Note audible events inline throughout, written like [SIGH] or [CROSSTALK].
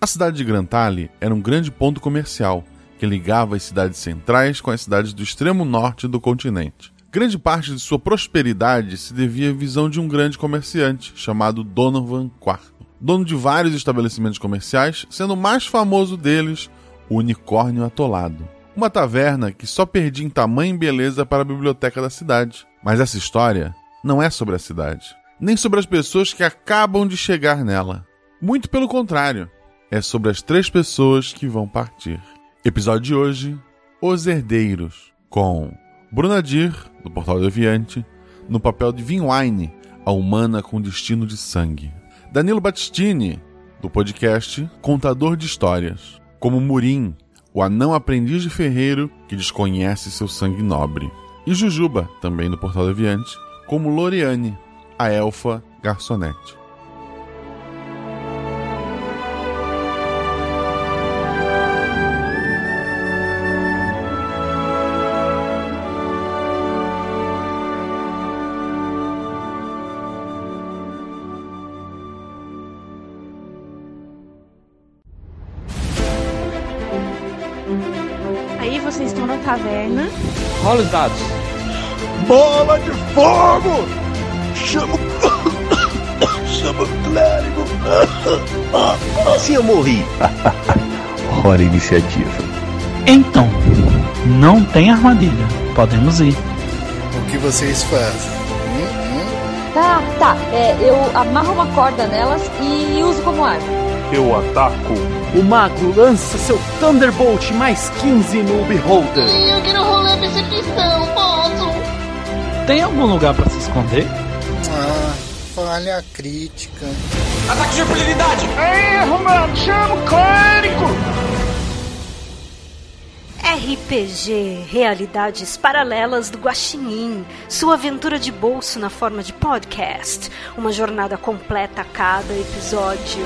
A cidade de Grantale era um grande ponto comercial que ligava as cidades centrais com as cidades do extremo norte do continente. Grande parte de sua prosperidade se devia à visão de um grande comerciante chamado Donovan IV, dono de vários estabelecimentos comerciais, sendo o mais famoso deles o Unicórnio Atolado, uma taverna que só perdia em tamanho e beleza para a biblioteca da cidade. Mas essa história não é sobre a cidade, nem sobre as pessoas que acabam de chegar nela. Muito pelo contrário, é sobre as três pessoas que vão partir. Episódio de hoje: Os Herdeiros, com Bruna Dir, do Portal Deviante, no papel de Vinwine, a humana com destino de sangue. Danilo Battistini, do podcast Contador de Histórias, como Murim, o anão aprendiz de ferreiro que desconhece seu sangue nobre. E Jujuba, também do Portal Deviante, como Loriane, a elfa garçonete. Aí vocês estão na taverna. Rola os dados. Bola de fogo! Chama o. Chama o clérigo! [LAUGHS] Assim eu morri! [LAUGHS] Hora iniciativa. Então, não tem armadilha. Podemos ir. O que vocês fazem? Hum, hum. Tá, tá. É, eu amarro uma corda nelas e uso como arma. Eu ataco. O mago lança seu Thunderbolt mais 15 no Beholder. Eu quero rolar percepção, posso? Tem algum lugar pra se esconder? Ah, falha crítica. Ataque de impunidade! RPG Realidades Paralelas do Guaxinim. Sua aventura de bolso na forma de podcast. Uma jornada completa a cada episódio.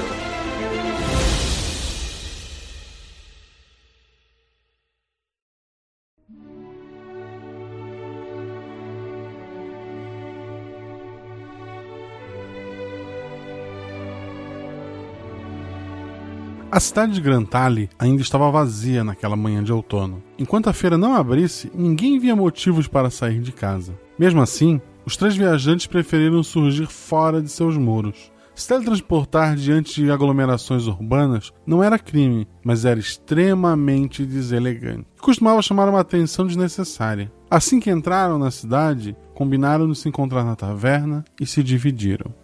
A cidade de Grantale ainda estava vazia naquela manhã de outono. Enquanto a feira não abrisse, ninguém via motivos para sair de casa. Mesmo assim, os três viajantes preferiram surgir fora de seus muros. Se teletransportar diante de aglomerações urbanas não era crime, mas era extremamente deselegante. e Costumava chamar uma atenção desnecessária. Assim que entraram na cidade, combinaram de se encontrar na taverna e se dividiram.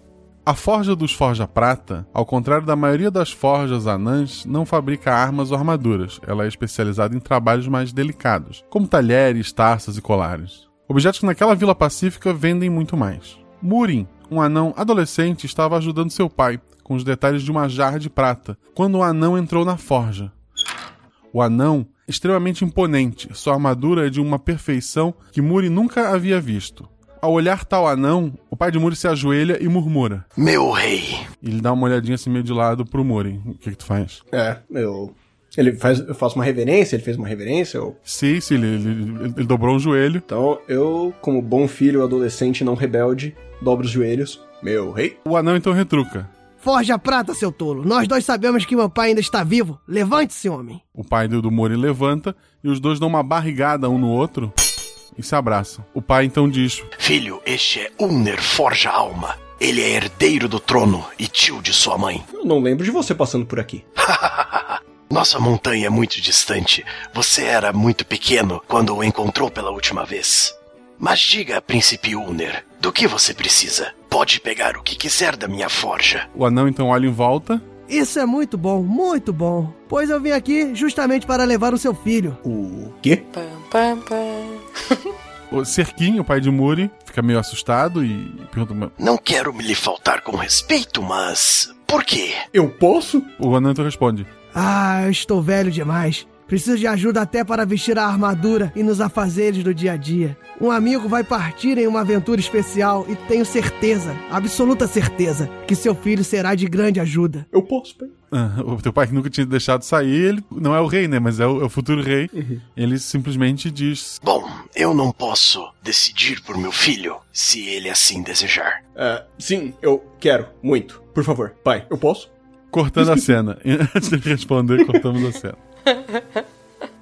A forja dos Forja Prata, ao contrário da maioria das forjas anãs, não fabrica armas ou armaduras. Ela é especializada em trabalhos mais delicados, como talheres, taças e colares. Objetos que naquela vila pacífica vendem muito mais. Murin, um anão adolescente, estava ajudando seu pai com os detalhes de uma jarra de prata, quando o anão entrou na forja. O anão, extremamente imponente, sua armadura é de uma perfeição que Muri nunca havia visto. Ao olhar tal anão, o pai de Muri se ajoelha e murmura. Meu rei! Ele dá uma olhadinha assim meio de lado pro Muri. O que, que tu faz? É, eu. Ele faz, eu faço uma reverência, ele fez uma reverência. Eu, Sim, sim, ele, ele, ele- ele dobrou um joelho. então eu, como bom filho adolescente não rebelde, dobro os joelhos. Meu rei. O anão então retruca. Forja prata, seu tolo. Nós dois sabemos que meu pai ainda está vivo. Levante-se, homem. O pai do, do Mori levanta e os dois dão uma barrigada um no outro e se abraçam. O pai então diz: Filho, este é Unner Forja Alma. Ele é herdeiro do trono e tio de sua mãe. Eu não lembro de você passando por aqui. Nossa montanha é muito distante. Você era muito pequeno quando o encontrou pela última vez. Mas diga, príncipe Unner, do que você precisa? Pode pegar o que quiser da minha forja. O anão então olha em volta. Isso é muito bom, muito bom. Pois eu vim aqui justamente para levar o seu filho. O quê? Pam, pam, pam. O Cerquinho, o pai de Muri, fica meio assustado e pergunta: "Mas Não quero me lhe faltar com respeito, mas. Por quê? Eu posso? O anão então responde: Ah, eu estou velho demais. Preciso de ajuda até para vestir a armadura e nos afazeres do dia a dia. Um amigo vai partir em uma aventura especial e tenho certeza, absoluta certeza, que seu filho será de grande ajuda. Eu posso, pai. "Ah, O teu pai que nunca tinha deixado sair, ele não é o rei, né? Mas é o, é o futuro rei. Uhum. Ele simplesmente diz: Bom, eu não posso decidir por meu filho, se ele assim desejar. É. Ah, sim, eu quero. Muito. Por favor, pai, eu posso? Cortando a cena. [LAUGHS] Antes de responder, cortamos a cena.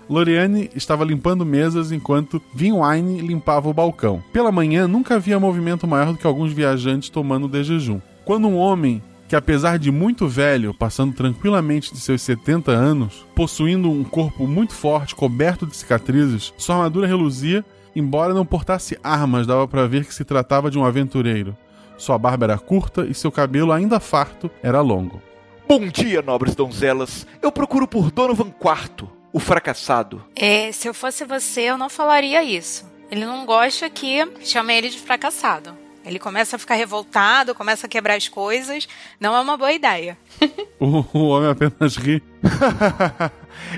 Loriane estava limpando mesas enquanto Vinwine limpava o balcão. Pela manhã, nunca havia movimento maior do que alguns viajantes tomando de jejum. Quando um homem que, apesar de muito velho, passando tranquilamente de seus 70 anos, possuindo um corpo muito forte, coberto de cicatrizes, sua armadura reluzia, embora não portasse armas, dava para ver que se tratava de um aventureiro. Sua barba era curta e seu cabelo, ainda farto, era longo. Bom dia, nobres donzelas. Eu procuro por Donovan Quarto, o fracassado. É, se eu fosse você, eu não falaria isso. Ele não gosta que chamem ele de fracassado. Ele começa a ficar revoltado, começa a quebrar as coisas. Não é uma boa ideia. O, o homem apenas ri. [LAUGHS]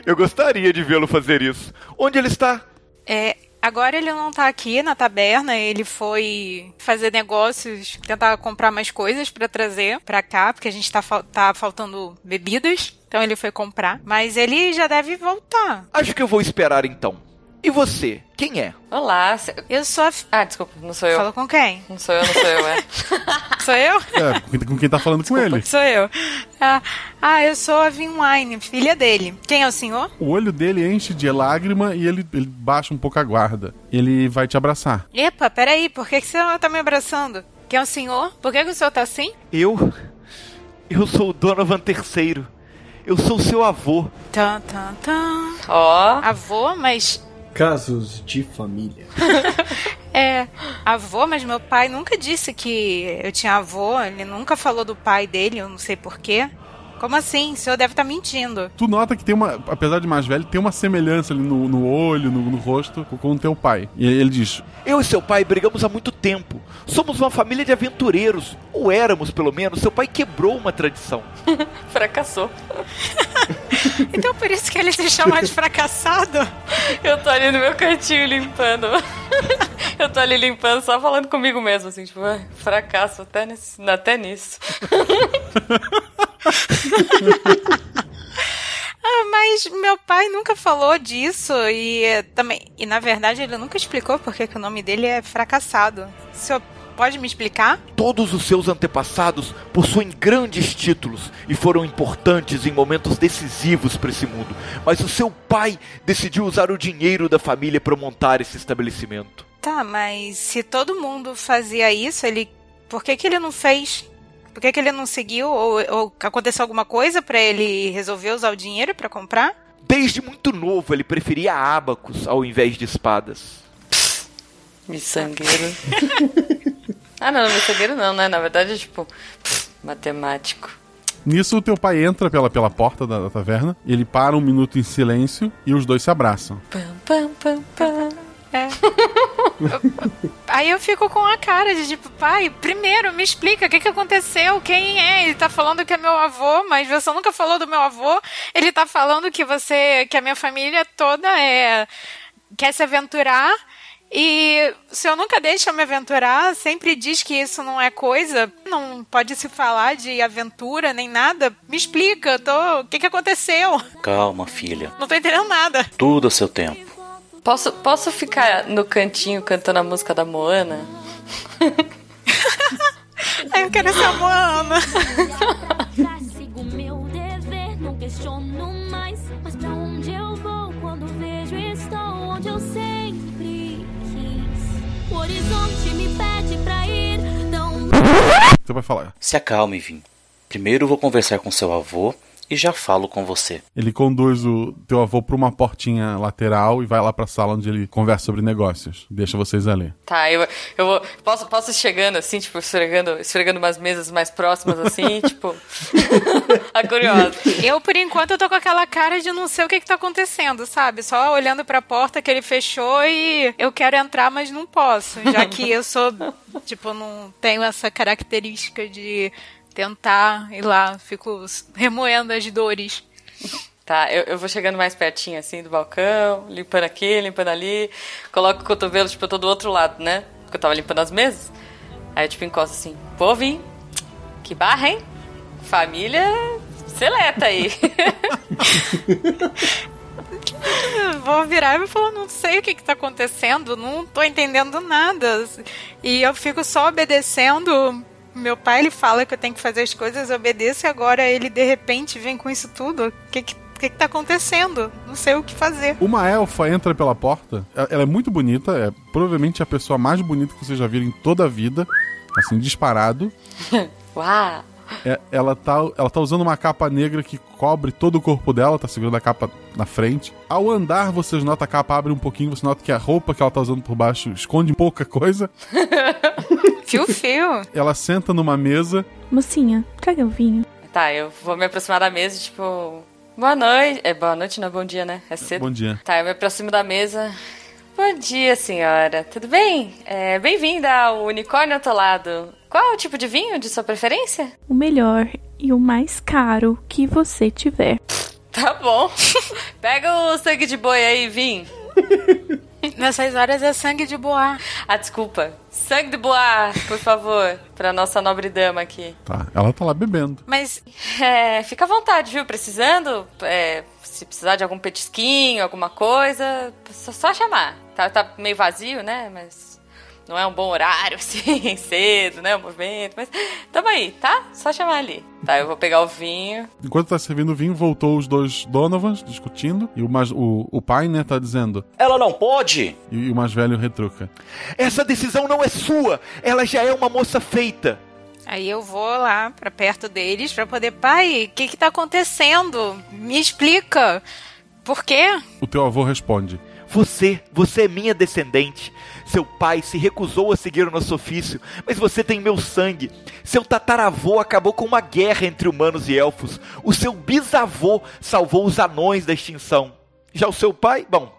Eu gostaria de vê-lo fazer isso. Onde ele está? É, agora ele não tá aqui na taberna, ele foi fazer negócios, tentar comprar mais coisas para trazer para cá, porque a gente tá, fal- tá faltando bebidas. Então ele foi comprar, mas ele já deve voltar. Acho que eu vou esperar então. E você, quem é? Olá, eu sou a... Ah, desculpa, não sou eu. Falou com quem? Não sou eu, não sou eu, é. [LAUGHS] sou eu? É, com quem- com quem tá falando com ele. Sou eu. Ah, ah, eu sou a Vinwine, filha dele. Quem é o senhor? O olho dele enche de lágrima e ele, ele baixa um pouco a guarda. Ele vai te abraçar. Epa, peraí, por que, que você tá me abraçando? Quem é o senhor? Por que, que o senhor tá assim? Eu? Eu sou o Donovan III. Eu sou seu avô. Tan, tan, tan. Ó. Avô, mas. Casos de família. É, avô, mas meu pai nunca disse que eu tinha avô, ele nunca falou do pai dele, eu não sei porquê. Como assim? O senhor deve estar mentindo. Tu nota que tem uma, apesar de mais velho, tem uma semelhança ali no, no olho, no, no rosto, com o teu pai. E ele diz: Eu e seu pai brigamos há muito tempo. Somos uma família de aventureiros. Ou éramos, pelo menos. Seu pai quebrou uma tradição. Fracassou. [LAUGHS] então por isso que ele se chama de fracassado? Eu tô ali no meu cantinho limpando. Eu tô ali limpando, só falando comigo mesmo, assim, tipo, "Ah, fracasso até, nesse, até nisso. Ah, mas meu pai nunca falou disso e eh, também. E na verdade ele nunca explicou porque que o nome dele é fracassado. O senhor pode me explicar? Todos os seus antepassados possuem grandes títulos e foram importantes em momentos decisivos para esse mundo, mas o seu pai decidiu usar o dinheiro da família para montar esse estabelecimento. Tá, mas se todo mundo fazia isso, ele. Por que, que ele não fez? Por que, que ele não seguiu? Ou, ou aconteceu alguma coisa pra ele resolver usar o dinheiro pra comprar? Desde muito novo, ele preferia ábacos ao invés de espadas. [LAUGHS] Miçangueiro. ah, não, miçangueiro não, né? Na verdade, é tipo, pff, matemático. Nisso, o teu pai entra pela, pela porta da, da taverna, ele para um minuto em silêncio e os dois se abraçam. Pam, pam, pam. É. [LAUGHS] Aí eu fico com a cara de tipo, pai, primeiro me explica o que, que aconteceu, quem é? Ele tá falando que é meu avô, mas você nunca falou do meu avô. Ele tá falando que você, que a minha família toda é quer se aventurar. E o senhor nunca deixa eu me aventurar, sempre diz que isso não é coisa, não pode se falar de aventura nem nada. Me explica, eu tô, o que, que aconteceu? Calma, filha. Não tô entendendo nada. Tudo a seu tempo. Posso, posso ficar no cantinho cantando a música da Moana? Ai, eu quero essa Moana. Já sigo meu dever, não questiono mais. Mas pra onde eu vou quando vejo estou onde eu sempre quis? O horizonte me pede pra ir, então. Você vai falar. Se acalme, Vim. Primeiro vou conversar com seu avô e já falo com você. Ele conduz o teu avô pra uma portinha lateral e vai lá pra sala onde ele conversa sobre negócios. Deixa vocês ali. Tá, eu, eu vou. Posso, posso ir chegando assim, tipo, esfregando, esfregando umas mesas mais próximas assim, tipo. [LAUGHS] a curiosa. [LAUGHS] Eu, por enquanto, eu tô com aquela cara de não sei o que que tá acontecendo, sabe? Só olhando pra porta que ele fechou e eu quero entrar, mas não posso. Já que eu sou, tipo, não tenho essa característica de tentar ir lá, fico remoendo as dores. Tá, eu, eu vou chegando mais pertinho assim do balcão, limpando aqui, limpando ali. Coloco o cotovelo, tipo, eu tô do outro lado, né? Porque eu tava limpando as mesas. Aí eu, tipo, encosto assim, pô, Vim, que barra, hein? Família seleta aí. [LAUGHS] Vou virar e vou falar, não sei o que que tá acontecendo, não tô entendendo nada. E eu fico só obedecendo Meu pai, ele fala que eu tenho que fazer as coisas, eu obedeço, e agora ele, de repente, vem com isso tudo. O que que o que que tá acontecendo? Não sei o que fazer. Uma elfa entra pela porta. Ela- Ela é muito bonita, é provavelmente a pessoa mais bonita que vocês já viram em toda a vida. Assim, disparado. Uau! É, ela, tá, ela tá usando uma capa negra que cobre todo o corpo dela, tá segurando a capa na frente. Ao andar, vocês notam a capa abre um pouquinho, você nota que a roupa que ela tá usando por baixo esconde pouca coisa. Fio, fio. Ela senta numa mesa. Mocinha, traga o vinho. Tá, eu vou me aproximar da mesa, tipo. Boa noite. É boa noite, não é bom dia, né? É cedo. Bom dia. Tá, eu me aproximo da mesa. Bom dia, senhora. Tudo bem? É, Bem-vinda ao Unicórnio Atolado. Qual o tipo de vinho de [LAUGHS] sua preferência? O melhor e o mais caro que você tiver. Tá bom. [LAUGHS] Pega o sangue de boi aí, Vim. [LAUGHS] Nessas horas é sangue de boa. Ah, desculpa. Sangue de boa, por favor, pra nossa nobre dama aqui. Tá, ela tá lá bebendo. Mas [LAUGHS] é, fica à vontade, viu? Precisando, é, se precisar de algum petisquinho, alguma coisa, só, só chamar. Tá, tá meio vazio, né? Mas não é um bom horário, [LAUGHS] assim, cedo, né? O movimento, mas tamo aí, tá? Só chamar ali. Tá, eu vou pegar o vinho. Enquanto tá servindo o vinho, voltou os dois Donovans discutindo. E o, mais, o, o pai, né, tá dizendo. Ela não pode! E, e o mais velho retruca. Essa decisão não é sua, ela já é uma moça feita. Aí eu vou lá pra perto deles pra poder. Pai, o que que tá acontecendo? Me explica. Por quê? O teu avô responde. Você, você é minha descendente. Seu pai se recusou a seguir o nosso ofício, mas você tem meu sangue. Seu tataravô acabou com uma guerra entre humanos e elfos. O seu bisavô salvou os anões da extinção. Já o seu pai, bom,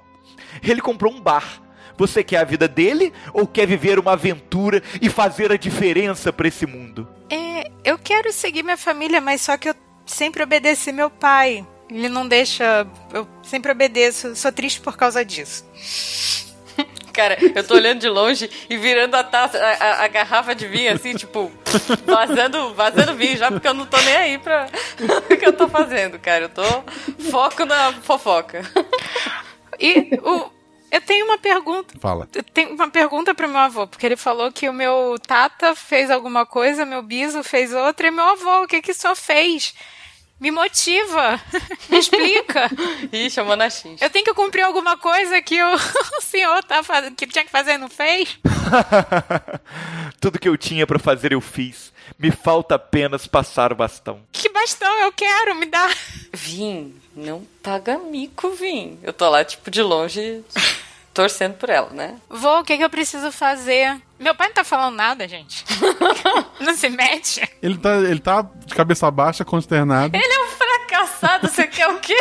ele comprou um bar. Você quer a vida dele ou quer viver uma aventura e fazer a diferença para esse mundo? É, eu quero seguir minha família, mas só que eu sempre obedeci meu pai. Ele não deixa. Eu sempre obedeço. Sou triste por causa disso. Cara, eu tô olhando de longe e virando a taça, a, a- a garrafa de vinho, assim, tipo, vazando, vazando vinho já, porque eu não tô nem aí pra [LAUGHS] o que eu tô fazendo, cara. Eu tô foco na fofoca. E o, eu tenho uma pergunta. Fala. Eu tenho uma pergunta pro meu avô, porque ele falou que o meu tata fez alguma coisa, meu biso fez outra, e meu avô, o que que só fez? Me motiva, [LAUGHS] me explica. [LAUGHS] Ih, chamou na X. Eu tenho que cumprir alguma coisa que o, o [LAUGHS] senhor tá fazendo, que tinha que fazer e não fez? Tudo que eu tinha para fazer eu fiz. Me falta apenas passar o bastão. Que bastão eu quero, me dá. Vim, não paga mico, Vim. Eu tô lá, tipo, de longe, torcendo por ela, né? Vô, o que que eu preciso fazer? Meu pai não tá falando nada, gente. não se mete. Ele tá, ele tá de cabeça baixa, [LAUGHS] consternado. Ele é um fracassado, você quer o quê?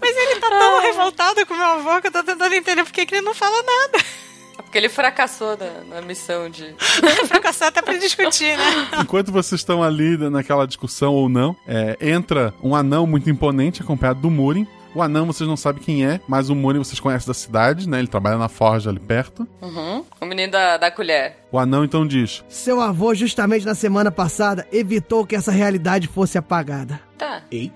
Mas ele tá tão revoltado com meu avô que eu tô tentando entender por que que ele não fala nada. É porque ele fracassou na, na [LAUGHS] missão de. fracassou até pra discutir, né? Enquanto vocês estão ali né, naquela discussão ou não, é, entra um anão muito imponente, acompanhado do Murin. O anão vocês não sabem quem é, mas o Murin vocês conhecem da cidade, né? Ele trabalha na forja ali perto. Uhum. O menino da, da colher. O anão então diz: Seu avô, justamente na semana passada, evitou que essa realidade fosse apagada.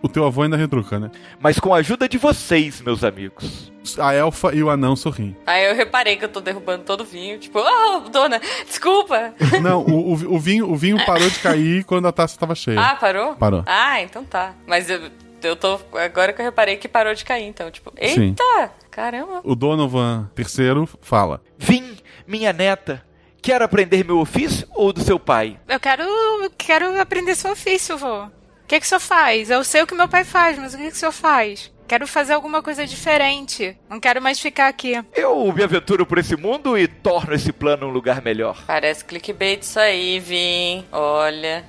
O teu avô ainda retruca, né? Mas com a ajuda de vocês, meus amigos. A elfa e o anão sorriem. Aí eu reparei que eu tô derrubando todo o vinho. Tipo, oh, dona, desculpa. Não, o, o- o vinho, o vinho parou de cair quando a taça tava cheia. Ah, parou? Parou. Ah, então tá. Mas eu, eu tô. Agora que eu reparei que parou de cair, então. Tipo, Sim. eita! Caramba. O Donovan III fala: Vim, minha neta, quer aprender meu ofício ou do seu pai? Eu quero, eu quero aprender seu ofício, vô. O que, que o senhor faz? Eu sei o que meu pai faz, mas o que, que o senhor faz? Quero fazer alguma coisa diferente. Não quero mais ficar aqui. Eu me aventuro por esse mundo e torno esse plano um lugar melhor. Parece clickbait isso aí, Vim. Olha.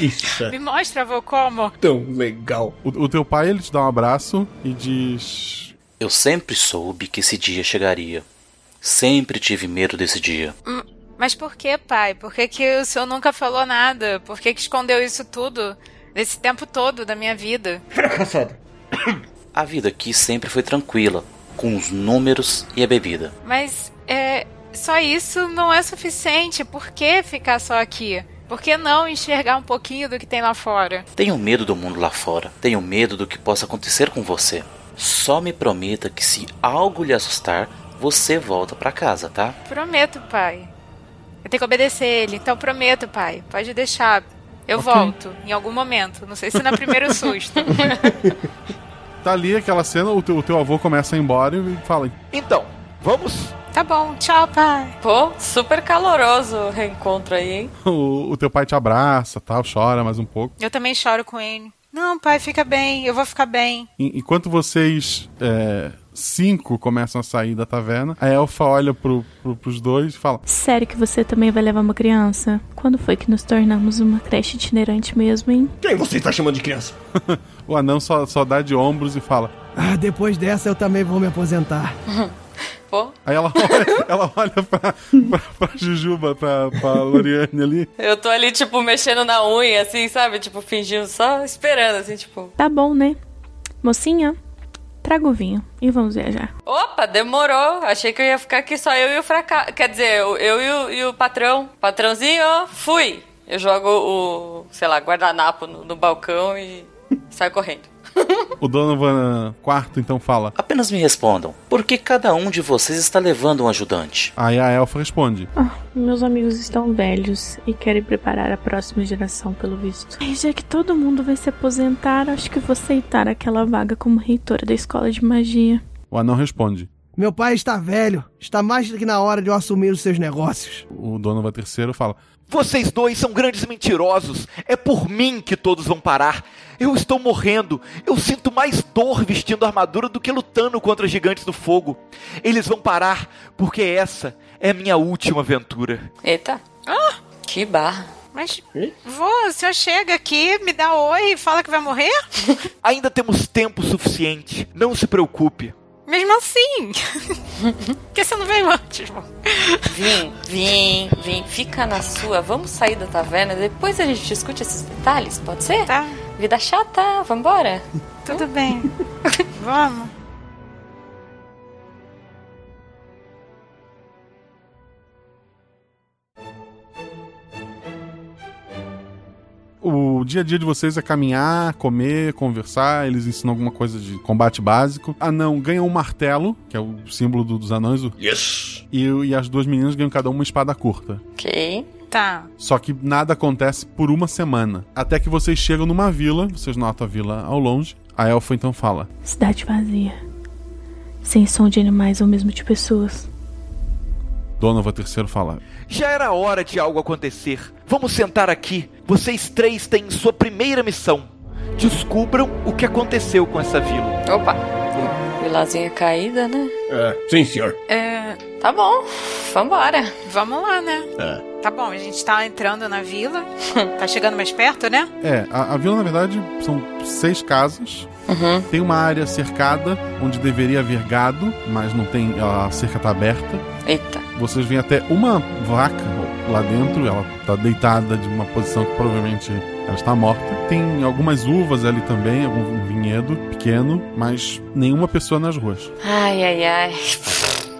Isso. Me mostra, vô, como. Tão legal. O, o teu pai, ele te dá um abraço e diz: Eu sempre soube que esse dia chegaria. Sempre tive medo desse dia. Hum, Mas por que, pai? Por que, que o senhor nunca falou nada? Por que, que escondeu isso tudo? Desse tempo todo da minha vida? Fracassado. A vida aqui sempre foi tranquila, com os números e a bebida. Mas é, só isso não é suficiente. Por que ficar só aqui? Por que não enxergar um pouquinho do que tem lá fora? Tenho medo do mundo lá fora. Tenho medo do que possa acontecer com você. Só me prometa que se algo lhe assustar, você volta pra casa, tá? Prometo, pai. Eu tenho que obedecer ele, então prometo, pai. Pode deixar. Eu Ok. volto, em algum momento. Não sei se na primeira susto. Tá ali aquela cena, o teu, o teu avô começa a ir embora e fala: Então, vamos? tá bom, tchau, pai. Pô, super caloroso [LAUGHS] o reencontro aí, hein? O, o teu pai te abraça, tal, chora mais um pouco. Eu também choro com ele. Não, pai, fica bem, eu vou ficar bem. En- Enquanto vocês é, cinco começam a sair da taverna, a Elfa olha pro, pro, pros dois e fala: Sério que você também vai levar uma criança? Quando foi que nos tornamos uma creche itinerante mesmo, hein? Quem você está chamando de criança? [LAUGHS] o anão só, só dá de ombros e fala. Ah, depois dessa eu também vou me aposentar. Aí ela [LAUGHS] olha, ela olha pra, pra, pra Jujuba, pra, pra Loriane ali. Eu tô ali, tipo, mexendo na unha, assim, sabe? Tipo, fingindo, só esperando, assim, tipo. Tá bom, né? Mocinha, traga o vinho e vamos viajar. Opa, demorou. Achei que eu ia ficar aqui só eu e o fracasso. Quer dizer, eu, eu e, o, e o patrão. Patrãozinho, fui. Eu jogo o, sei lá, guardanapo no, no balcão e saio correndo. O Donovan quarto então fala. Apenas me respondam, por que cada um de vocês está levando um ajudante? Aí a Elfa responde. Ah, Meus amigos estão velhos e querem preparar a próxima geração, pelo visto. Ai, já que todo mundo vai se aposentar, acho que vou aceitar aquela vaga como reitora da escola de magia. O anão responde. Meu pai está velho, está mais do que na hora de eu assumir os seus negócios. O Donovan terceiro fala. Vocês dois são grandes mentirosos. É por mim que todos vão parar. Eu estou morrendo. Eu sinto mais dor vestindo a armadura do que lutando contra os gigantes do fogo. Eles vão parar, porque essa é a minha última aventura. Eita. Ah, Que barra. mas vô, o senhor chega aqui, me dá oi e fala que vai morrer? Ainda temos tempo suficiente. Não se preocupe. Mesmo [LAUGHS] assim. Por que você não tipo. veio antes, vô? Vim, vim, vim. Fica na sua. Vamos sair da taverna. Depois a gente discute esses detalhes, pode ser? Tá. Vida chata. Vambora. Tudo [LAUGHS] bem. Vamos. O dia a dia de vocês é caminhar, comer, conversar. Eles ensinam alguma coisa de combate básico. Anão ganha um martelo, que é o símbolo do- dos anões. O... Yes! E, o- e as duas meninas ganham cada uma uma espada curta. Ok. Tá. Só que nada acontece por uma semana. Até que vocês chegam numa vila, vocês notam a vila ao longe. A elfa então fala. Cidade vazia. Sem som de animais ou mesmo de pessoas. Donovan terceiro fala. Já era hora de algo acontecer. Vamos sentar aqui. Vocês três têm sua primeira missão. Descubram o que aconteceu com essa vila. Opa. Então, Vilazinha caída, né? É, sim, senhor. É, Tá bom. Vambora. Vamos lá, né? É. Tá bom, a gente tá entrando na vila. [LAUGHS] tá chegando mais perto, né? É, a, a vila, na verdade, são seis casas. Tem uma área cercada, onde deveria haver gado, mas não tem. A cerca tá aberta. Eita. Vocês veem até uma vaca lá dentro, ela tá deitada de uma posição que provavelmente ela está morta. Tem algumas uvas ali também, algum vinhedo pequeno, mas nenhuma pessoa nas ruas. Ai, ai, ai.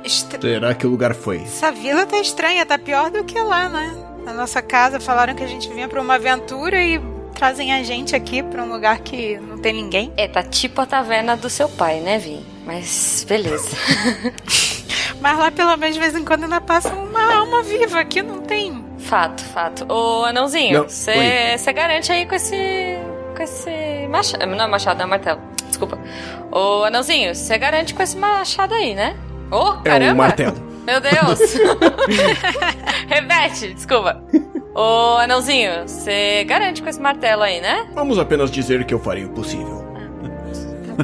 Estra- Será que o lugar foi? É Essa vila tá estranha, tá pior do que lá, né? Na nossa casa falaram que a gente vinha pra uma aventura e trazem a gente aqui pra um lugar que não tem ninguém. É, tá tipo a taverna do seu pai, né, Vim? Mas beleza. [LAUGHS] Mas lá pelo menos de vez em quando ainda passa uma alma viva, aqui não tem. Fato, fato. Ô, anãozinho, Não, você garante aí com esse. com esse. Machado. Não é machado, é martelo. Desculpa. Ô, anãozinho, você garante com esse machado aí, né? Ô, caramba! É um martelo. Meu Deus! [LAUGHS] Repete, desculpa. Ô, anãozinho, você garante com esse martelo aí, né? Vamos apenas dizer que eu farei o possível.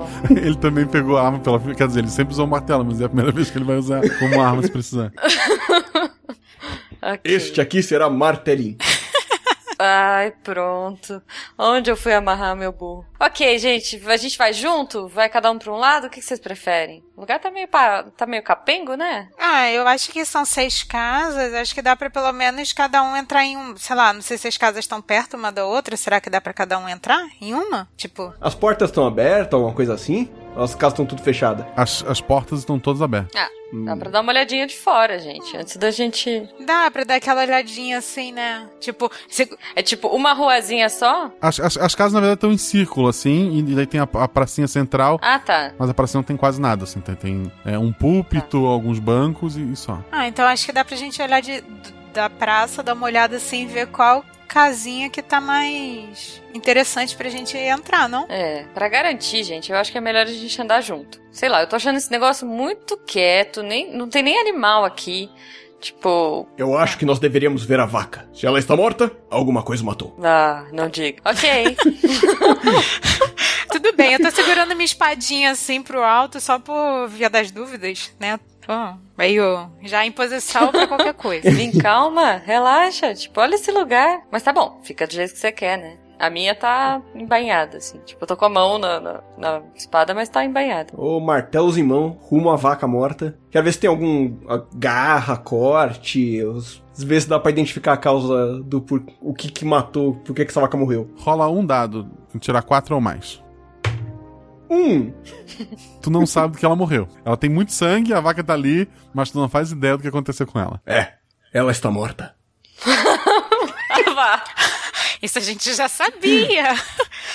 [LAUGHS] ele também pegou a arma pela. Quer dizer, ele sempre usou o martelo, mas é a primeira [LAUGHS] vez que ele vai usar como arma se precisar. Este aqui será martelinho. Ai, pronto. Onde eu fui amarrar meu burro? Ok, gente, a gente vai junto? Vai cada um pra um lado? O que que vocês preferem? O lugar tá meio, pa... tá meio capengo, né? Ah, eu acho que são seis casas, acho que dá pra pelo menos cada um entrar em um. Sei lá, não sei se as casas estão perto uma da outra, será que dá pra cada um entrar em uma? Tipo. As portas estão abertas, alguma coisa assim? Ou As casas estão tudo fechadas? As, as portas estão todas abertas. Ah, dá pra dar uma olhadinha de fora, gente, antes da gente. Dá pra dar aquela olhadinha assim, né? Tipo, se- é tipo uma ruazinha só? As, as, as casas, na verdade, estão em círculo, assim, e daí tem a, a pracinha central, Ah, tá. mas a pracinha não tem quase nada, assim, Tem, tem é, um púlpito, alguns bancos e, e só. Ah, então acho que dá pra gente olhar de, da praça, dar uma olhada assim, ver qual casinha que tá mais interessante pra gente entrar, não? É, pra garantir, gente, eu acho que é melhor a gente andar junto. Sei lá, eu tô achando esse negócio muito quieto, nem, não tem nem animal aqui. Tipo, Eu acho que nós deveríamos ver a vaca. Se ela está morta, alguma coisa matou. ah, não diga. Ok. [LAUGHS] Tudo bem, eu tô segurando minha espadinha assim pro alto só por via das dúvidas, né? Tô meio já em posição pra qualquer coisa. [LAUGHS] Vem calma, relaxa. Tipo, olha esse lugar. Mas tá bom, fica do jeito que você quer, né? A minha tá embainhada, assim. Tipo, eu tô com a mão na, na, na espada, mas tá embainhada. Ô, martelos em mão, rumo à vaca morta. Quero ver se tem algum a, garra, corte, os- ver se dá pra identificar a causa do por, o que que matou, por que que essa vaca morreu. Rola um dado, tem que tirar quatro ou mais. Um! Tu não sabe do que ela morreu. Ela tem muito sangue, a vaca tá ali, mas tu não faz ideia do que aconteceu com ela. É, ela está morta. Ah, vá. Isso a gente já sabia.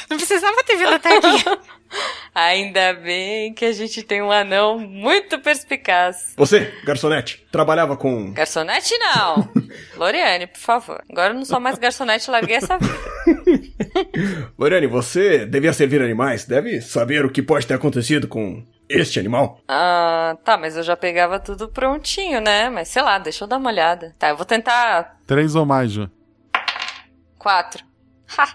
Não precisava ter vindo até aqui. [LAUGHS] Ainda bem que a gente tem um anão muito perspicaz. Você, garçonete, trabalhava com... [LAUGHS] Garçonete não! Loriane, por favor. Agora eu não sou mais garçonete, larguei essa vida. Lorane, você devia servir animais, deve saber o que pode ter acontecido com este animal. Ah, tá, mas eu já pegava tudo prontinho, né? Mas sei lá, deixa eu dar uma olhada. Tá, eu vou tentar Três ou mais, Ju. quatro.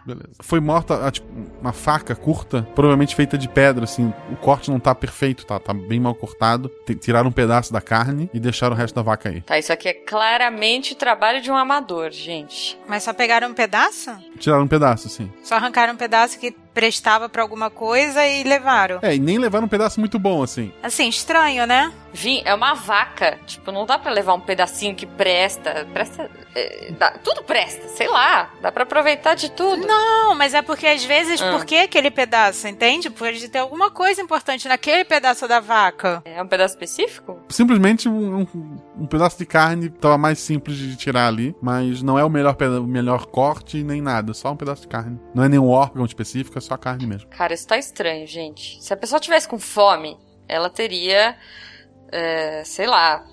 Beleza. Foi morta, ah, tipo, uma faca curta, provavelmente feita de pedra, assim. O corte não tá perfeito, tá? Tá bem mal cortado. T- Tiraram um pedaço da carne e deixaram o resto da vaca aí. Tá, isso aqui é claramente o trabalho de um amador, gente. Mas só pegaram um pedaço? Tiraram um pedaço, assim. Só arrancaram um pedaço que prestava pra alguma coisa e levaram. É, e nem levaram um pedaço muito bom, assim. Assim, estranho, né? Vim, é uma vaca. Tipo, não dá pra levar um pedacinho que presta. Presta. é, dá- tudo presta, sei lá. Dá pra aproveitar de tudo. Não, mas é porque às vezes, Ah. por que aquele pedaço, entende? Pode ter alguma coisa importante naquele pedaço da vaca. É um pedaço específico? Simplesmente um, um- um pedaço de carne tava mais simples de tirar ali, mas não é o melhor, peda- o melhor corte nem nada, só um pedaço de carne. Não é nenhum órgão específico, é só a carne mesmo. Cara, isso tá estranho, gente. Se a pessoa tivesse com fome, ela teria. é, sei lá.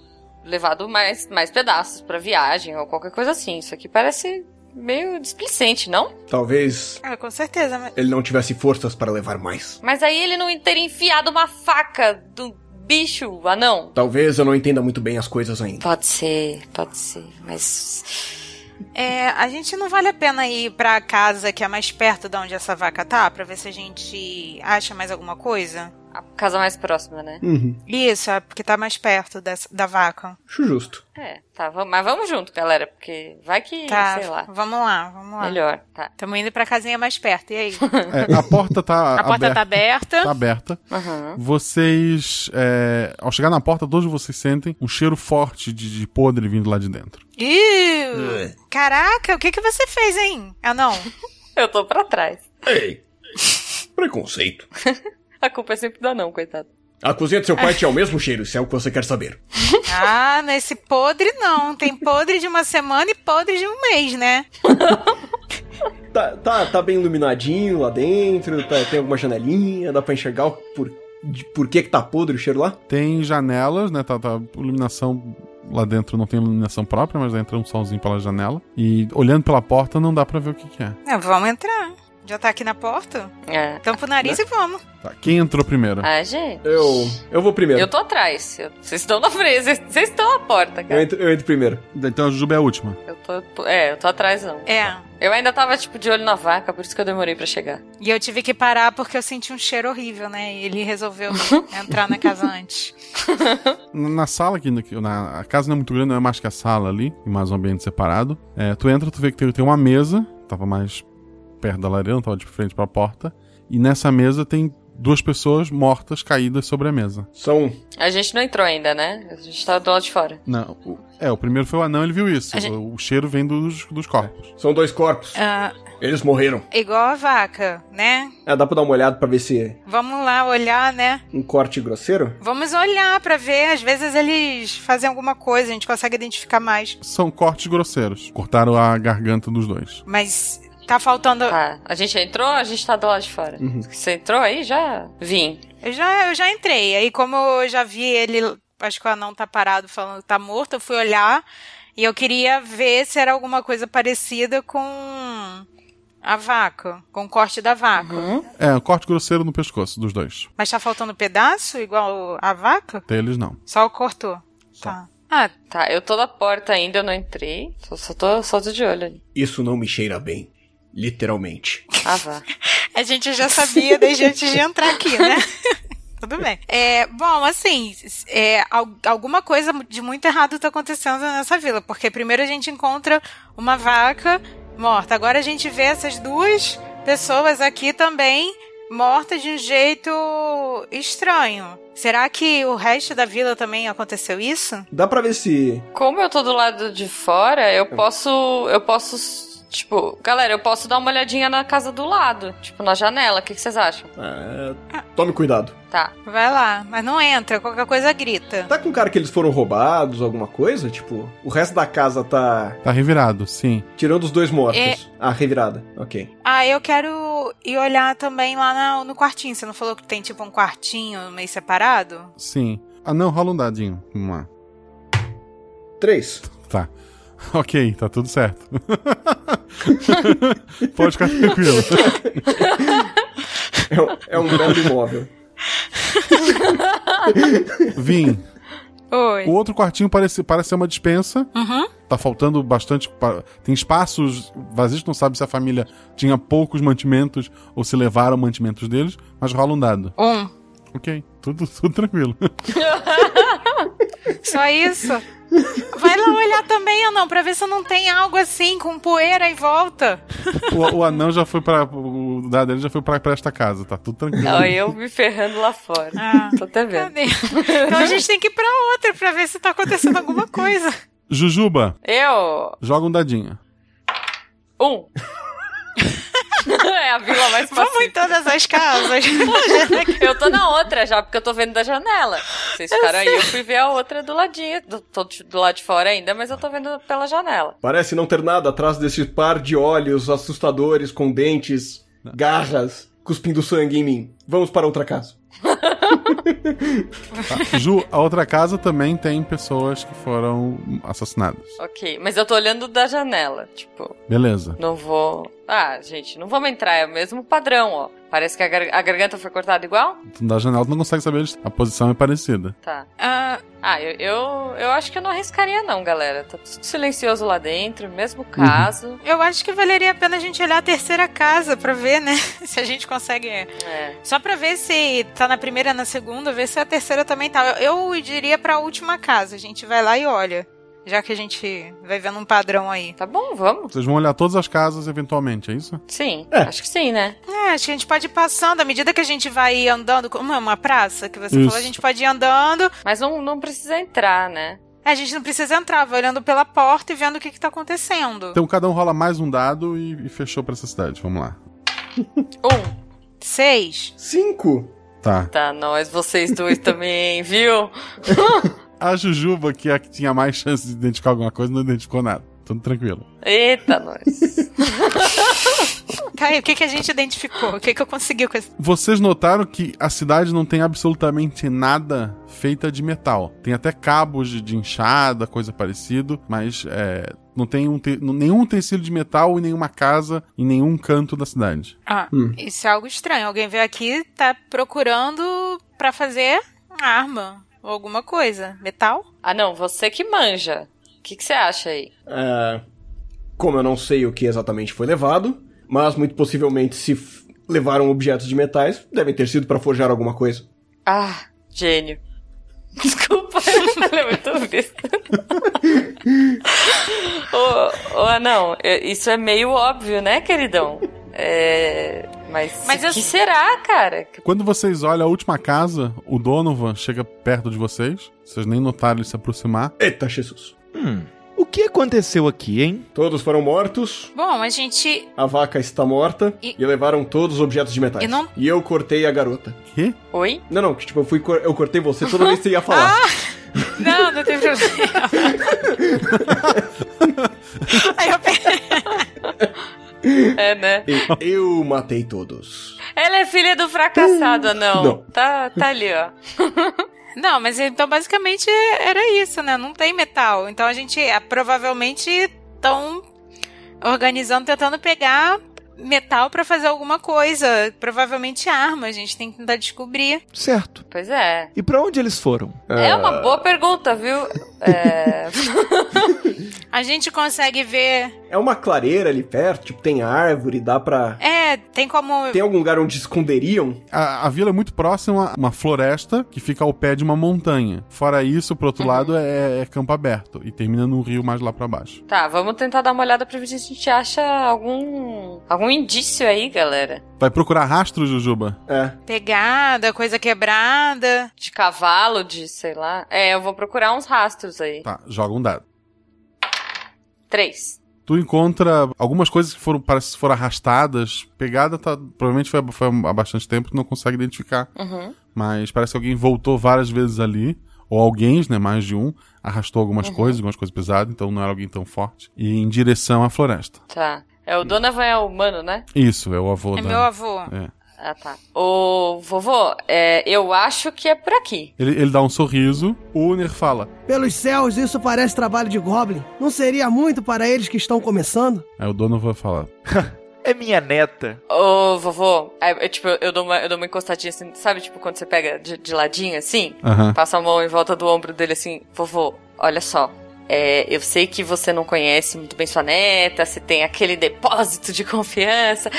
Levado mais, mais pedaços pra viagem ou qualquer coisa assim. Isso aqui parece meio displicente, não? Talvez Ah, com certeza. mas- ele não tivesse forças para levar mais. Mas aí ele não teria enfiado uma faca do bicho anão. Talvez eu não entenda muito bem as coisas ainda. Pode ser, pode ser, mas. É, a gente não vale a pena ir pra casa que é mais perto de onde essa vaca tá, pra ver se a gente acha mais alguma coisa? A casa mais próxima, né? Uhum. Isso, é porque tá mais perto dessa- da vaca. Acho justo. É, tá, vamos, mas vamos junto, galera, porque vai que, Tá, sei lá. vamos lá, vamos lá. Melhor, tá. Estamos indo pra casinha mais perto, [LAUGHS] e aí? É, a porta tá [LAUGHS] a porta tá aberta. Tá aberta. Uhum. Vocês, é, ao chegar na porta, todos vocês sentem um cheiro forte de, de podre vindo lá de dentro. É. Uhum. Ih! Caraca, o que que você fez, hein? Ah, não. [LAUGHS] Eu tô pra trás. Ei! Preconceito. A culpa é sempre do anão, coitado. A cozinha do seu [LAUGHS] pai tinha o mesmo cheiro, se é o que você quer saber. [LAUGHS] Ah, nesse podre não. Tem podre de uma semana e podre de um mês, né? Tá, tá, tá bem iluminadinho lá dentro, tá- tem alguma janelinha, dá pra enxergar o por, de por que que tá podre o cheiro lá? Tem janelas, né? Tá, tá iluminação lá dentro, não tem iluminação própria, mas entra um solzinho pela janela. E olhando pela porta, não dá pra ver o que, que é. Ah, vamos entrar. Já tá aqui na porta? É. Tampa o nariz e vamos. Tá, quem entrou primeiro? Ah, gente. Eu, eu vou primeiro. Eu tô atrás. É eu- Vocês estão na frente, vocês- vocês estão na porta, cara. Eu entro, eu entro primeiro. Então a Juba é a última. Eu tô, é, eu tô atrás não. É. Eu ainda tava, tipo, de olho na vaca, por isso que eu demorei pra chegar. E eu tive que parar porque eu senti um cheiro horrível, né? E ele resolveu [LAUGHS] entrar na casa antes. Na na sala aqui, na- na, a casa não é muito grande, não é mais que a sala ali, e mais um ambiente separado. É, tu entra, tu vê que tem, tem uma mesa, tava mais perto da lareira, não tava de frente pra porta. E nessa mesa tem duas pessoas mortas caídas sobre a mesa. São. um. A gente não entrou ainda, né? A gente tá do lado de fora. Não, o- é, o primeiro foi o anão, ele viu isso. A gente- É. O, o cheiro vem dos, dos corpos. São dois corpos. Ah, Eles morreram. igual a vaca, né? É, dá pra dar uma olhada pra ver se é Vamos lá olhar, né? um corte grosseiro? Vamos olhar pra ver. Às vezes eles fazem alguma coisa, a gente consegue identificar mais. São cortes grosseiros. Cortaram a garganta dos dois. Mas Tá faltando. Tá. A gente entrou, a gente tá do lado de fora. Uhum. Você entrou aí? Já vim. Eu já, eu já entrei. Aí, como eu já vi ele, acho que o anão tá parado falando que tá morto, eu fui olhar e eu queria ver se era alguma coisa parecida com a vaca, com o corte da vaca. É, um corte grosseiro no pescoço dos dois. Mas tá faltando pedaço, igual a vaca? Deles não. Só o cortou. Tá. Ah, tá. Eu tô na porta ainda, eu não entrei. Só, só, tô, só tô de olho ali. Isso não me cheira bem. Literalmente. Ah, vá. [LAUGHS] A gente já sabia desde antes de entrar aqui, né? [LAUGHS] Tudo bem. É, bom, assim, é, al- alguma coisa de muito errado tá acontecendo nessa vila, porque primeiro a gente encontra uma vaca morta. Agora a gente vê essas duas pessoas aqui também mortas de um jeito estranho. Será que o resto da vila também aconteceu isso? Dá pra ver se. Como eu tô do lado de fora, eu posso. Eu posso. Tipo, galera, eu posso dar uma olhadinha na casa do lado. Tipo, na janela. O que, que vocês acham? Ah. É, tome cuidado. Tá. Vai lá, mas não entra, qualquer coisa grita. Tá com cara que eles foram roubados, alguma coisa? Tipo, o resto da casa tá. Tá revirado, sim. Tirando os dois mortos. É. Ah, revirada. Ok. Ah, eu quero ir olhar também lá na- no quartinho. Você não falou que tem tipo um quartinho meio separado? Sim. Ah, não, rola um dadinho. Vamos lá. Três. Tá. [LAUGHS] Ok, tá tudo certo. [LAUGHS] Pode ficar tranquilo. É um, é um belo imóvel. [LAUGHS] Vim. Oi. O outro quartinho parece, parece ser uma dispensa. Uhum. Tá faltando bastante. pa- Tem espaços vazios, não sabe se a família tinha poucos mantimentos ou se levaram mantimentos deles, mas rola um dado. Um. Ok, tudo, [LAUGHS] tudo tranquilo. Só isso? Vai lá olhar também, Anão, pra ver se não tem algo assim com poeira em volta. O, o anão já foi pra. O dado dele já foi pra, pra esta casa, tá tudo tranquilo. Não, eu me ferrando lá fora. Tô até vendo. Ah, Então a gente tem que ir pra outra pra ver se tá acontecendo alguma coisa. Jujuba, Eu. joga um dadinho. Um. [LAUGHS] é a vila mais pacífica. Vamos em todas as casas. [LAUGHS] eu tô na outra já, porque eu tô vendo da janela. Vocês ficaram aí, eu fui ver a outra do ladinho. Do, tô de- do lado de fora ainda, mas eu tô vendo pela janela. Parece não ter nada atrás desse par de olhos assustadores com dentes, garras, cuspindo sangue em mim. Vamos para outra casa. Tá. Ju, a outra casa também tem pessoas que foram assassinadas. Ok, mas eu tô olhando da janela. Tipo, Beleza. não vou. Ah, gente, não vamos entrar, é o mesmo padrão, ó. Parece que a, gar- a garganta foi cortada igual? Então, Da janela tu não consegue saber, a posição é parecida. Tá. Ah, eu, eu, eu acho que eu não arriscaria, não, galera. Tá tudo silencioso lá dentro, mesmo Uhum. caso. Eu acho que valeria a pena a gente olhar a terceira casa pra ver, né? [LAUGHS] Se a gente consegue. é. É. Só pra ver se tá na primeira, na segunda, ver se a terceira também tá. Eu, eu diria pra última casa. A gente vai lá e olha. Já que a gente vai vendo um padrão aí. Tá bom, vamos. Vocês vão olhar todas as casas eventualmente, é isso? Sim, acho que sim, né? É, acho que a gente pode ir passando. À medida que a gente vai andando. Como é uma praça que você Isso. falou, a gente pode ir andando. É, Mas não, não precisa entrar, né? A gente não precisa entrar, vai olhando pela porta e vendo o que, que tá acontecendo. Então cada um rola mais um dado e, e fechou pra essa cidade. Vamos lá. Um, Seis. Cinco. Tá. Tá, nós, vocês dois também, [LAUGHS] viu? A Jujuba, que é a que tinha mais chance de identificar alguma coisa, não identificou nada. Tudo tranquilo. Eita, nós. Tá, e o que, que a gente identificou? O que, que eu consegui com esse. Vocês notaram que a cidade não tem absolutamente nada feita de metal. Tem até cabos de, de enxada, coisa parecida, mas é, não tem um te- nenhum tecido de metal em nenhuma casa, em nenhum canto da cidade. Ah, Hum. isso é algo estranho. Alguém veio aqui, tá procurando pra fazer arma ou alguma coisa. Metal? Ah, não, você que manja. O que, que você acha aí? É, como eu não sei o que exatamente foi levado, mas muito possivelmente se f- levaram objetos de metais, devem ter sido para forjar alguma coisa. Ah, gênio. [LAUGHS] Desculpa, [LAUGHS] eu falei muito besta. [LAUGHS] ô, ô, não, isso é meio óbvio, né, queridão? É. Mas. Mas o que será, [LAUGHS] cara? Quando vocês olham a última casa, o Donovan chega perto de vocês. Vocês nem notaram ele se aproximar. Eita, Jesus. Hum. O que aconteceu aqui, hein? Todos foram mortos, Bom, a gente. a vaca está morta E- e, levaram todos os objetos de metais. E não- eu cortei a garota. Que? Oi? Não, não, que, tipo, eu, fui cor- eu cortei você toda vez que você ia falar. [LAUGHS] Ah! Não, não tem problema. Aí eu pe- [LAUGHS] É, né? E eu matei todos. Ela é filha do fracassado, não. Não. Tá, tá ali, ó. [LAUGHS] Não, mas então basicamente era isso, né? Não tem metal. Então a gente é, provavelmente estão organizando, tentando pegar metal pra fazer alguma coisa. Provavelmente arma, a gente tem que tentar descobrir. Certo. Pois é. E pra onde eles foram? É uma boa pergunta, viu? É... [LAUGHS] A gente consegue ver. É uma clareira ali perto, tipo, tem árvore, dá pra. É, tem como. Tem algum lugar onde esconderiam? A, a vila é muito próxima a uma floresta que fica ao pé de uma montanha. Fora isso, pro Uhum. outro lado é, é campo aberto e termina num rio mais lá pra baixo. Tá, vamos tentar dar uma olhada pra ver se a gente acha algum. algum indício aí, galera. Vai procurar rastro, Jujuba? É. Pegada, coisa quebrada. De cavalo, de sei lá. É, eu vou procurar uns rastros aí. Tá, joga um dado. Três. Tu encontra algumas coisas que foram, parece que foram arrastadas. Pegada tá, provavelmente foi, foi há bastante tempo, tu não consegue identificar. Uhum. Mas parece que alguém voltou várias vezes ali. Ou alguém, né? Mais de um. Arrastou algumas Uhum. coisas, algumas coisas pesadas, então não era alguém tão forte. E em direção à floresta. Tá. É o Donovan é humano, né? Isso, é Hum. o avô É da- meu avô. É. Ah, tá. Ô, vovô, é, eu acho que é por aqui. Ele, ele dá um sorriso. O Uner fala. Pelos céus, isso parece trabalho de Goblin. Não seria muito para eles que estão começando? Aí o dono vai falar. É minha neta. Ô, vovô, é, é, tipo, eu dou, uma, eu dou uma encostadinha assim, sabe, tipo, quando você pega de, de ladinho assim? Aham. Passa a mão em volta do ombro dele assim, vovô, olha só. é, eu sei que você não conhece muito bem sua neta, você tem aquele depósito de confiança,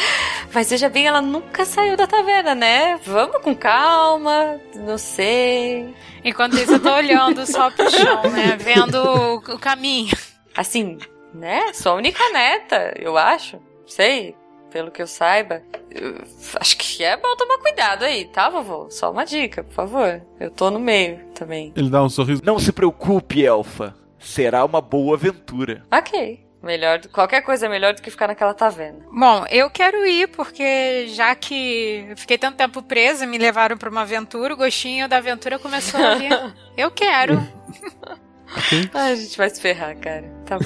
mas veja bem, ela nunca saiu da taverna, né? Vamos com calma, não sei. Enquanto isso, eu tô olhando só pro chão, [LAUGHS] né? Vendo o- o caminho. Assim, né? Sou a única neta, eu acho. Sei, pelo que eu saiba. Eu acho que é bom tomar cuidado aí, tá, vovô? Só uma dica, por favor. Eu tô no meio também. Ele dá um sorriso. Não se preocupe, elfa. Será uma boa aventura. Ok. Melhor, do- qualquer coisa é melhor do que ficar naquela taverna. Bom, eu quero ir porque já que eu fiquei tanto tempo presa, me levaram pra uma aventura, o gostinho da aventura começou a [LAUGHS] vir. Eu quero. Ai, Ah, a gente vai se ferrar, cara. Tá bom.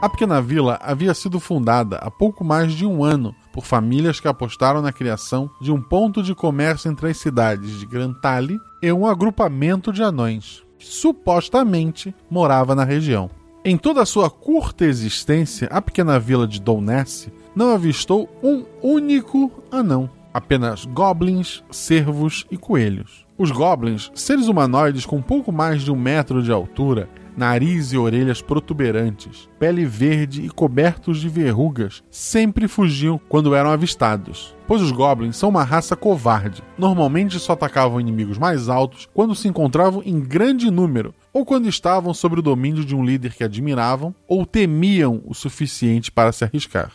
A pequena vila havia sido fundada há pouco mais de um ano por famílias que apostaram na criação de um ponto de comércio entre as cidades de Grantali e um agrupamento de anões que supostamente morava na região. Em toda a sua curta existência, a pequena vila de Donesse não avistou um único anão, apenas goblins, cervos e coelhos. Os goblins, seres humanoides com pouco mais de um metro de altura, nariz e orelhas protuberantes, pele verde e cobertos de verrugas, sempre fugiam quando eram avistados. Pois os goblins são uma raça covarde. Normalmente só atacavam inimigos mais altos quando se encontravam em grande número, ou quando estavam sob o domínio de um líder que admiravam, ou temiam o suficiente para se arriscar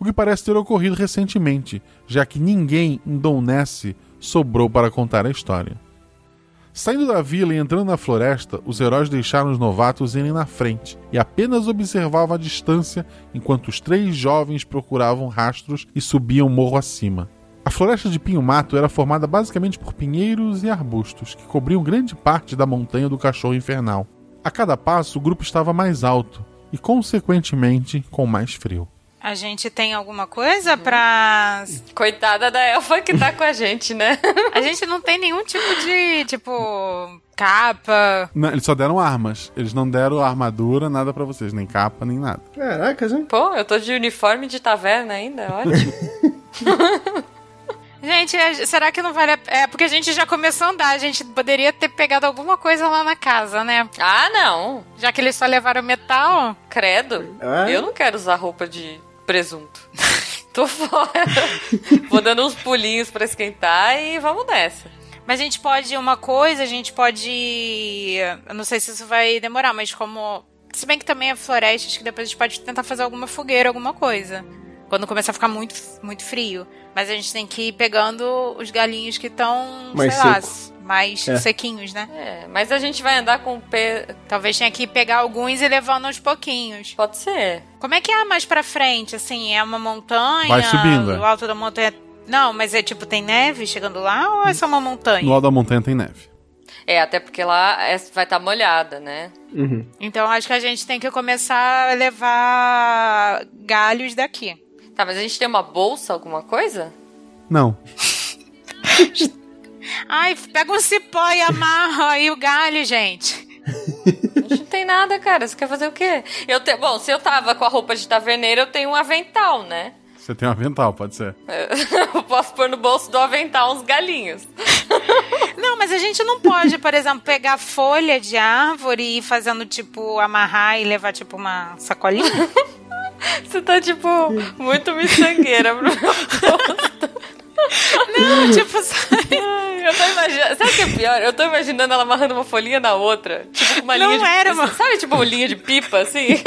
o que parece ter ocorrido recentemente, já que ninguém em Donesse sobrou para contar a história. Saindo da vila e entrando na floresta, os heróis deixaram os novatos irem na frente e apenas observavam à distância enquanto os três jovens procuravam rastros e subiam morro acima. A floresta de pinho-mato era formada basicamente por pinheiros e arbustos que cobriam grande parte da montanha do cachorro infernal. A cada passo, o grupo estava mais alto e, consequentemente, com mais frio. A gente tem alguma coisa pra. Uhum. Coitada da elfa que tá com a gente, né? [LAUGHS] A gente não tem nenhum tipo de. Tipo. capa. Não, eles só deram armas. Eles não deram armadura, nada pra vocês, nem capa, nem nada. [LAUGHS] Caracas, hein? Pô, eu tô de uniforme de taverna ainda, ótimo. [LAUGHS] Gente, é- será que não vale a... É porque a gente já começou a andar, a gente poderia ter pegado alguma coisa lá na casa, né? Ah, não. Já que eles só levaram metal. Credo. É? Eu não quero usar roupa de presunto. Tô fora. Vou dando uns pulinhos pra esquentar e vamos nessa. Mas a gente pode uma coisa, a gente pode. Eu não sei se isso vai demorar, mas como. Se bem que também é floresta, acho que depois a gente pode tentar fazer alguma fogueira, alguma coisa. Quando começar a ficar muito, muito frio. Mas a gente tem que ir pegando os galinhos que estão, sei Mais lá, seco. mais É. sequinhos, né? É, mas a gente vai andar com o pé. Talvez tenha que pegar alguns e levando aos pouquinhos. Pode ser. Como é que é mais pra frente? Assim, é uma montanha? Vai subindo, é. O alto da montanha Não, mas é tipo, tem neve chegando lá ou é só uma montanha? Do lado da montanha tem neve. É, até porque lá é- vai estar molhada, né? Então acho que a gente tem que começar a levar galhos daqui. Tá, mas a gente tem uma bolsa, alguma coisa? Não. Ai, pega um cipó e amarra aí o galho, gente. Não tem nada, cara. Você quer fazer o quê? Eu te... Bom, se eu tava com a roupa de taverneiro, eu tenho um avental, né? [LAUGHS] Você tem um avental, pode ser. Eu posso pôr no bolso do avental uns galinhos. Não, mas a gente não pode, por exemplo, pegar folha de árvore e ir fazendo, tipo, amarrar e levar, tipo, uma sacolinha. [LAUGHS] Você tá, tipo, muito miçangueira pro meu [LAUGHS] Não, tipo, sabe? Eu tô imaginando. Sabe o que é pior? Eu tô imaginando ela amarrando uma folhinha na outra. Tipo, com uma Não linha de. era uma- Sabe, tipo, uma linha de pipa, assim?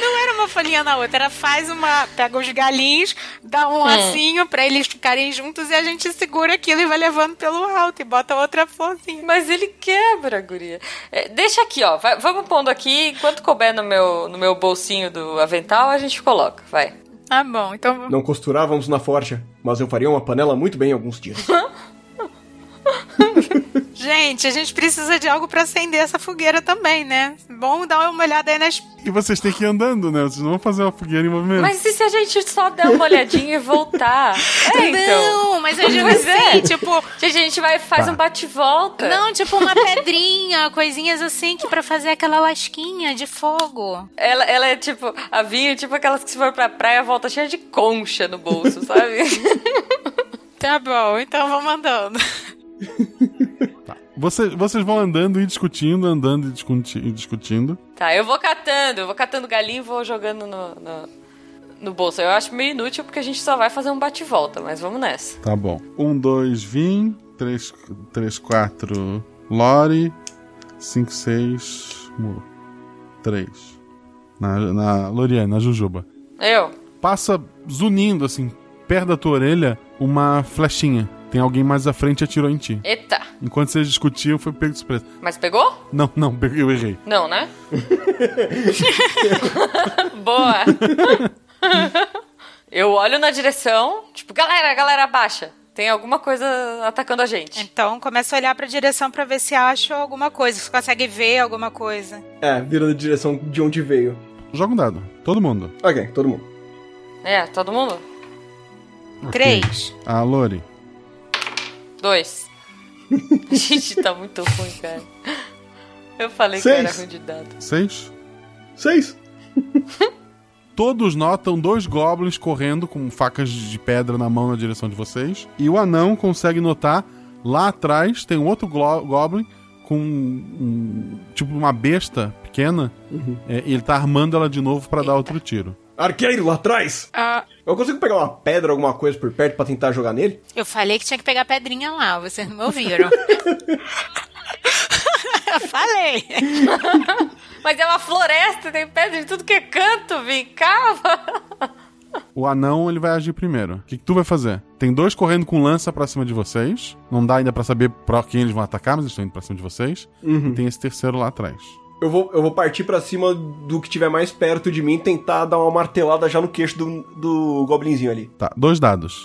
Não era uma folhinha na outra, era faz uma. Pega os galinhos, dá um É. lacinho pra eles ficarem juntos e a gente segura aquilo e vai levando pelo alto e bota outra folhinha. Mas ele quebra, guria. É, deixa aqui, ó. Vai- vamos pondo aqui. Enquanto couber no meu, no meu bolsinho do avental, a gente coloca. Vai. Tá bom, então. Não costurávamos na forja, mas eu faria uma panela muito bem em [LAUGHS] alguns dias. Gente, a gente precisa de algo pra acender essa fogueira também, né? Bom dar uma olhada aí nas. E vocês têm que ir andando, né? Vocês não vão fazer uma fogueira em movimento. Mas e se a gente só der uma olhadinha [LAUGHS] e voltar? É, então. Não, mas eu digo Pois é. assim, tipo. Gente, a gente vai faz Tá. um bate-volta. Não, tipo uma pedrinha, coisinhas assim, que para fazer aquela lasquinha de fogo. Ela, ela é tipo, a Vinha é tipo aquelas que se for pra praia volta cheia de concha no bolso, [LAUGHS] sabe? Tá bom, então vamos andando. Você- vocês vão andando e discutindo, andando e discuti- e discutindo. Tá, eu vou catando, eu vou catando galinho e vou jogando no, no, no bolso. Eu acho meio inútil porque a gente só vai fazer um bate-volta, mas vamos nessa. Tá bom. Um, dois, vim. Três, três quatro, Lore. Cinco, seis, Mu. Três. Na, na Loriane, na Jujuba. Eu? Passa zunindo, assim, perto da tua orelha, uma flechinha. Tem alguém mais à frente e atirou em ti. Eita! Enquanto vocês discutiam, foi pego de surpresa. Mas pegou? Não, não, peguei, eu errei. Não, né? [LAUGHS] Boa! eu olho na direção, tipo, galera, galera, abaixa. Tem alguma coisa atacando a gente. Então começa a olhar pra direção pra ver se acha alguma coisa, se consegue ver alguma coisa. É, vira da direção de onde veio. Joga um dado. Todo mundo. Ok, todo mundo. É, todo mundo? Três. A Ah, Lori. Dois. [LAUGHS] A gente tá muito ruim, cara. Eu falei que eu era Seis. ruim de dado. [LAUGHS] Seis. Seis. [LAUGHS] Todos notam dois goblins correndo com facas de pedra na mão na direção de vocês. E o anão consegue notar lá atrás tem um outro glo- goblin com um- tipo uma besta pequena. É, e ele tá armando ela de novo pra dar outro tiro. Arqueiro lá atrás! Eu consigo pegar uma pedra, alguma coisa por perto pra tentar jogar nele? Eu falei que tinha que pegar pedrinha lá, vocês não me [LAUGHS] ouviram. Eu falei. Mas é uma floresta, tem pedra de tudo que é canto, vim cá. O anão ele vai agir primeiro. O que, que tu vai fazer? Tem dois correndo com lança pra cima de vocês. Não dá ainda pra saber pra quem eles vão atacar, mas eles estão indo pra cima de vocês. Uhum. E tem esse terceiro lá atrás. Eu vou, eu vou partir pra cima do que tiver mais perto de mim e tentar dar uma martelada já no queixo do, do goblinzinho ali. Tá, dois dados.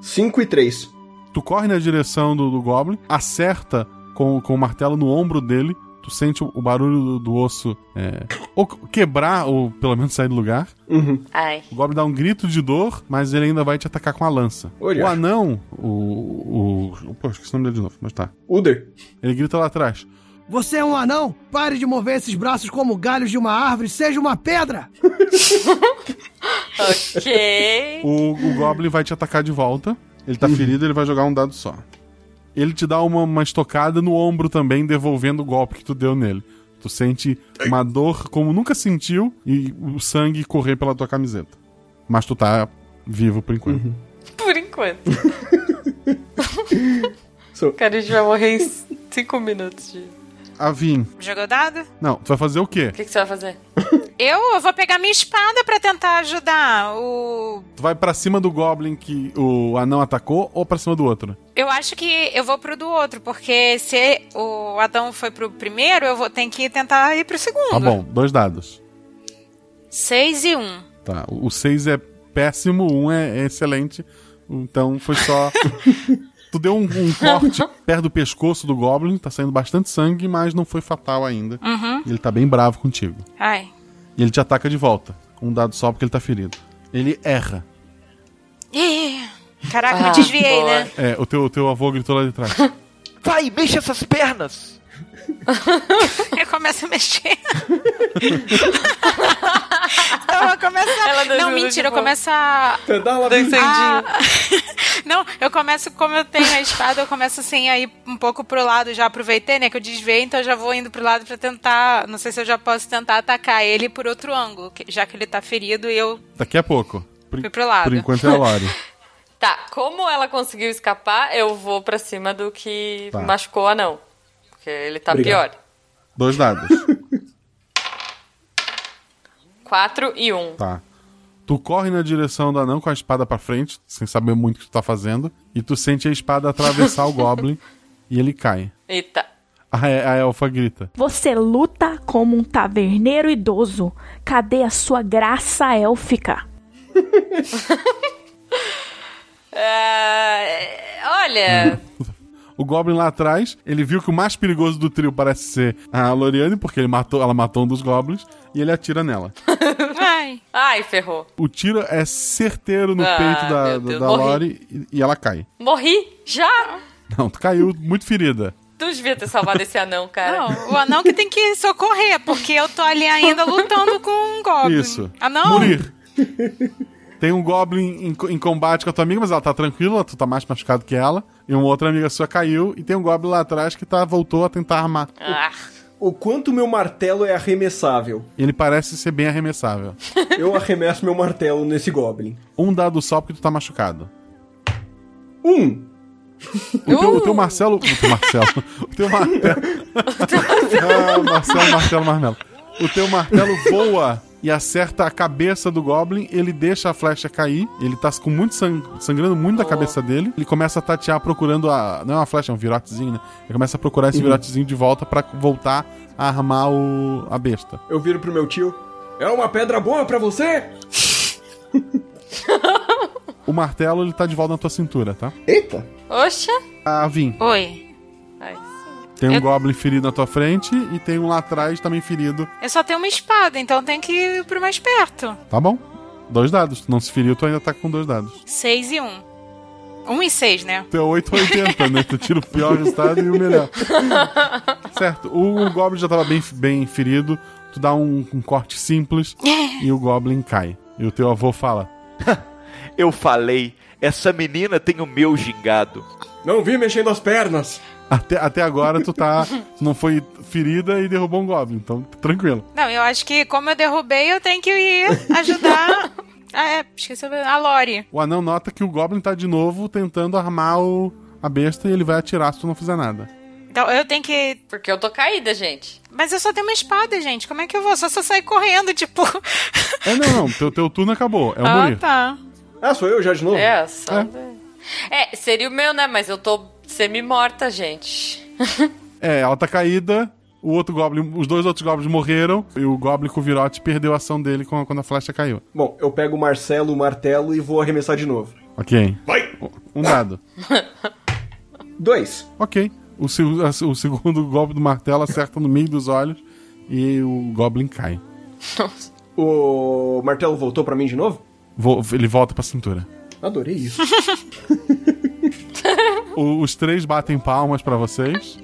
5 e 3. Tu corre na direção do, do Goblin, acerta com, com o martelo no ombro dele, tu sente o, o barulho do, do osso é, ou que- quebrar, ou pelo menos sair do lugar. Uhum. Ai. O Goblin dá um grito de dor, mas ele ainda vai te atacar com a lança. Olha. O anão, o, o, o. Pô, esqueci o nome dele de novo, mas tá. Uder. Ele grita lá atrás. [LAUGHS] Você é um anão? Pare de mover esses braços como galhos de uma árvore, seja uma pedra! ok. O, o Goblin vai te atacar de volta. Ele tá ferido, ele vai jogar um dado só. Ele te dá uma, uma estocada no ombro também, devolvendo o golpe que tu deu nele. Tu sente uma dor como nunca sentiu e o sangue correr pela tua camiseta. Mas tu tá vivo por enquanto. Por enquanto. So- Cara, a gente vai morrer em cinco minutos. De... Avin, Jogou dado? não, tu vai fazer o quê? O que, que você vai fazer? [LAUGHS] Eu, eu vou pegar minha espada pra tentar ajudar o. Tu vai pra cima do Goblin que o anão atacou ou pra cima do outro? Eu acho que eu vou pro do outro, porque se o Adão foi pro primeiro, eu vou ter que tentar Ah, ir pro segundo. Tá bom, dois dados. Seis e um. Tá, o 6 é péssimo, um é, é excelente. Então foi só. tu deu um, um corte perto do pescoço do Goblin, tá saindo bastante sangue, mas não foi fatal ainda. Uhum. Ele tá bem bravo contigo. Ai. E ele te ataca de volta. Com um dado só porque ele tá ferido. Ele erra. Ih, caraca, me Ah. desviei, né? É, o teu, o teu avô gritou lá de trás. Vai, mexe essas pernas! [LAUGHS] Eu começo a mexer. Não, então eu começo a... [LAUGHS] Ela deu Não, ajuda mentira, de eu começo a... Pedala Do Ah, incendinho. Não, eu começo, como eu tenho a espada, eu começo assim, aí um pouco pro lado, já aproveitei, né, que eu desviei, então eu já vou indo pro lado pra tentar, não sei se eu já posso tentar atacar ele por outro ângulo, que- já que ele tá ferido e eu... Daqui a pouco. Por, Fui pro lado. por enquanto é a Lori. Tá, como ela conseguiu escapar, eu vou pra cima do que Tá. machucou o anão. Porque ele tá Obrigado. pior. Dois dados. 4 e 1. Um. Tá. Tu corre na direção do anão com a espada pra frente, sem saber muito o que tu tá fazendo, e tu sente a espada [LAUGHS] atravessar o Goblin e ele cai. [LAUGHS] Eita. A, a elfa grita. Você luta como um taverneiro idoso. Cadê a sua graça élfica? É, [LAUGHS] olha, [LAUGHS] O Goblin lá atrás, ele viu que o mais perigoso do trio parece ser a Loriane, porque ele matou, ela matou um dos Goblins, e ele [LAUGHS] atira nela. Ai. Ai, ferrou. O tiro é certeiro no Ah, peito da, meu Deus, da morri. Lori e, e ela cai. Morri já. Não, tu caiu muito ferida. Tu devia ter salvado esse anão, cara. Não, o anão que tem que socorrer, porque eu tô ali ainda lutando com um goblin. Isso. Anão! Murir. Tem um Goblin em, co- em combate com a tua amiga, mas ela tá tranquila, tu tá mais machucado que ela. E uma outra amiga sua caiu, e tem um Goblin lá atrás que tá, voltou a tentar armar. [LAUGHS] O quanto meu martelo é arremessável. Ele parece ser bem arremessável. [LAUGHS] Eu arremesso meu martelo nesse Goblin. Um dado só porque tu tá machucado. Um! O teu, o teu Marcelo. O teu Marcelo. [LAUGHS] O teu martelo. ah, Marcelo, Marcelo, Marmelo. O teu martelo voa e acerta a cabeça do Goblin. Ele deixa a flecha cair. Ele tá com muito sangue, sangrando muito da cabeça dele. Ele começa a tatear procurando a. Não é uma flecha, é um virotezinho, né? Ele começa a procurar esse Uhum. virotezinho de volta pra voltar a armar o, a besta. Eu viro pro meu tio. É uma pedra boa pra você? O martelo, ele tá de volta na tua cintura, tá? Eita! Oxa. A Vim. Oi. Ai. Tem um Goblin ferido na tua frente e tem um lá atrás também ferido. Eu só tenho uma espada, então tem que ir pro mais perto. Tá bom. Dois dados. Tu não se feriu, tu ainda tá com dois dados. 6 e 1. Um. 1 um e 6, né? Tu é 8 ou 80, né? Tu tira o pior resultado e o melhor. Certo. O Goblin já tava bem, bem ferido. Tu dá um, um corte simples e o Goblin cai. E o teu avô fala. Eu falei, essa menina tem o meu gingado. Não vi mexendo as pernas. Até, até agora tu tá. Tu não foi ferida e derrubou um Goblin, então tranquilo. Não, eu acho que como eu derrubei, eu tenho que ir [LAUGHS] ajudar. ah, é, esqueci o nome, a Lori. O anão nota que o Goblin tá de novo tentando armar o, a besta e ele vai atirar se tu não fizer nada. Então eu tenho que. Porque eu tô caída, gente. Mas eu só tenho uma espada, gente. Como é que eu vou? Só se eu sair correndo, tipo. É, não, não. Teu, teu turno acabou. É o ah, morir. tá. Ah, sou eu já de novo? É, só... é. seria o meu, né? Mas eu tô semi-morta, gente. É, ela tá caída. O outro Goblin, os dois outros Goblins morreram. E o Goblin com o virote perdeu a ação dele com- quando a flecha caiu. Bom, eu pego o Marcelo, o martelo e vou arremessar de novo. Ok. Vai! Um dado. Dois. Ok. O, se- a- o segundo golpe do martelo acerta no meio dos olhos e o Goblin cai. O martelo voltou pra mim de novo? Vo- ele volta pra cintura. Adorei isso. O- os três batem palmas pra vocês.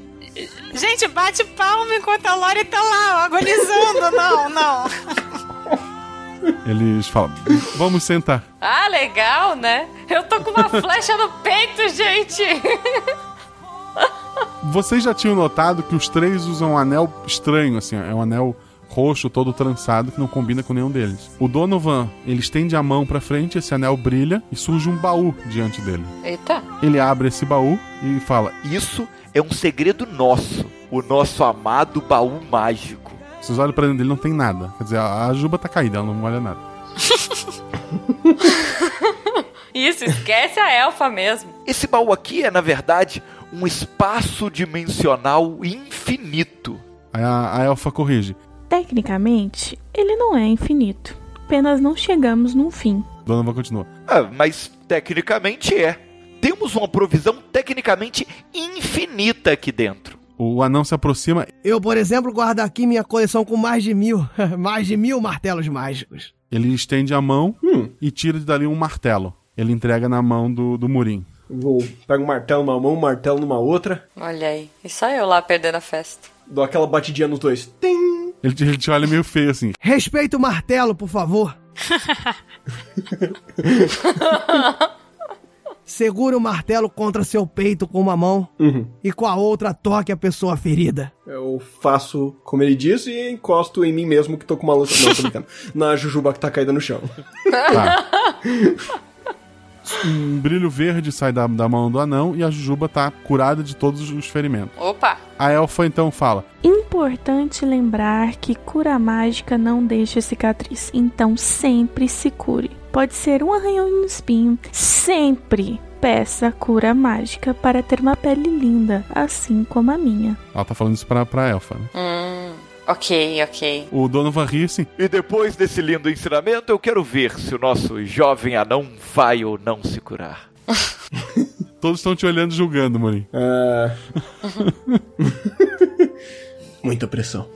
Gente, bate palma enquanto a Lori tá lá, ó, agonizando. [LAUGHS] não, não. Eles falam: Vamos sentar. Ah, legal, né? Eu tô [LAUGHS] com uma flecha no peito, gente. Vocês já tinham notado que os três usam um anel estranho, assim, ó, é um anel roxo todo trançado que não combina com nenhum deles. O Donovan, ele estende a mão pra frente, esse anel brilha e surge um baú diante dele. Eita. Ele abre esse baú e fala: Isso é um segredo nosso, o nosso amado baú mágico. Vocês olham pra dentro dele, não tem nada. Quer dizer, a a juba tá caída, ela não olha nada. Isso, esquece a elfa mesmo. Esse baú aqui é, na verdade, um espaço dimensional infinito. Aí a, a elfa corrige: Tecnicamente, ele não é infinito. apenas não chegamos num fim. Donovan continua. Ah, mas tecnicamente é. Temos uma provisão tecnicamente infinita aqui dentro. O anão se aproxima. Eu, por exemplo, guardo aqui minha coleção com mais de mil, [LAUGHS] mais de mil martelos mágicos. Ele estende a mão e tira dali um martelo. Ele entrega na mão do, do Murim. Vou, pego um martelo numa mão, um martelo numa outra, Olha aí. E só eu lá perdendo a festa. dou aquela batidinha nos dois. Tim! Ele te, ele te olha meio feio assim. Respeita o martelo, por favor. Segura o martelo contra seu peito com uma mão e com a outra toque a pessoa ferida. Eu faço como ele disse e encosto em mim mesmo que tô com uma lança. Não, tô brincando. Na jujuba que tá caída no chão. Um brilho verde sai da, da mão do anão e a Jujuba tá curada de todos os ferimentos. Opa! A elfa então fala: Importante lembrar que cura mágica não deixa cicatriz, então sempre se cure. Pode ser um arranhão e um espinho, sempre peça cura mágica para ter uma pele linda, assim como a minha. Ela tá falando isso pra, pra elfa, né? Hum, ok, ok. O Donovan ri assim. E depois desse lindo ensinamento, eu quero ver se o nosso jovem anão vai ou não se curar. Todos estão te olhando e julgando, Morim. Muita pressão.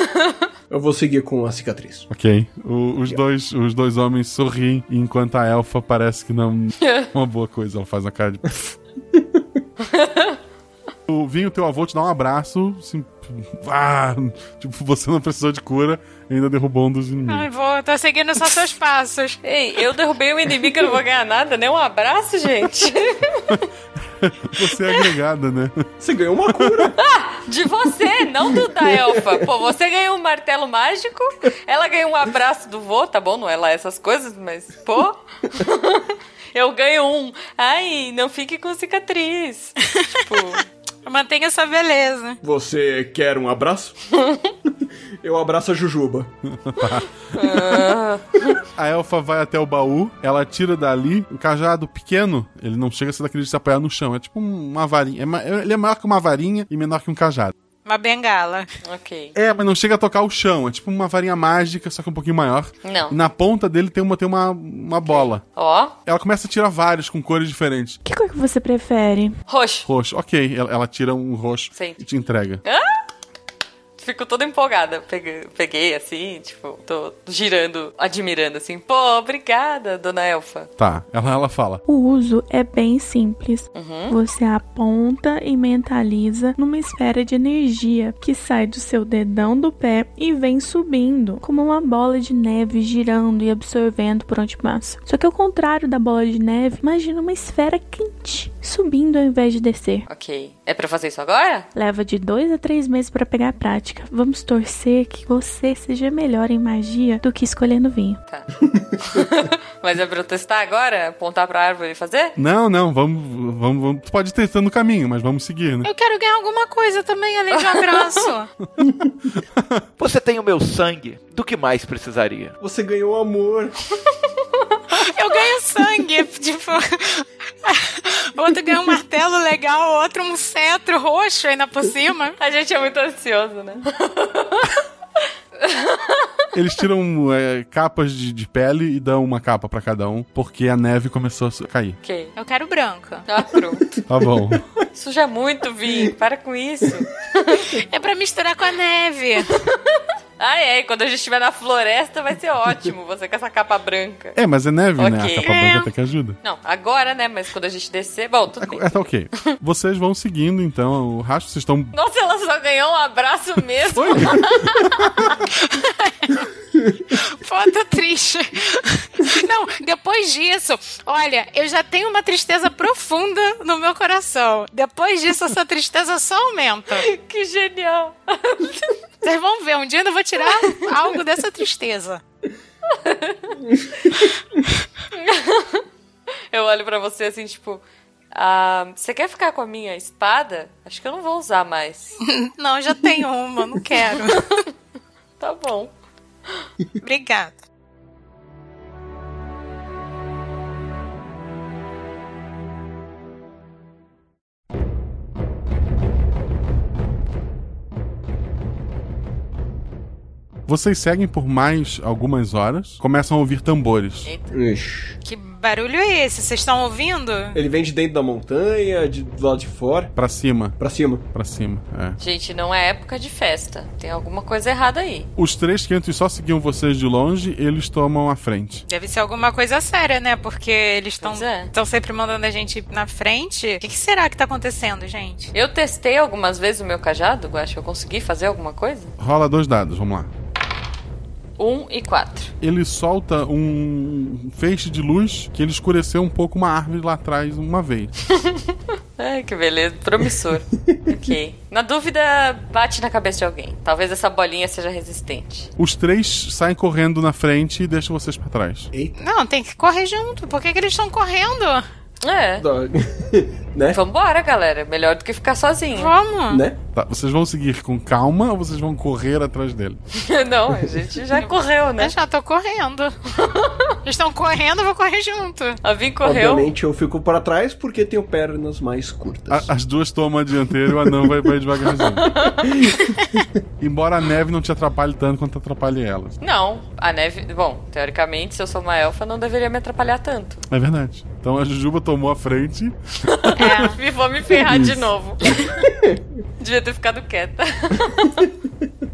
[LAUGHS] Eu vou seguir com a cicatriz. Ok. [LAUGHS] O- os, dois, os dois homens sorriem, enquanto a elfa parece que não é uma boa coisa. Ela faz uma cara de. o vinho, teu avô te dá um abraço. Assim, ah, tipo, você não precisou de cura, ainda derrubou um dos inimigos. Ai, vou, tá tô seguindo só seus passos. Ei, eu derrubei o inimigo, eu não vou ganhar nada, nem um abraço, [LAUGHS] gente. [LAUGHS] Você é agregada, né? Você ganhou uma cura. Ah, De você, não do da elfa. Pô, você ganhou um martelo mágico, ela ganhou um abraço do vô, tá bom? Não é lá essas coisas, mas, [LAUGHS] pô. Eu ganho um. Ai, não fique com cicatriz. Tipo, Mantenha [LAUGHS] essa [LAUGHS] beleza. Você quer um abraço? Eu abraço [LAUGHS] a Jujuba. Tá. A elfa vai até o baú, ela tira dali um cajado pequeno. Ele não chega a ser daquele de se apoiar no chão. É tipo um- uma varinha. É ma- ele é maior que uma varinha e menor que um cajado. Uma bengala. Ok. É, mas não chega a tocar o chão. É tipo uma varinha mágica, só que um pouquinho maior. Não. E na ponta dele tem uma, tem uma, uma bola. Ó, Ela começa a tirar vários com cores diferentes. Que cor que você prefere? roxo. Roxo, ok. Ela, ela tira um roxo Sim. e te entrega. Ah! Fico toda empolgada. Peguei, peguei, assim, tipo, tô girando, admirando, assim. Pô, obrigada, dona elfa. Tá, ela, ela fala. O uso é bem simples. Uhum. Você aponta e mentaliza numa esfera de energia que sai do seu dedão do pé e vem subindo, como uma bola de neve girando e absorvendo por onde passa. Só que ao contrário da bola de neve, imagina uma esfera quente subindo ao invés de descer. Ok. É pra fazer isso agora? Leva de dois a três meses para pegar a prática. Vamos torcer que você seja melhor em magia do que escolhendo vinho. Tá. Mas é pra eu testar agora? Apontar pra árvore e fazer? Não, não, vamos, vamos, vamos. Tu pode ir testando o caminho, mas vamos seguir, né? Eu quero ganhar alguma coisa também, além de um abraço. Você tem o meu sangue, do que mais precisaria? Você ganhou amor. Eu ganho sangue, [LAUGHS] tipo. outro ganha um martelo legal, outro um cetro roxo ainda por cima. A gente é muito ansioso, né? Eles tiram é, capas de, de pele e dão uma capa pra cada um, porque a neve começou a su- cair. Ok. Eu quero branca. Ah, pronto. Tá bom. Suja é muito, Vim. Para com isso. É pra misturar com a neve. Ah, é. e Quando a gente estiver na floresta, vai ser ótimo. Você com essa capa branca. é, mas é neve, né? Ok. A capa branca até que ajuda. Não, agora, né? Mas quando a gente descer... Bom, tudo bem. É, tá ok. Vocês vão seguindo, então, o rastro. Vocês estão Nossa, ela só ganhou um [LAUGHS] abraço mesmo. Foto triste. [LAUGHS] Não, depois disso, olha, eu já tenho uma tristeza profunda no meu coração. Depois disso, essa tristeza só aumenta. [LAUGHS] que genial. Vocês vão ver, um dia eu vou tirar algo dessa tristeza. Eu olho pra você assim, tipo... Ah, você quer ficar com a minha espada? Acho que eu não vou usar mais. Não, eu já tenho uma, não quero. [LAUGHS] Tá bom. Obrigada. Vocês seguem por mais algumas horas, começam a ouvir tambores. Ixi. Que barulho é esse? Vocês estão ouvindo? Ele vem de dentro da montanha, de, do lado de fora. Pra cima. Pra cima. Pra cima, é. Gente, não é época de festa. Tem alguma coisa errada aí. Os três que antes só seguiam vocês de longe, eles tomam a frente. Deve ser alguma coisa séria, né? Porque eles estão é. estão sempre mandando a gente na frente. O que, que será que tá acontecendo, gente? Eu testei algumas vezes o meu cajado, Guaxa. Eu consegui fazer alguma coisa? Rola dois dados, vamos lá. Um e quatro. Ele solta um feixe de luz que ele escureceu um pouco uma árvore lá atrás uma vez. Ai, que beleza. Promissor. ok. Na dúvida, bate na cabeça de alguém. Talvez essa bolinha seja resistente. Os três saem correndo na frente e deixam vocês pra trás. Não, tem que correr junto. Por que, que eles estão correndo? É. [LAUGHS] né? Vambora, galera. Melhor do que ficar sozinho. Vamos. Né? Tá, vocês vão seguir com calma ou vocês vão correr atrás dele? [LAUGHS] não, a gente já correu, né? Eu já tô [LAUGHS] correndo. Eles estão correndo, eu vou correr junto. A Vim correu. Obviamente eu fico pra trás porque tenho pernas mais curtas. A- as duas tomam a dianteira e o anão vai, vai [LAUGHS] devagarzinho. Embora a neve não te atrapalhe tanto quanto atrapalhe elas. Não, a neve. Bom, teoricamente, se eu sou uma elfa, não deveria me atrapalhar tanto. É verdade. Então a Jujuba tomou a frente. [LAUGHS] É, vou me ferrar de Isso. novo. Devia ter ficado quieta.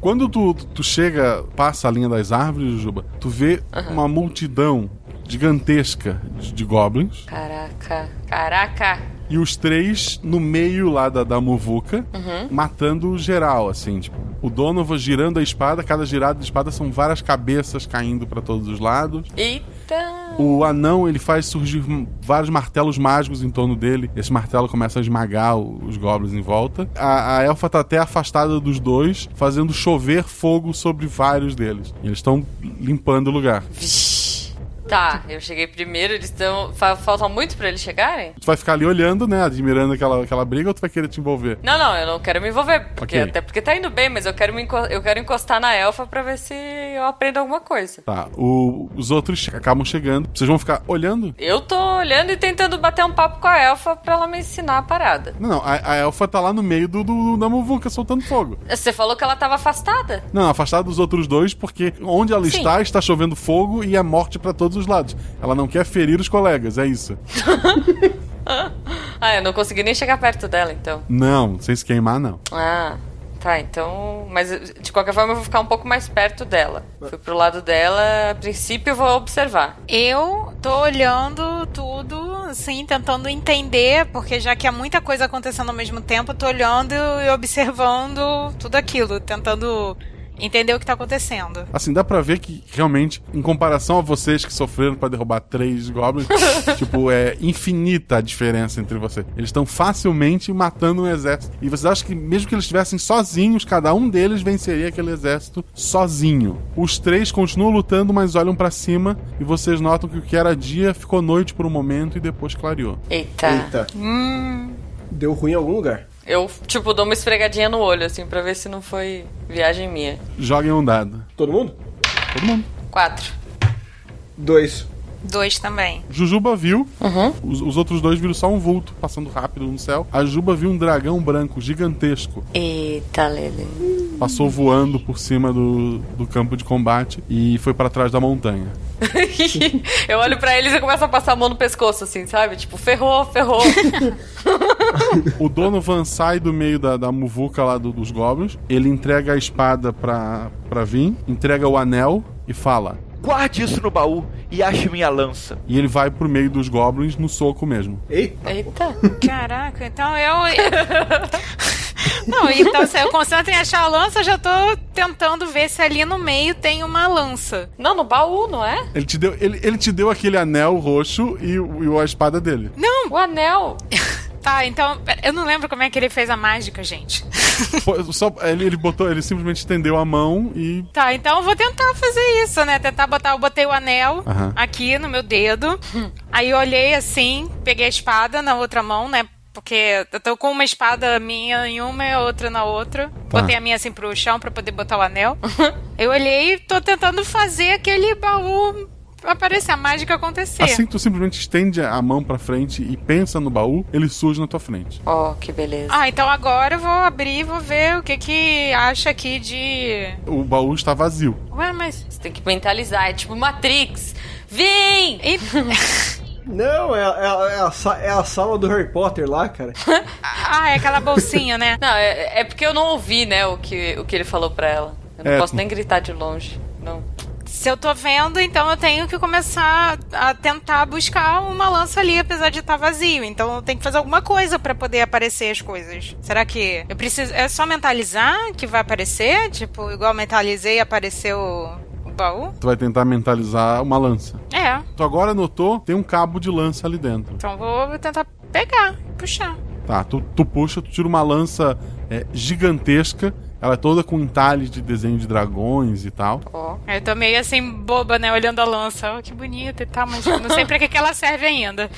Quando tu, tu, tu chega, passa a linha das árvores, Jujuba, tu vê uma multidão gigantesca de, de goblins. Caraca, caraca. E os três no meio lá da, da muvuca, Uhum. matando geral, assim, tipo. O Donovan girando a espada, cada girada de espada são várias cabeças caindo pra todos os lados. Eita! O anão, ele faz surgir m- vários martelos mágicos em torno dele. Esse martelo começa a esmagar o- os goblins em volta. A, a elfa tá até afastada dos dois, fazendo chover fogo sobre vários deles. Eles estão limpando o lugar. Tá, eu cheguei primeiro, eles estão. fa- Falta muito pra eles chegarem? Tu vai ficar ali olhando, né, admirando aquela, aquela briga, ou tu vai querer te envolver? Não, não, eu não quero me envolver, porque Ok. até porque tá indo bem, mas eu quero, me enco- eu quero encostar na elfa pra ver se eu aprendo alguma coisa. Tá, o- os outros che- acabam chegando. Vocês vão ficar olhando? Eu tô olhando e tentando bater um papo com a elfa pra ela me ensinar a parada. Não, não, a, a elfa tá lá no meio do, do- da muvuca soltando fogo. Você falou que ela tava afastada? Não, afastada dos outros dois, porque onde ela Sim. está, está chovendo fogo e é morte pra todos os lados. Ela não quer ferir os colegas, é isso. Ah, eu não consegui nem chegar perto dela, então. Não, sem se queimar, não. Ah, tá, então. Mas de qualquer forma eu vou ficar um pouco mais perto dela. Fui pro lado dela, a princípio eu vou observar. Eu tô olhando tudo, assim, tentando entender, porque já que há muita coisa acontecendo ao mesmo tempo, eu tô olhando e observando tudo aquilo, tentando entender o que tá acontecendo. Assim, dá pra ver que realmente, em comparação a vocês que sofreram pra derrubar três goblins, tipo, é infinita a diferença entre vocês. Eles estão facilmente matando um exército. E vocês acham que, mesmo que eles estivessem sozinhos, cada um deles venceria aquele exército sozinho. Os três continuam lutando, mas olham pra cima e vocês notam que o que era dia ficou noite por um momento e depois clareou. Eita. Hum. Eita. Deu ruim em algum lugar. Eu, tipo, dou uma esfregadinha no olho, assim, pra ver se não foi viagem minha. Joguem um dado. Todo mundo? Todo mundo. Quatro. Dois. Dois também. Jujuba viu. Os, os outros dois viram só um vulto passando rápido no céu. A Juba viu um dragão branco gigantesco. Eita, Lele. Passou voando por cima do, do campo de combate e foi pra trás da montanha. [LAUGHS] eu olho pra eles e começo a passar a mão no pescoço, assim, sabe? Tipo, [LAUGHS] ferrou, ferrou. O Donovan sai do meio da, da muvuca lá do- dos goblins. Ele entrega a espada pra, pra Vim, entrega o anel e fala. Guarde isso no baú e ache minha lança. E ele vai pro meio dos goblins no soco mesmo. Eita. Caraca, então eu. [LAUGHS] Não, então se eu concentro em achar a lança, eu já tô tentando ver se ali no meio tem uma lança. Não, no baú, não é? Ele te deu, ele, ele te deu aquele anel roxo e, o- e a espada dele. Não! O anel! [LAUGHS] tá, então. Eu não lembro como é que ele fez a mágica, gente. Pô, só- ele, ele botou, ele simplesmente estendeu a mão e Tá, então eu vou tentar fazer isso, né? Tentar botar. Eu botei o anel Aham. aqui no meu dedo. Aí eu olhei assim, peguei a espada na outra mão, né? Porque eu tô com uma espada minha em uma e a outra na outra. Tá. Botei a minha assim [LAUGHS] pro chão pra poder botar o anel. eu olhei e tô tentando fazer aquele baú aparecer, a mágica acontecer. Assim que tu simplesmente estende a mão pra frente e pensa no baú, ele surge na tua frente. Ó, que beleza. Ah, então agora eu vou abrir e vou ver o que que acha aqui de... O baú está vazio. Ué, mas... Você tem que mentalizar, é tipo Matrix. Vim! [LAUGHS] Não, é, é- é a, sa- é a sala do Harry Potter lá, cara. Ah, é aquela bolsinha, né? Não, é, é porque eu não ouvi, né, o que, o que ele falou pra ela. Eu não É. posso nem gritar de longe. Não. Se eu tô vendo, então eu tenho que começar a tentar buscar uma lança ali, apesar de estar vazio. Então eu tenho que fazer alguma coisa pra poder aparecer as coisas. Será que eu preciso. É só mentalizar que vai aparecer? Tipo, igual eu mentalizei e apareceu o baú? Tu vai tentar mentalizar uma lança. É. Tu agora notou, tem um cabo de lança ali dentro. Então eu vou tentar pegar, puxar. Tá, tu, tu puxa, tu tira uma lança é, gigantesca. Ela é toda com entalhes de desenho de dragões e tal. Eu tô meio assim, boba, né? Olhando a lança. Oh, que bonita e tal, mas não sei pra que, que ela serve ainda.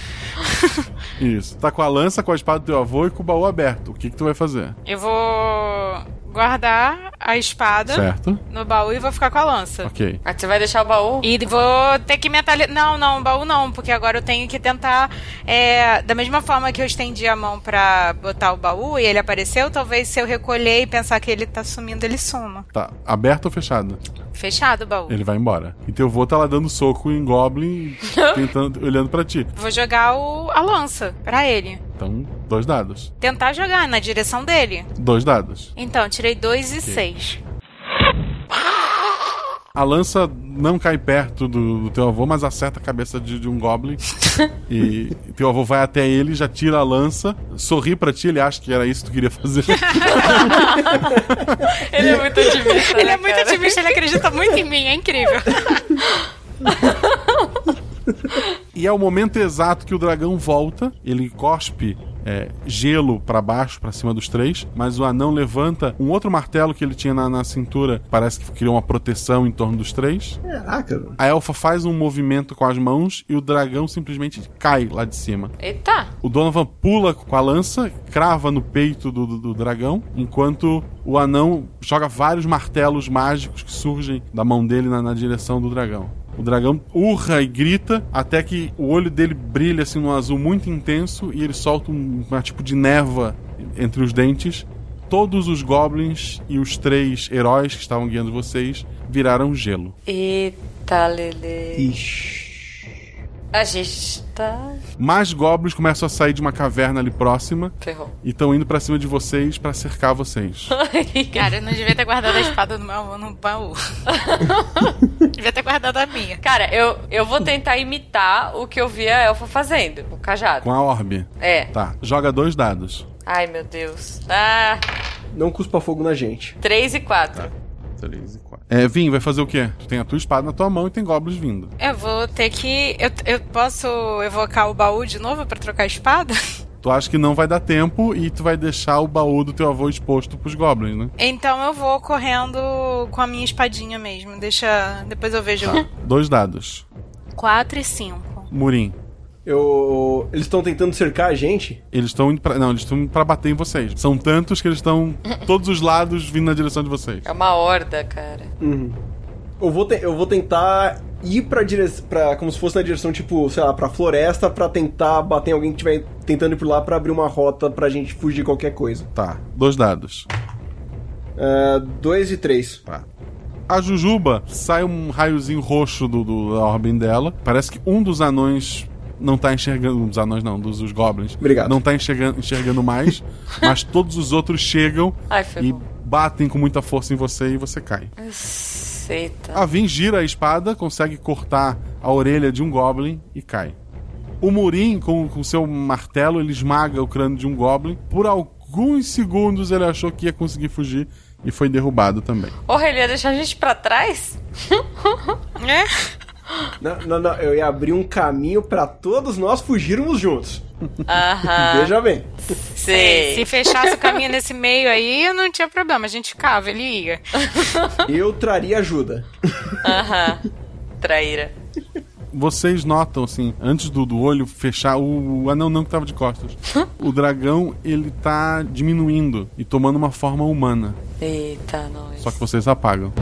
Isso. Tá com a lança, com a espada do teu avô e com o baú aberto. O que que tu vai fazer? Eu vou guardar a espada Certo. no baú e vou ficar com a lança. Ok. Ah, você vai deixar o baú? E vou ter que mentalizar. Não, não, baú não, porque agora eu tenho que tentar. é, da mesma forma que eu estendi a mão pra botar o baú e ele apareceu, talvez se eu recolher e pensar que ele tá sumindo, ele suma. Tá aberto ou fechado? Fechado o baú. Ele vai embora. E teu vô tá lá dando soco em Goblin, tentando, olhando pra ti. Vou jogar o- a lança pra ele. Então, dois dados. Tentar jogar na direção dele. Dois dados. Então, tirei dois e Ok. seis. A lança não cai perto do, do teu avô, mas acerta a cabeça de, de um Goblin. e teu avô vai até ele, já tira a lança, sorri pra ti, ele acha que era isso que tu queria fazer. Ele é muito [LAUGHS] otimista. ele é muito otimista, ele acredita muito em mim, é incrível. E é o momento exato que o dragão volta, ele cospe é, gelo pra baixo, pra cima dos três, mas o anão levanta um outro martelo que ele tinha na, na cintura, parece que criou uma proteção em torno dos três. Caraca, A elfa faz um movimento com as mãos e o dragão simplesmente cai lá de cima. Eita! O Donovan pula com a lança, crava no peito do, do- do dragão, enquanto o anão joga vários martelos mágicos que surgem da mão dele na, na direção do dragão. O dragão urra e grita até que o olho dele brilha assim num azul muito intenso e ele solta um, uma tipo de névoa entre os dentes. Todos os goblins e os três heróis que estavam guiando vocês viraram gelo. Eita, Lele. Ixi. A gente tá. Mais goblins começam a sair de uma caverna ali próxima Ferrou. e estão indo pra cima de vocês pra cercar vocês. Cara, eu não devia ter guardado a espada no, meu, no [LAUGHS] baú. devia ter guardado a minha. Cara, eu, eu vou tentar imitar o que eu vi a elfa fazendo, o cajado. Com a orbe. É. Tá, joga dois dados. Ai, meu Deus. Ah, Não cuspa fogo na gente. 3 e 4. Três e quatro. É, Vim, vai fazer o quê? Tu tem a tua espada na tua mão e tem goblins vindo. Eu vou ter que. Eu, eu posso evocar o baú de novo pra trocar a espada? Tu acha que não vai dar tempo e tu vai deixar o baú do teu avô exposto pros goblins, né? Então eu vou correndo com a minha espadinha mesmo. Deixa. Depois eu vejo. Tá. Tá. Dois dados. 4 e 5. Murim. Eu. Eles estão tentando cercar a gente? Eles estão indo pra. Não, eles estão indo pra bater em vocês. São tantos que eles estão todos os lados vindo na direção de vocês. É uma horda, cara. Uhum. Eu vou, te- eu vou tentar ir pra direção. Pra, como se fosse na direção, tipo, sei lá, pra floresta, pra tentar bater em alguém que estiver tentando ir por lá pra abrir uma rota pra gente fugir de qualquer coisa. Tá. Dois dados. Ah, dois e três. Tá. A Jujuba sai um raiozinho roxo do, do- da ordem dela. Parece que um dos anões não tá enxergando. Dos anões não, dos, dos goblins. Obrigado. Não tá enxergando, enxergando mais. mas todos os outros chegam Ai, foi e bom. batem com muita força em você e você cai. Aceita. A Vin gira a espada, consegue cortar a orelha de um goblin e cai. O Murim, com o seu martelo, ele esmaga o crânio de um goblin. Por alguns segundos ele achou que ia conseguir fugir e foi derrubado também. Porra, ele ia deixar a gente pra trás? Não, não, não, eu ia abrir um caminho pra todos nós fugirmos juntos. Aham. Veja bem. Sei. Se fechasse o caminho nesse meio aí, não tinha problema. A gente ficava, ele ia. Eu traria ajuda. Aham. Traíra. Vocês notam, assim, antes do, do olho fechar, o, o anão não que tava de costas. o dragão, ele tá diminuindo e tomando uma forma humana. Eita, nós. Só que vocês apagam.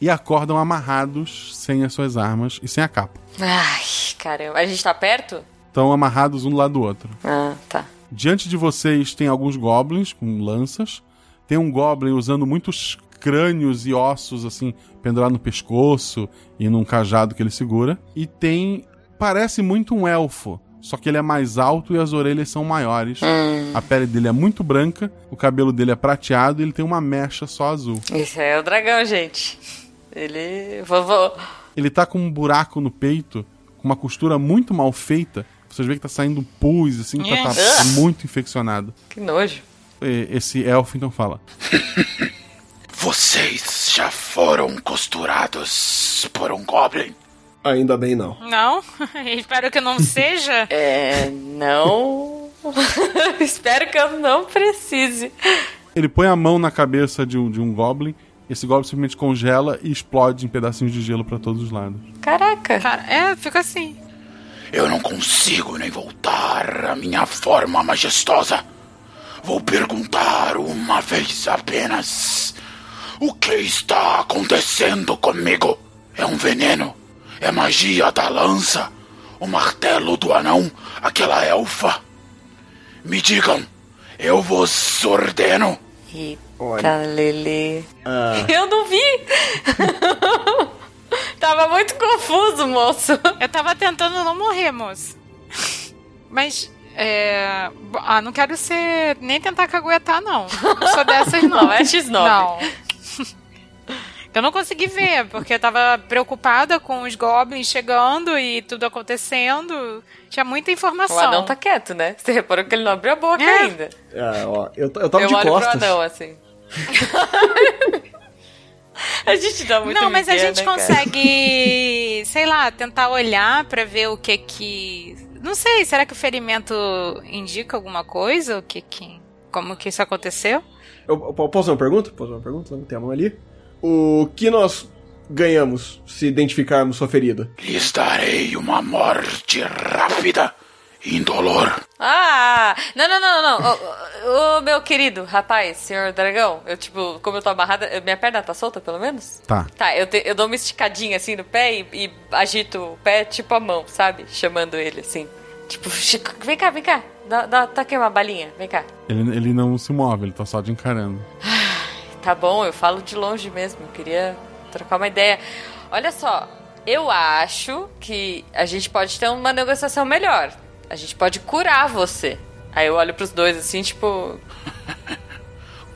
e acordam amarrados sem as suas armas e sem a capa. Ai, caramba. A gente tá perto? Estão amarrados um do lado do outro. Ah, tá. Diante de vocês tem alguns goblins com lanças. Tem um goblin usando muitos crânios e ossos assim pendurado no pescoço e num cajado que ele segura. E tem parece muito um elfo, só que ele é mais alto e as orelhas são maiores. Hum. A pele dele é muito branca, o cabelo dele é prateado e ele tem uma mecha só azul. Esse aí é o dragão, gente. Ele. Vovô. Ele tá com um buraco no peito, com uma costura muito mal feita. Vocês veem que tá saindo pus, assim, que tá, tá Ugh. muito infeccionado. Que nojo. E- Esse elfo então fala: Vocês já foram costurados por um goblin? Ainda bem não. Não? [LAUGHS] Espero que não seja. É, não. [LAUGHS] Espero que eu não precise. Ele põe a mão na cabeça de um, de um goblin, esse goblin simplesmente congela e explode em pedacinhos de gelo pra todos os lados. Caraca. é, fica assim. Eu não consigo nem voltar à minha forma majestosa. Vou perguntar uma vez apenas: O que está acontecendo comigo? É um veneno? É magia da lança? O martelo do anão? Aquela elfa? Me digam, eu vos ordeno. Tá, Lele. [LAUGHS] Ah. Eu não vi! tava muito confuso, moço. Eu tava tentando não morrer, moço. Mas. É... bo- Ah, não quero ser. Nem tentar caguetar, não. Não sou dessas, não. [LAUGHS] Não, é X9. Não. Eu não consegui ver, porque eu tava preocupada com os goblins chegando e tudo acontecendo. Tinha muita informação. O anão tá quieto, né? Você reparou que ele não abriu a boca É. ainda. Ah, ó, eu, t- eu tava eu de olho costas. pro anão, assim. [LAUGHS] a gente dá muito Não, mas a migué, gente né, cara? consegue, sei lá, tentar olhar pra ver o que que. Não sei, será que o ferimento indica alguma coisa? O que que. Como que isso aconteceu? Eu, eu posso fazer uma pergunta? Posso fazer uma pergunta? Não tem a mão ali. O que nós ganhamos se identificarmos sua ferida? Lhes darei uma morte rápida, indolor. Ah! Não, não, não, não. não. Ô, ô, ô, meu querido rapaz, senhor dragão, eu, tipo, como eu tô amarrada, eu- minha perna tá solta, pelo menos? [LAUGHS] Tá. Tá, eu, te- eu dou uma esticadinha assim no pé e, e agito o pé tipo a mão, sabe? Chamando ele assim. Tipo, [LAUGHS] "Chico, vem cá, vem cá. Dá, dá, tá aqui uma balinha, vem cá. Ele, ele não se move, ele tá só te encarando. Tá bom, eu falo de longe mesmo. Eu queria trocar uma ideia. Olha só, eu acho que a gente pode ter uma negociação melhor. A gente pode curar você. Aí eu olho pros dois assim, tipo,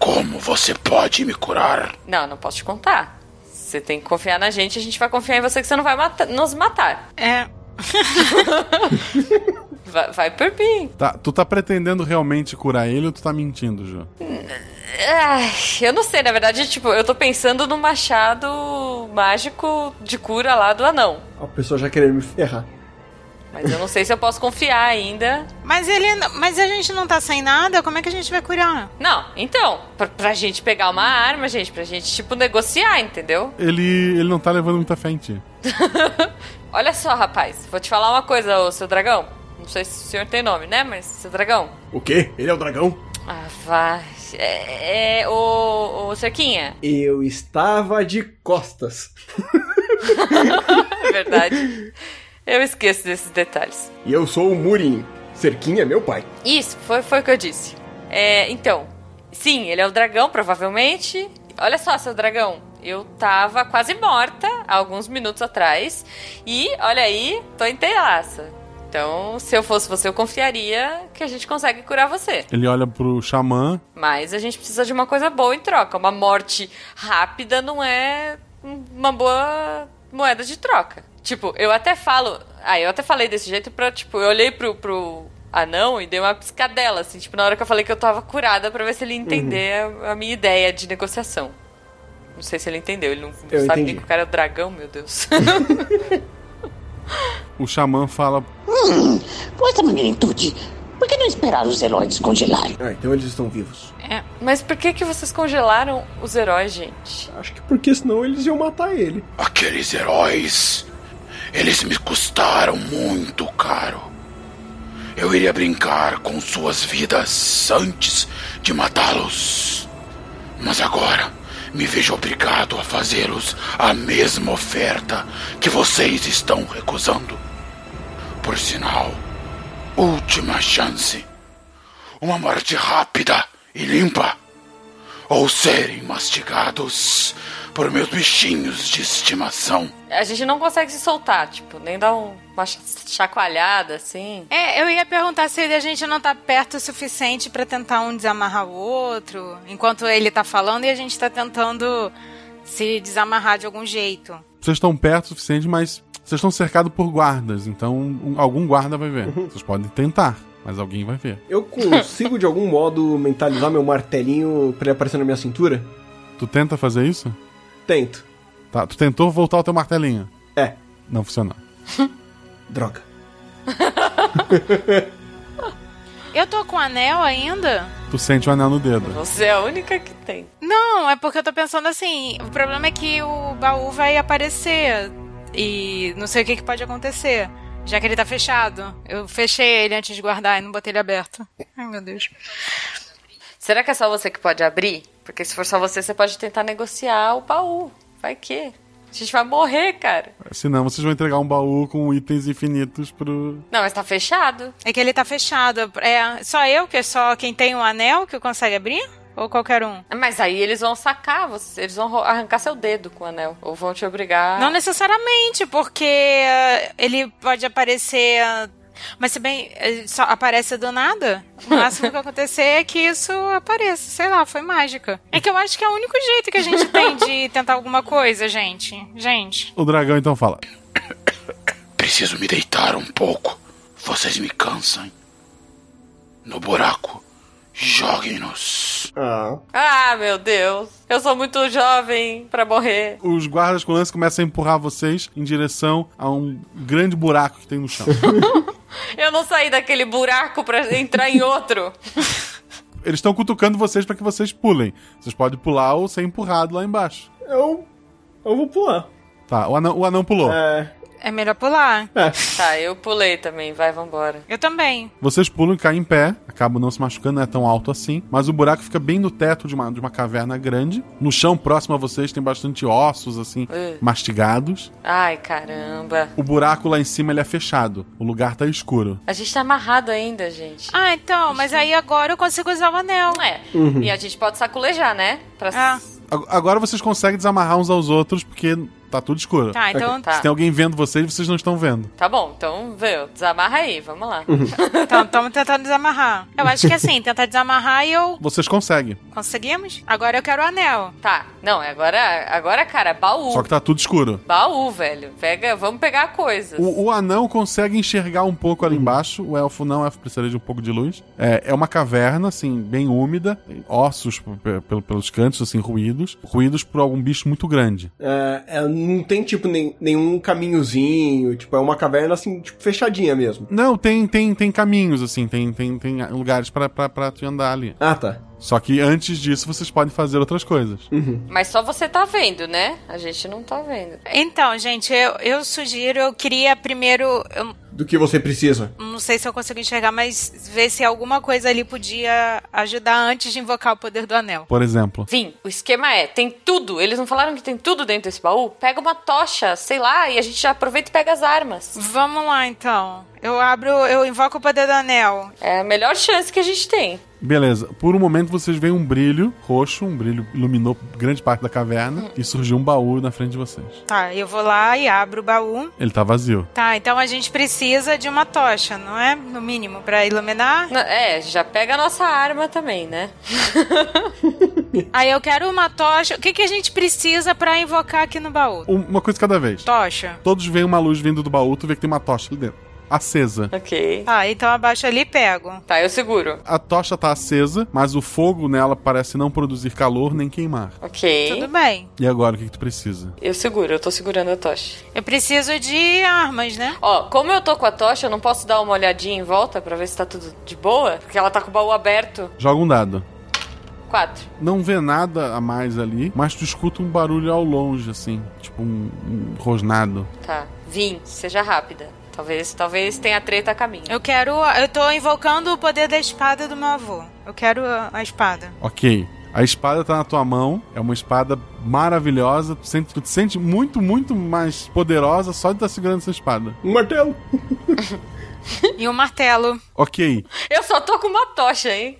Como você pode me curar? não, não posso te contar. Você tem que confiar na gente, a gente vai confiar em você que você não vai mata- nos matar. É. [LAUGHS] vai, vai por mim. Tá, tu tá pretendendo realmente curar ele ou tu tá mentindo, Ju? Ai, eu não sei, na verdade, tipo, eu tô pensando no machado mágico de cura lá do anão. A pessoa já querendo me ferrar. Mas eu não sei se eu posso confiar ainda. Mas ele. Mas a gente não tá sem nada? Como é que a gente vai curar? Não, então, pra, pra gente pegar uma arma, gente, pra gente, tipo, negociar, entendeu? Ele, ele não tá levando muita fé em ti. Olha só, rapaz, vou te falar uma coisa, ô seu dragão. Não sei se o senhor tem nome, né? Mas, seu dragão. O quê? Ele é o dragão? Ah, vai. É, é o, o Cerquinha. Eu estava de costas. É [LAUGHS] verdade. Eu esqueço desses detalhes. E eu sou o Murim. Cerquinha é meu pai. Isso, foi, foi o que eu disse. É, então, sim, ele é o dragão, provavelmente. Olha só, seu dragão. Eu tava quase morta há alguns minutos atrás. E, olha aí, tô inteiraça. Então, se eu fosse você, eu confiaria que a gente consegue curar você. Ele olha pro xamã, Mas a gente precisa de uma coisa boa em troca. Uma morte rápida não é uma boa moeda de troca. Tipo, eu até falo. Ah, eu até falei desse jeito pra, tipo, eu olhei pro, pro anão e dei uma piscadela, assim, tipo, na hora que eu falei que eu tava curada pra ver se ele ia entender Uhum. a, a minha ideia de negociação. Não sei se ele entendeu, ele não Eu sabe entendi. nem que o cara é o dragão, meu Deus. o xamã fala. [LAUGHS] Hum, com essa magnitude, por que não esperar os heróis congelarem? Ah, então eles estão vivos. É, Mas por que que vocês congelaram os heróis, gente? Acho que porque senão eles iam matar ele. Aqueles heróis, eles me custaram muito caro. Eu iria brincar com suas vidas antes de matá-los. Mas agora me vejo obrigado a fazê-los a mesma oferta que vocês estão recusando. Por sinal, última chance. Uma morte rápida e limpa. Ou serem mastigados por meus bichinhos de estimação. A gente não consegue se soltar, tipo, nem dar um- uma cha- chacoalhada, assim. É, eu ia perguntar se a gente não tá perto o suficiente pra tentar um desamarrar o outro, enquanto ele tá falando e a gente tá tentando se desamarrar de algum jeito. Vocês estão perto o suficiente, mas vocês estão cercados por guardas, então um- algum guarda vai ver. Uhum. Vocês podem tentar, mas alguém vai ver. [LAUGHS] Eu consigo de algum modo mentalizar meu martelinho pra ele aparecer na minha cintura? Tu tenta fazer isso? Tento. Tá, tu tentou voltar o teu martelinho. É. Não funcionou. [LAUGHS] Droga. Eu tô com anel ainda? Tu sente o anel no dedo. Você é a única que tem. Não, é porque eu tô pensando assim, o problema é que o baú vai aparecer e não sei o que, que pode acontecer. Já que ele tá fechado. Eu fechei ele antes de guardar e não botei ele aberto. Ai, meu Deus. Será que é só você que pode abrir? Porque se for só você, você pode tentar negociar o baú. Vai que? A gente vai morrer, cara. Senão vocês vão entregar um baú com itens infinitos pro. Não, mas tá fechado. É que ele tá fechado. É só eu, que é só quem tem um anel que consegue abrir? Ou qualquer um? Mas aí eles vão sacar, você- eles vão ro- arrancar seu dedo com o anel. Ou vão te obrigar. Não né? necessariamente, porque eh, ele pode aparecer. ah, Mas se bem, eh, só aparece do nada. O máximo que acontecer é que isso apareça. Sei lá, foi mágica. É que eu acho que é o único jeito que a gente tem de tentar alguma coisa, gente. Gente. O dragão então fala. Preciso me deitar um pouco. Vocês me cansam. No buraco, joguem-nos. Ah. Ah, meu Deus. Eu sou muito jovem pra morrer. Os guardas com lance começam a empurrar vocês em direção a um grande buraco que tem no [LAUGHS] chão. Eu não saí daquele buraco pra entrar em outro. Eles estão cutucando vocês para que vocês pulem. Vocês podem pular ou ser empurrado lá embaixo. [LAUGHS] Eu. Eu vou pular. Tá, o anão, o anão pulou. É. É melhor pular. Tá, eu pulei também. Vai, vambora. Eu também. Vocês pulam e caem em pé, acabam não se machucando, não é tão alto assim, mas o buraco fica bem no teto de uma, de uma caverna grande. No chão próximo a vocês tem bastante ossos, assim, Uh. mastigados. Ai, caramba. O buraco lá em cima ele é fechado, o lugar tá escuro. A gente tá amarrado ainda, gente. Ah, então, mas aí agora eu consigo usar o anel. Ah. É. Uhum. E a gente pode saculejar, né? Pra... A- Agora vocês conseguem desamarrar uns aos outros porque tá tudo escuro. Tá, então- Se Tá. tem alguém vendo vocês, vocês não estão vendo. Tá bom, então vê, desamarra aí, vamos lá. Então, estamos tentando desamarrar. Eu acho que assim, tentar desamarrar e eu. Vocês conseguem. Conseguimos? Agora eu quero o anel. Tá. Não, agora, agora cara, baú. Só que tá tudo escuro. Baú, velho. Pega, vamos pegar coisas. O, o anão consegue enxergar um pouco Uhum. ali embaixo. O elfo não, o elfo precisaria de um pouco de luz. É, é uma caverna, assim, bem úmida. Tem Ossos pe- pe- pelos cantos, assim, ruídos. Ruídos por algum bicho muito grande. É, é, não tem, tipo, nem- nenhum caminhozinho. Tipo, é uma caverna, assim, tipo, fechadinha mesmo. Não, tem, tem, tem caminhos, assim, tem, tem, tem lugares pra, pra, pra tu andar ali. Ah, tá. Só que antes disso, vocês podem fazer outras coisas. Uhum. Mas só você tá vendo, né? A gente não tá vendo. Então, gente, eu, eu sugiro, eu queria primeiro. Eu Do que você precisa. não sei se eu consigo enxergar, mas ver se alguma coisa ali podia ajudar antes de invocar o poder do anel. Por exemplo. Vim, o esquema é, tem tudo. Eles não falaram que tem tudo dentro desse baú? Pega uma tocha, sei lá, e a gente já aproveita e pega as armas. Vamos lá, então. Eu abro, eu invoco o poder do anel. É a melhor chance que a gente tem. Beleza, por um momento vocês veem um brilho roxo, um brilho iluminou grande parte da caverna e surgiu um baú na frente de vocês. Tá, eu vou lá e abro o baú. Ele tá vazio. Tá, então a gente precisa de uma tocha, não é? No mínimo, pra iluminar. Na- É, já pega a nossa arma também, né? Aí eu quero uma tocha. O que, que a gente precisa pra invocar aqui no baú? Um- Uma coisa cada vez. Tocha. Todos veem uma luz vindo do baú, tu vê que tem uma tocha ali dentro. Acesa. Ok. Tá, então abaixo ali e pego. Tá, eu seguro. A tocha tá acesa, mas o fogo nela parece não produzir calor nem queimar. Ok. Tudo bem. E agora, o que, que tu precisa? Eu seguro, eu tô segurando a tocha. Eu preciso de armas, né? Ó, como eu tô com a tocha, eu não posso dar uma olhadinha em volta pra ver se tá tudo de boa? Porque ela tá com o baú aberto. Joga um dado. Quatro. Não vê nada a mais ali, mas tu escuta um barulho ao longe, assim. Tipo um, um rosnado. Tá. Vim, seja rápida. Talvez, talvez tenha treta a caminho. Eu [LAUGHS] quero. Eu tô invocando o poder da espada do meu avô. Eu quero a, a espada. Ok. A espada tá na tua mão, é uma espada maravilhosa, tu, sente, tu te sente muito, muito mais poderosa só de estar segurando essa espada. Um martelo! E um martelo. Ok, Eu só tô com uma tocha, hein?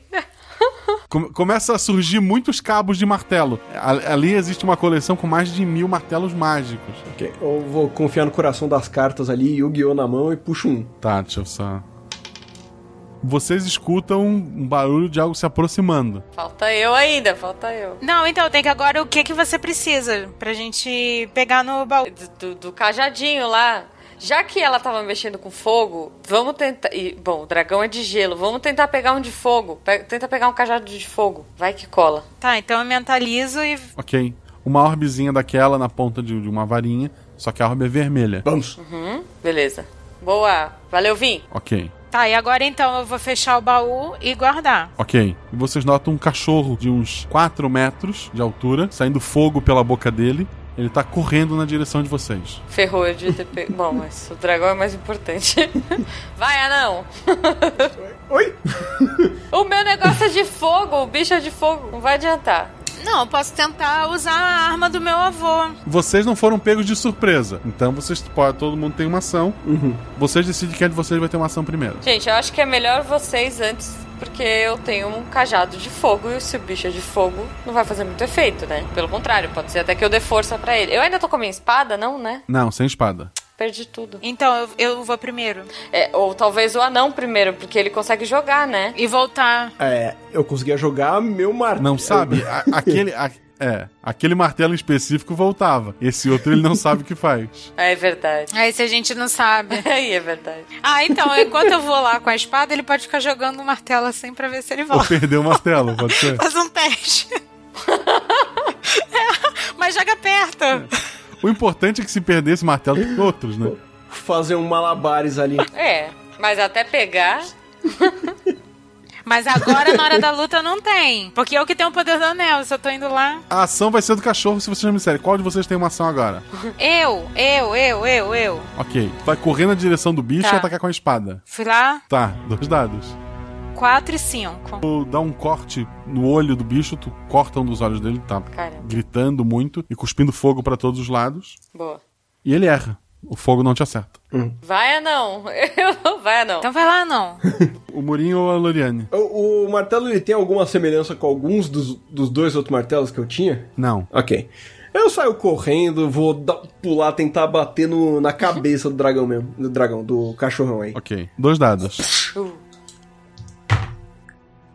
come- começa a surgir muitos cabos de martelo. A- ali existe uma coleção com mais de mil martelos mágicos. Ok, eu vou confiar no coração das cartas ali, Yu-Gi-Oh! na mão e puxo um. Tá, deixa eu só. Vocês escutam um barulho de algo se aproximando. Falta eu ainda, falta eu. Não, então tem que agora o que que você precisa pra gente pegar no baú. Do, do cajadinho lá. Já que ela tava mexendo com fogo, vamos tentar. e, bom, o dragão é de gelo. Vamos tentar pegar um de fogo. Pe- tenta pegar um cajado de fogo. Vai que cola. Tá, então eu mentalizo e. Ok. Uma orbezinha daquela na ponta de, de uma varinha, só que a orbe é vermelha. Vamos. Uhum, beleza. Boa. Valeu, Vim. Ok, Tá, e agora então eu vou fechar o baú e guardar. ok. E vocês notam um cachorro de uns 4 metros de altura, saindo fogo pela boca dele. Ele tá correndo na direção de vocês. Ferrou, eu devia ter pego. Bom, mas o dragão é mais importante. [LAUGHS] Vai, anão! Oi? O meu negócio é de fogo, o bicho é de fogo, não vai adiantar. Não, eu posso tentar usar a arma do meu avô. Vocês não foram pegos de surpresa. Então vocês pode, todo mundo tem uma ação. Uhum. Vocês decidem quem de vocês vai ter uma ação primeiro. Gente, eu acho que é melhor vocês antes, porque eu tenho um cajado de fogo e se o bicho é de fogo, não vai fazer muito efeito, né? Pelo contrário, pode ser até que eu dê força pra ele. Eu ainda tô com a minha espada, não, né? Não, sem espada. Perdi tudo. Então, eu, eu vou primeiro. É, ou talvez o anão primeiro, porque ele consegue jogar, né? E voltar. É, eu conseguia jogar meu martelo. Não sabe? A- aquele, a- é, aquele martelo em específico voltava. Esse outro ele não sabe o que [LAUGHS] faz. É verdade. Aí se a gente não sabe. [LAUGHS] Aí é verdade. Ah, então, enquanto eu vou lá com a espada, ele pode ficar jogando o martelo assim pra ver se ele Ou volta. perdeu o martelo, pode ser? Faz um teste. [LAUGHS] É, mas joga perto. O importante é que se perder esse martelo tem outros, né? Fazer um malabares ali. É, mas até pegar. [LAUGHS] Mas agora, na hora da luta, não tem. Porque eu que tenho o poder do anel, se eu tô indo lá. A ação vai ser do cachorro se vocês não me disserem. Qual de vocês tem uma ação agora? Eu, eu, eu, eu, eu. Ok. Vai correr na direção do bicho Tá. e atacar com a espada. Fui lá, Tá, dois dados. 4 e 5. Tu dá um corte no olho do bicho, tu corta um dos olhos dele, tá Caramba. gritando muito e cuspindo fogo pra todos os lados. Boa. E ele erra. O fogo não te acerta. Hum. Vai, anão. [LAUGHS] Eu- Vai, anão. Então vai lá, não. O Murinho ou a Loriane? O, o martelo ele tem alguma semelhança com alguns dos, dos dois outros martelos que eu tinha? Não. Ok. Eu saio correndo, vou dar- pular, tentar bater no- na cabeça do dragão mesmo. Do dragão, do cachorrão aí. Ok. Dois dados.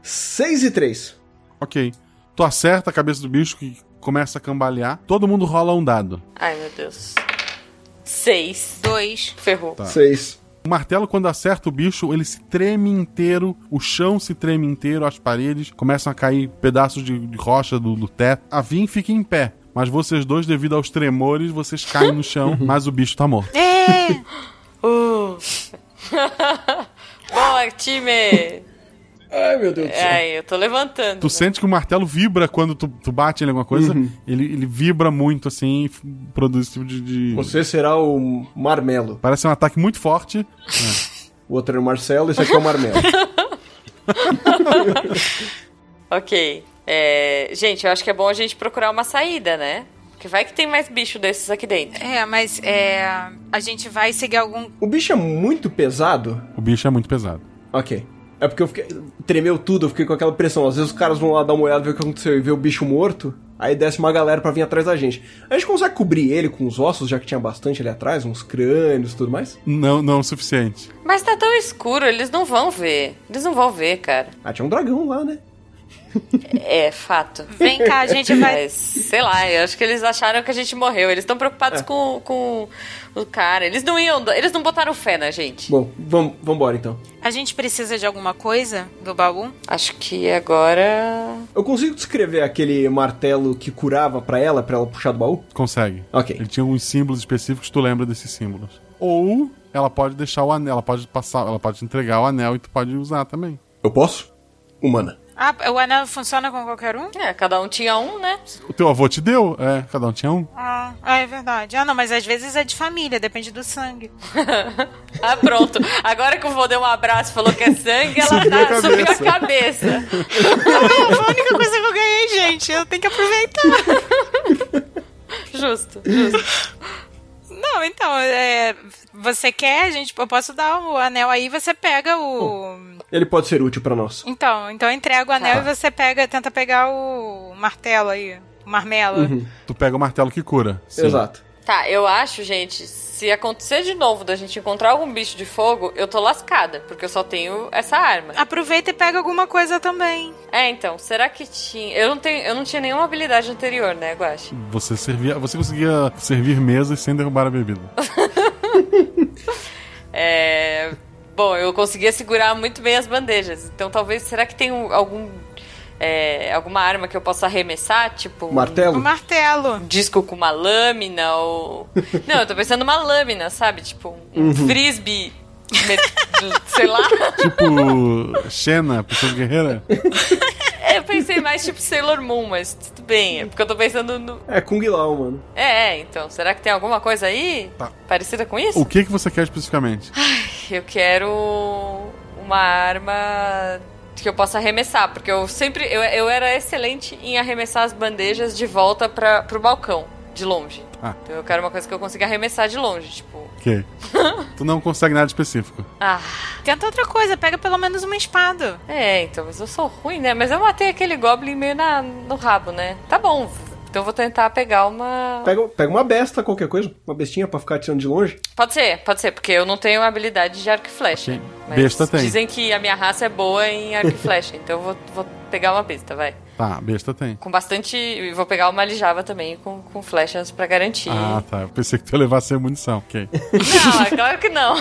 6 e 3. Ok. Tu acerta a cabeça do bicho que começa a cambalear. Todo mundo rola um dado. Ai, meu Deus. Seis. Dois. Ferrou. Tá. Seis. O martelo, quando acerta o bicho, ele se treme inteiro, o chão se treme inteiro, as paredes começam a cair pedaços de, de rocha do, do teto. A Vin fica em pé, mas vocês dois, devido aos tremores, vocês caem no chão, Uhum. mas o bicho tá morto. É. [LAUGHS] Uh. [LAUGHS] Boa, time! Ai, meu Deus do céu. Ai, eu tô levantando. Tu sente que o martelo vibra quando tu, tu bate em alguma coisa, Uhum. ele, ele vibra muito assim e f- produz esse tipo de. de- Você será o marmelo. Parece um ataque muito forte. O outro era o Marcelo, esse aqui é o marmelo. Ok. É, gente, eu acho que é bom a gente procurar uma saída, né? Porque vai que tem mais bicho desses aqui dentro. É, mas é, a gente vai seguir algum. [LAUGHS] O bicho é muito pesado? O bicho é muito pesado. Ok. É porque eu fiquei. Tremeu tudo, eu fiquei com aquela pressão. Às vezes os caras vão lá dar uma olhada, ver o que aconteceu e ver o bicho morto. Aí desce uma galera pra vir atrás da gente. A gente consegue cobrir ele com os ossos, já que tinha bastante ali atrás, uns crânios e tudo mais? Não, não o suficiente. Mas tá tão escuro, eles não vão ver. Eles não vão ver, cara. Ah, tinha um dragão lá, né? É, fato. Vem cá, a gente vai- Mas, sei lá, eu acho que eles acharam que a gente morreu. Eles estão É. preocupados com, com o cara. Eles não iam. Eles não botaram fé na gente. Bom, vamos vambora então. A gente precisa de alguma coisa do baú? Acho que agora. Eu consigo descrever aquele martelo que curava pra ela, pra ela puxar do baú? Consegue. Ok. Ele tinha uns símbolos específicos, tu lembra desses símbolos. Ou ela pode deixar o anel, ela pode passar, ela pode te entregar o anel e tu pode usar também. Eu posso? Humana. Ah, o anel funciona com qualquer um? É, cada um tinha um, né? O teu avô te deu? É, cada um tinha um. Ah, ah, é verdade. Ah, não, mas às vezes é de família, depende do sangue. [LAUGHS] Ah, pronto. Agora que o vô deu um abraço e falou que é sangue, ela Subiu a tá, subiu a cabeça. cabeça. Foi [LAUGHS] a única coisa que eu ganhei Ai, gente, eu tenho que aproveitar. Justo, justo. Não, então, é, você quer, gente, eu posso dar o anel aí, você pega o. Ele pode ser útil pra nós. Então, então eu entrego o anel Tá. e você pega, tenta pegar o martelo aí, o marmelo. Tu pega o martelo que cura. Uhum. Exato. Tá, eu acho, gente, se acontecer de novo da gente encontrar algum bicho de fogo, eu tô lascada, porque eu só tenho essa arma. Aproveita e pega alguma coisa também. É, então, será que tinha. Eu não, tenho, eu não tinha nenhuma habilidade anterior, né, Guache? Você servia, você conseguia servir mesas sem derrubar a bebida. É. Bom, eu conseguia segurar muito bem as bandejas. Então talvez. Será que tem um- algum. é, alguma arma que eu possa arremessar? Tipo. Um martelo? Um martelo. Disco com uma lâmina [LAUGHS] ou. Não, eu tô pensando numa lâmina, sabe? Tipo, um Uhum. frisbee. me- Sei lá. [LAUGHS] Tipo, Xena, pessoa guerreira. Eu pensei mais tipo Sailor Moon, mas tudo bem. É porque eu tô pensando no. É Kung Lao, mano. É, é, então. Será que tem alguma coisa aí Tá. parecida com isso? O que, que você quer especificamente? Eu quero uma arma que eu possa arremessar, porque eu sempre eu, eu era excelente em arremessar as bandejas de volta para pro balcão, de longe. Ah. Então eu quero uma coisa que eu consiga arremessar de longe, tipo. [LAUGHS] Ok. tu não consegue nada específico. Ah. Tenta outra coisa, pega pelo menos uma espada. É, então, mas eu sou ruim, né? Mas eu matei aquele goblin meio na, no rabo, né? Tá bom. Então eu vou tentar pegar uma Pega, pega uma besta, qualquer coisa. Uma bestinha pra ficar atirando de longe. Pode ser, pode ser, porque eu não tenho habilidade de arco e flecha. Mas Besta tem. Dizem que a minha raça é boa em [LAUGHS] arco e flecha, então eu vou, vou pegar uma besta, vai. Tá, besta tem. Com bastante. e Vou pegar uma alijava também com, com flechas pra garantir. Ah, tá. Eu pensei que tu ia levar sem munição. Ok. Não, [LAUGHS] é claro que não.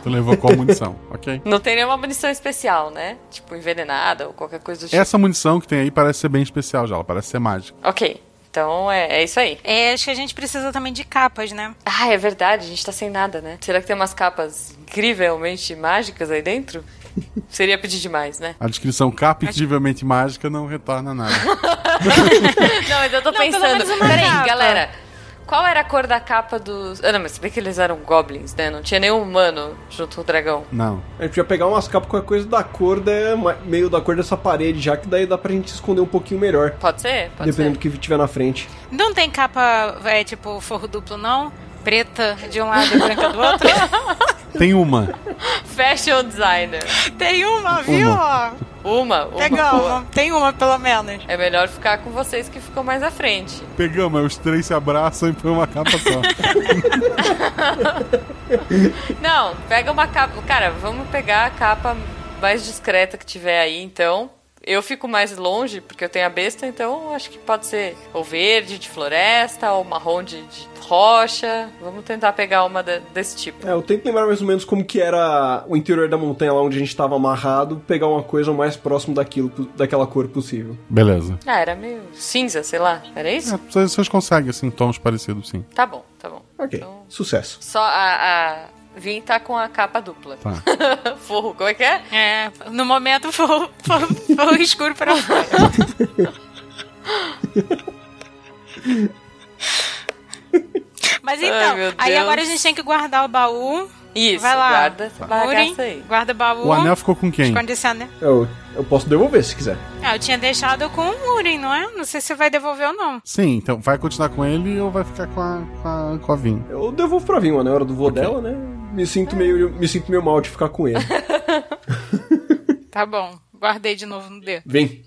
Tu levou com a munição. [LAUGHS] Ok. Não tem nenhuma munição especial, né? Tipo, envenenada ou qualquer coisa do tipo. Essa munição que tem aí parece ser bem especial já. Ela parece ser mágica. Ok. Então é, é isso aí. É, acho que a gente precisa também de capas, né? Ah, é verdade, a gente tá sem nada, né? Será que tem umas capas incrivelmente mágicas [LAUGHS] aí dentro? Seria pedir demais, né? A descrição capa incrivelmente mágica não retorna nada. Não, mas eu tô pensando. menos uma Peraí, capa. galera. Qual era a cor da capa dos. Ah, não, mas se bem que eles eram goblins, né? Não tinha nenhum humano junto com o dragão. Não. A gente podia pegar umas capas com a coisa da cor, da, ma- meio da cor dessa parede, já que daí dá pra gente esconder um pouquinho melhor. Pode ser? Pode dependendo do que tiver na frente. Não tem capa, é, tipo, forro duplo, não? Preta de um lado e branca do outro? Tem uma. [LAUGHS] Fashion designer. [LAUGHS] Tem uma, viu? ó? Uma? uma. Pega uma. Tem uma, pelo menos. É melhor ficar com vocês que ficam mais à frente. Pegamos, aí os três se abraçam e põe uma capa só. [LAUGHS] Não, pega uma capa. Cara, vamos pegar a capa mais discreta que tiver aí, então. Eu fico mais longe, porque eu tenho a besta, então acho que pode ser ou verde de floresta, ou marrom de, de rocha. Vamos tentar pegar uma de- desse tipo. É, eu tento lembrar mais ou menos como que era o interior da montanha lá onde a gente tava amarrado, pegar uma coisa o mais próximo daquilo, daquela cor possível. Beleza. Ah, era meio cinza, sei lá. Era isso? É, vocês, vocês conseguem, assim, tons parecidos, sim. Tá bom, tá bom. Ok. Sucesso. Só a. a... Vim tá com a capa dupla. Tá. [LAUGHS] Forro, como é que é? É, no momento forro, forro, forro escuro para fora. Mas então, meu aí Deus. agora a gente tem que guardar o baú. Isso, Vai lá. guarda essa Guardem, bagaça aí. Guarda o baú. Tá. O anel ficou com quem? Esconde esse anel. Eu, eu posso devolver se quiser. Ah, eu tinha deixado com o Urim, não é? Não sei se vai devolver ou não. Sim, então vai continuar com ele ou vai ficar com a, com a, com a Vin? Eu devolvo pra Vinho, na hora do voo dela, né? Me sinto, meio, me sinto meio mal de ficar [LAUGHS] com ele. Tá bom. Guardei de novo no dedo. Vem.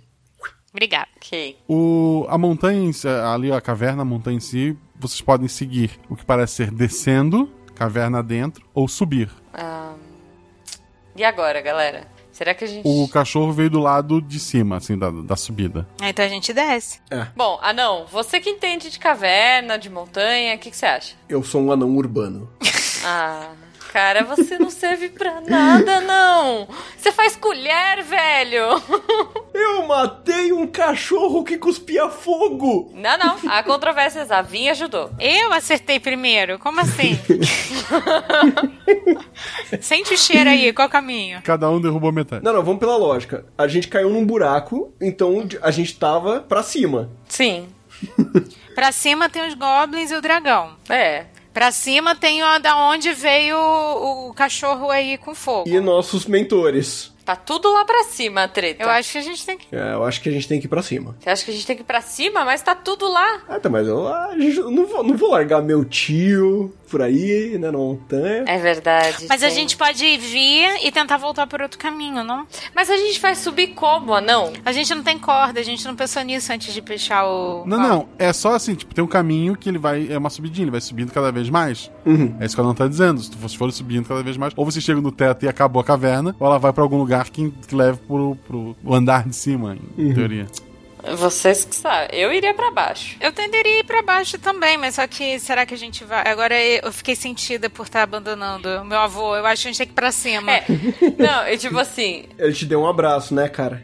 Obrigada. Ok. O, a montanha, em si- ali a caverna, a montanha em si, vocês podem seguir o que parece ser descendo, caverna dentro, ou subir. Ah, E agora, galera? Será que a gente. O cachorro veio do lado de cima, assim, da, da subida. Então a gente desce. Bom, ah não, você que entende de caverna, de montanha, o que, que você acha? Eu sou um anão urbano. Ah, cara, você não serve pra nada, não! Você faz colher, velho! Eu matei um cachorro que cuspia fogo! Não, não, há controvérsias, a Vinha ajudou. Eu acertei primeiro? Como [LAUGHS] assim? Sente o cheiro aí, qual o caminho? Cada um derrubou metade. Não, não, vamos pela lógica. A gente caiu num buraco, então a gente tava pra cima. Sim. Pra cima tem os goblins e o dragão. É. Pra cima tem o da onde veio o, o cachorro aí com fogo. E nossos mentores. Tá tudo lá pra cima, a treta. Eu acho que a gente tem que. É, eu acho que a gente tem que ir pra cima. Você acha que a gente tem que ir pra cima, mas tá tudo lá. Ah, tá, mas eu, ah, gente, eu não, vou, não vou largar meu tio por aí, né, na montanha. É verdade. Mas a sim. gente pode vir e tentar voltar por outro caminho, não? Mas a gente vai subir como, não? A gente não tem corda, a gente não pensou nisso antes de puxar o. Não, não. É só assim, tipo, tem um caminho que ele vai. É uma subidinha, ele vai subindo cada vez mais. Uhum. É isso que ela não tá dizendo. Se vocês forem subindo cada vez mais, ou você chega no teto e acabou a caverna, ou ela vai pra algum lugar que, que leve pro, pro o andar de cima, em Uhum. teoria. Vocês que sabem. Eu iria pra baixo. Eu tenderia ir pra baixo também, mas só que será que a gente vai. Agora eu fiquei sentida por estar abandonando o meu avô. Eu acho que a gente tem que ir pra cima. É. Não, eu tipo assim. Ele te deu um abraço, né, cara?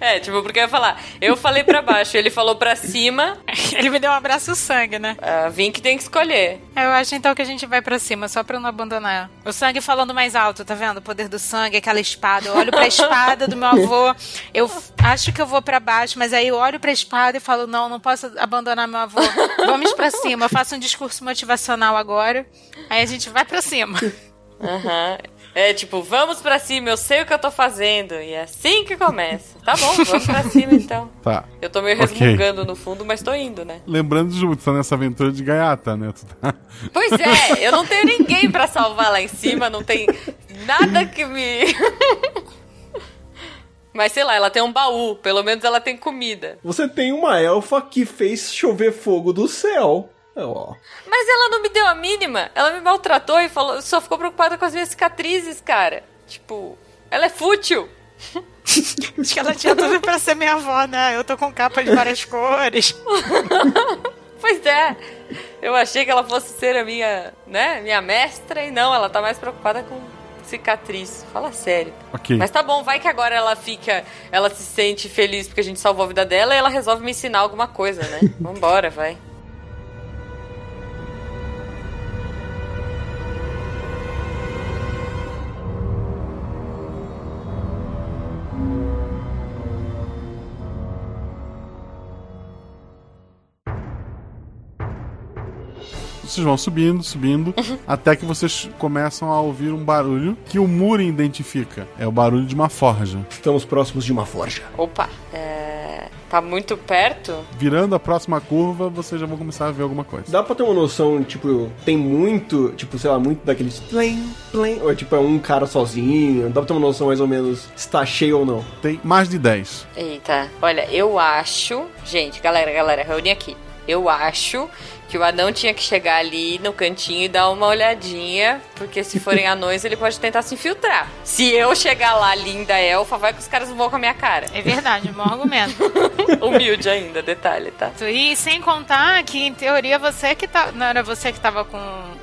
É, tipo, porque eu ia falar. Eu falei pra baixo, ele falou pra cima. [LAUGHS] Ah, Ele me deu um abraço sangue, né? Vim que tem que escolher. Eu acho então que a gente vai pra cima, só pra não abandonar. O sangue falando mais alto, tá vendo? O poder do sangue, aquela espada. Eu olho pra espada [LAUGHS] do meu avô, eu f- acho que eu vou pra baixo, mas aí eu olho pra espada e falo: não, não posso abandonar meu avô. Vamos pra cima. Eu faço um discurso motivacional agora. Aí a gente vai pra cima. Aham. É tipo, vamos pra cima, eu sei o que eu tô fazendo. E é assim que começa. Tá bom, vamos pra cima então. Tá. Eu tô meio Ok. resmungando no fundo, mas tô indo, né? Lembrando de tu tá nessa aventura de gaiata, né? Tu tá- [LAUGHS] Pois é, eu não tenho ninguém pra salvar lá em cima, não tem nada que me. [LAUGHS] Mas sei lá, ela tem um baú, pelo menos ela tem comida. Você tem uma elfa que fez chover fogo do céu. É, Ó. Mas ela não me deu a mínima, ela me maltratou e falou, só ficou preocupada com as minhas cicatrizes, cara. Tipo, ela é fútil. Acho que ela tinha tudo pra ser minha avó, né? Eu tô com capa de várias cores. Pois é. Eu achei que ela fosse ser a minha, né, minha mestra e não, ela tá mais preocupada com cicatriz. Fala sério. Ok. Mas tá bom, vai que agora ela fica, ela se sente feliz porque a gente salvou a vida dela e ela resolve me ensinar alguma coisa, né? Vambora, vai. Vocês vão subindo, subindo, até que vocês começam a ouvir um barulho que o Muren identifica. É o barulho de uma forja. Estamos próximos de uma forja. Opa. É, tá muito perto? Virando a próxima curva, vocês já vão começar a ver alguma coisa. Dá pra ter uma noção, tipo, tem muito, tipo, sei lá, muito daqueles plim, plim, ou tipo, é um cara sozinho, dá pra ter uma noção mais ou menos se tá cheio ou não. Tem mais de 10. Eita, olha, eu acho. Gente, galera, galera, reúne aqui. Eu acho que o anão tinha que chegar ali no cantinho e dar uma olhadinha, porque se [LAUGHS] forem anões ele pode tentar se infiltrar. Se eu chegar lá, linda elfa, vai que os caras vão [LAUGHS] com a minha cara. É verdade, bom argumento. Humilde ainda, detalhe, tá? E sem contar que, em teoria, você que tá. Não era você que tava com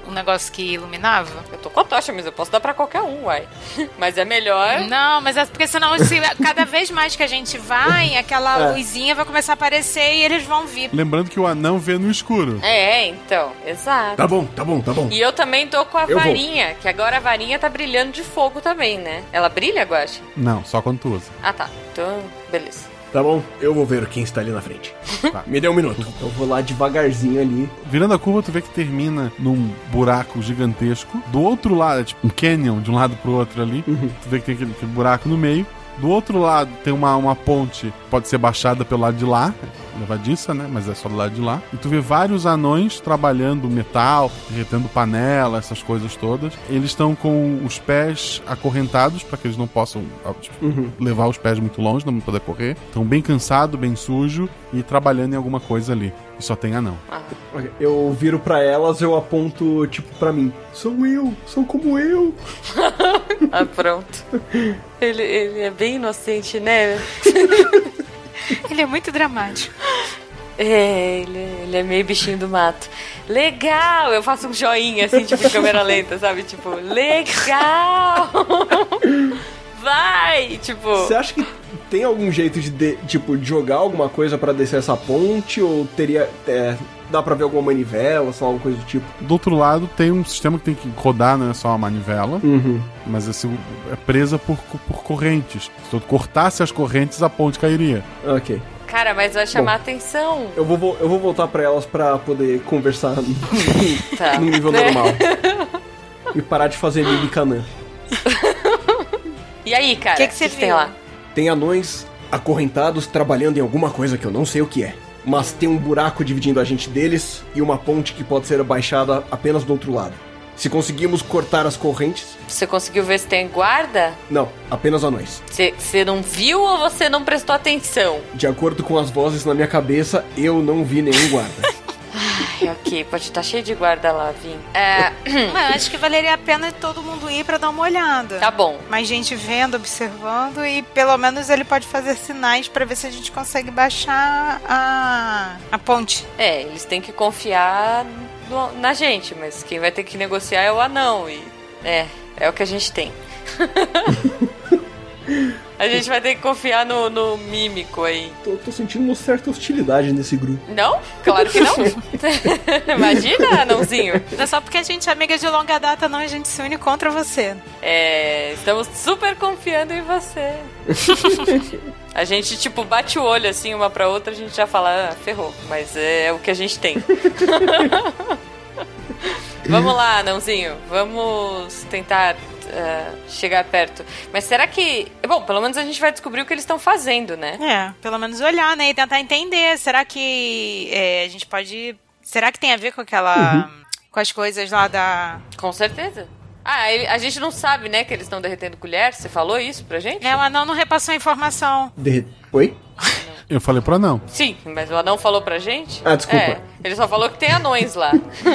um negócio que iluminava? Eu tô com a tocha, mas eu posso dar pra qualquer um, [LAUGHS] uai. Mas é melhor. Não, mas é porque senão, se, cada vez mais que a gente vai, aquela É. luzinha vai começar a aparecer e eles vão vir. Lembrando que o anão vê no escuro. É, então, exato. bom, tá bom, tá bom. E eu também tô com a Eu vou. varinha, que agora a varinha tá brilhando de fogo também, né? Ela brilha, Guache? Não, só quando tu usa. Ah, tá. Então, beleza. Tá bom? Eu vou ver quem está ali [LAUGHS] na frente. Tá. Me dê um minuto. Então, Eu vou lá devagarzinho ali. Virando a curva, tu vê que termina num buraco gigantesco. Do outro lado, é tipo um canyon, de um lado pro outro ali. Tu vê que tem aquele, aquele buraco no meio. Do outro lado tem uma, uma ponte, pode ser baixada pelo lado de lá, levadiça, né? Mas é só do lado de lá. E tu vê vários anões trabalhando metal, derretendo panela, essas coisas todas. Eles estão com os pés acorrentados para que eles não possam ah, tipo, Uhum. levar os pés muito longe, não vão poder correr. Estão bem cansado, bem sujo e trabalhando em alguma coisa ali. E só tem anão. Ok, Eu viro pra elas, eu aponto, tipo, pra mim. Sou eu, sou como eu. Ah, pronto. Ele, ele é bem inocente, né? [LAUGHS] Ele é muito dramático. É, ele, ele é meio bichinho do mato. Legal! Eu faço um joinha, assim, tipo, em câmera lenta, sabe? Tipo, legal! [LAUGHS] Vai! Tipo... Você acha que tem algum jeito de, de- tipo, de jogar alguma coisa pra descer essa ponte? Ou teria. é, dá pra ver alguma manivela, sei lá, alguma coisa do tipo? Do outro lado, tem um sistema que tem que rodar, não é só uma manivela, Uhum. mas assim, é presa por, co- por correntes. Se tu cortasse as correntes, a ponte cairia. Ok. Cara, mas vai chamar [LAUGHS] atenção. Eu vou, vo- eu vou voltar pra elas pra poder conversar [LAUGHS] no, Tá. no É um nível Né? normal. E parar de fazer mimicanã. [LAUGHS] E aí, cara? O Que que você tem viu? lá? Tem anões acorrentados trabalhando em alguma coisa que eu não sei o que é. Mas tem um buraco dividindo a gente deles e uma ponte que pode ser abaixada apenas do outro lado. Se conseguirmos cortar as correntes, Você conseguiu ver se tem guarda? não, apenas anões. Você, você não viu ou você não prestou atenção? De acordo com as vozes na minha cabeça, eu não vi nenhum [LAUGHS] guarda. Ai, ok, pode estar cheio de guarda lá, Vim. É, Mas eu acho que valeria a pena todo mundo ir pra dar uma olhada. Tá bom. Mais gente vendo, observando e pelo menos ele pode fazer sinais pra ver se a gente consegue baixar a, a ponte. É, eles têm que confiar no- na gente, mas quem vai ter que negociar é o anão. E é, é o que a gente tem. a gente vai ter que confiar no, no mímico aí. tô, tô sentindo uma certa hostilidade nesse grupo. Não? Claro que não. [LAUGHS] Imagina, anãozinho. Não é só porque a gente é amiga de longa data, não, a gente se une contra você. É, estamos super confiando em [LAUGHS] você. A gente, tipo, bate o olho assim uma pra outra, a gente já fala, ah, ferrou, mas é o que a gente [LAUGHS] tem. vamos lá, anãozinho, vamos tentar ah, chegar perto. Mas será que. Bom, pelo menos a gente vai descobrir o que eles estão fazendo, né? É, pelo menos olhar, né? E tentar entender. Será que é, a gente pode. Será que tem a ver com aquela. com as coisas lá da. Com certeza. Ah, ele- a gente não sabe, né, que eles estão derretendo colher? Você falou isso pra gente? É, o anão não repassou a informação. De... Oi? Eu falei pro anão. Sim, mas o anão falou pra gente? Ah, desculpa. É, ele só falou que tem anões lá. [LAUGHS]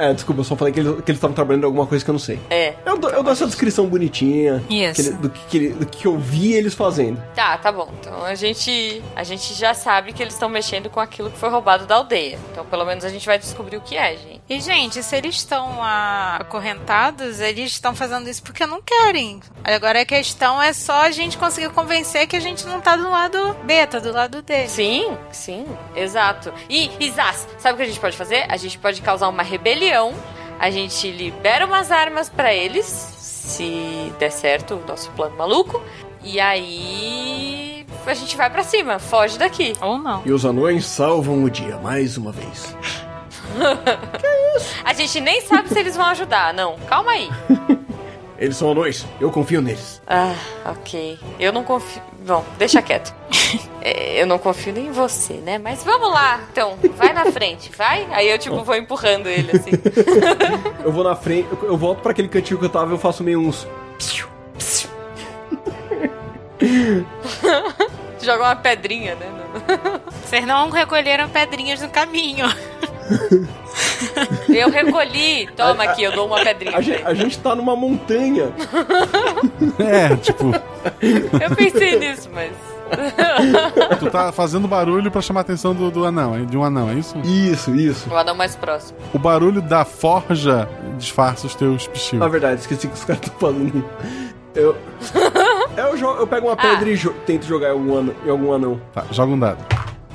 É, desculpa, eu só falei que eles que eles estavam trabalhando em alguma coisa que eu não sei. É. Eu, dou- eu dou essa descrição bonitinha Isso. que ele- do, que, que ele- do que eu vi eles fazendo. Tá, tá bom. Então a gente, a gente já sabe que eles estão mexendo com aquilo que foi roubado da aldeia. Então pelo menos a gente vai descobrir o que é, gente. E, gente, se eles estão ah, acorrentados, eles estão fazendo isso porque não querem. Agora a questão é só a gente conseguir convencer que a gente não tá do lado B, tá do lado D. Sim, sim, exato. E, Isas, sabe o que a gente pode fazer? A gente pode causar uma rebelião, a gente libera umas armas pra eles, se der certo o nosso plano maluco, e aí a gente vai pra cima, foge daqui. Ou não. E os anões salvam o dia mais uma vez. [LAUGHS] A gente nem sabe se eles vão ajudar, não. Calma aí. Eles são anões, eu confio neles. Ah, ok. Eu não confio. Bom, deixa [LAUGHS] quieto. É, eu não confio nem em você, né? Mas vamos lá, então. Vai na frente, vai. Aí eu, tipo, vou empurrando ele, assim. Eu vou na frente, eu, eu volto pra aquele cantinho que eu tava e eu faço meio uns. psiu, psiu. [LAUGHS] Joga uma pedrinha, né? [LAUGHS] Vocês não recolheram pedrinhas no caminho. Eu recolhi. Toma aqui, eu dou uma pedrinha. A gente, a gente tá numa montanha. É, [LAUGHS] tipo, Eu pensei nisso, mas. [LAUGHS] tu tá fazendo barulho pra chamar a atenção do, do anão, de um anão, é isso? Isso, isso. O anão mais próximo. O barulho da forja disfarça os teus Na pichos. Ah, verdade, esqueci que os caras estão falando. Eu. Eu, jo- eu pego uma pedra e jo- tento jogar em algum, anão, em algum anão. Tá, joga um dado.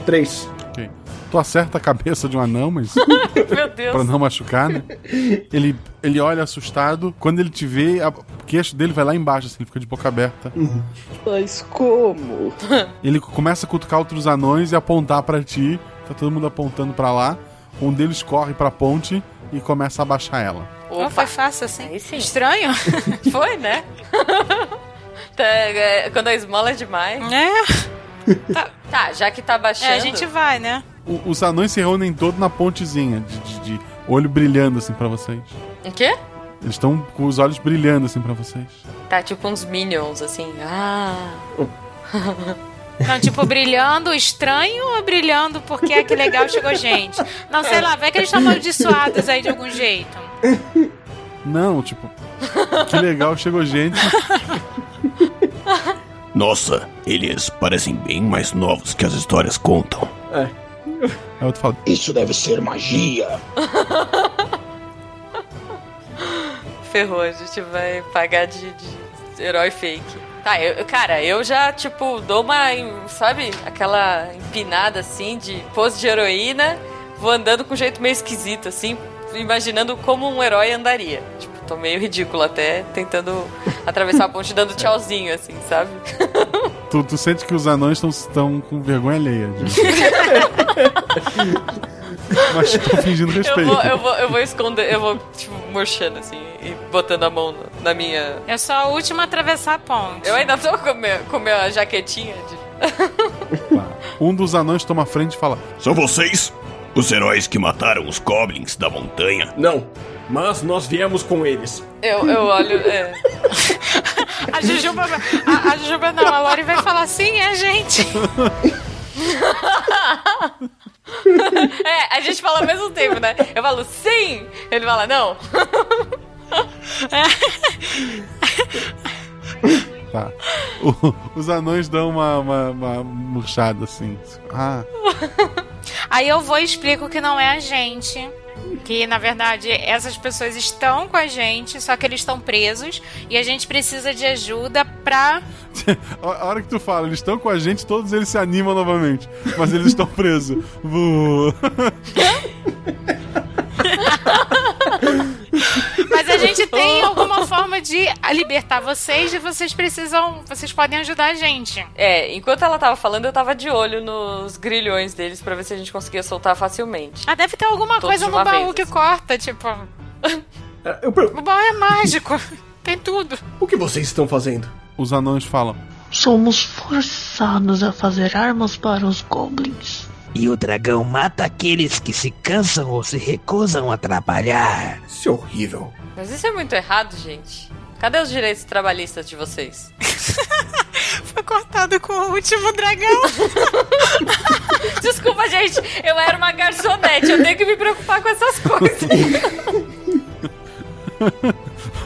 Três. Ok. Tu acerta a cabeça de um anão, mas. Meu Pra não machucar, né? Ele, ele olha assustado. Quando ele te vê, a- o queixo dele vai lá embaixo, assim, ele fica de boca aberta. Mas como? Ele começa a cutucar outros anões e apontar pra ti. Tá todo mundo apontando pra lá. Um deles corre pra ponte e começa a abaixar ela. Não foi fácil assim. Estranho. [LAUGHS] Foi, né? [LAUGHS] Tá, é, Quando a esmola é demais. É. Tá, tá, já que tá baixando. É, a gente vai, né? O- os anões se reúnem todos na pontezinha, de, de- de olho brilhando assim pra vocês. O quê? Eles estão com os olhos brilhando assim pra vocês. Tá tipo uns minions, assim. Ah. Não, tipo, brilhando estranho ou brilhando porque é que legal chegou gente? Não, sei lá, vai que eles estão amaldiçoados aí de algum jeito. Não, tipo, que legal, chegou gente. Nossa, eles parecem bem mais novos que as histórias contam. É. Aí outro fala: Isso deve ser magia. [LAUGHS] Ferrou, a gente vai pagar de, de herói fake. Tá, eu, cara, eu já, tipo, dou uma, em- sabe, aquela empinada assim de pose de heroína, vou andando com um jeito meio esquisito, assim, imaginando como um herói andaria. Tipo, tô [LAUGHS] É. meio ridículo até, tentando atravessar a ponte dando tchauzinho, assim, sabe? tu, tu sente que os anões estão com vergonha alheia. disso. [LAUGHS] Mas estão fingindo respeito. Eu vou, eu vou, eu vou esconder, eu vou, tipo, murchando assim e botando a mão na- na minha. Eu sou a última a atravessar a ponte. Eu ainda tô com, meu, com minha jaquetinha [LAUGHS] de. Um dos anões toma a frente e fala: São vocês? Os heróis que mataram os goblins da montanha? Não, mas nós viemos com eles. Eu, eu olho. É. [LAUGHS] A Jujuba. A, a Jujuba não, a Lori vai falar assim, é gente. é, a gente fala ao mesmo tempo, né? Eu falo sim, ele fala não. Tá. O- os anões dão uma, uma, uma murchada assim. Ah, [LAUGHS] Aí eu vou e explico que não é a gente. Que na verdade essas pessoas estão com a gente, só que eles estão presos e a gente precisa de ajuda pra. a a hora que tu fala, eles estão com a gente, todos eles se animam novamente. Mas eles estão presos. Vu. Mas a gente tem alguma forma de libertar vocês e vocês precisam. Vocês podem ajudar a gente. É, enquanto ela tava falando, eu tava de olho nos grilhões deles pra ver se a gente conseguia soltar facilmente. Ah, deve ter alguma Todos coisa de no uma baú vez, assim. que corta, tipo. O baú é mágico. Tem tudo. O que vocês estão fazendo? Os anões falam. [LAUGHS] Somos forçados a fazer armas para os goblins. E o dragão mata aqueles que se cansam ou se recusam a trabalhar. Isso é horrível. Mas isso é muito errado, gente. Cadê os direitos trabalhistas de vocês? [LAUGHS] Foi cortado com o último dragão. [LAUGHS] Desculpa, gente. Eu era uma garçonete. Eu tenho que me preocupar com essas coisas.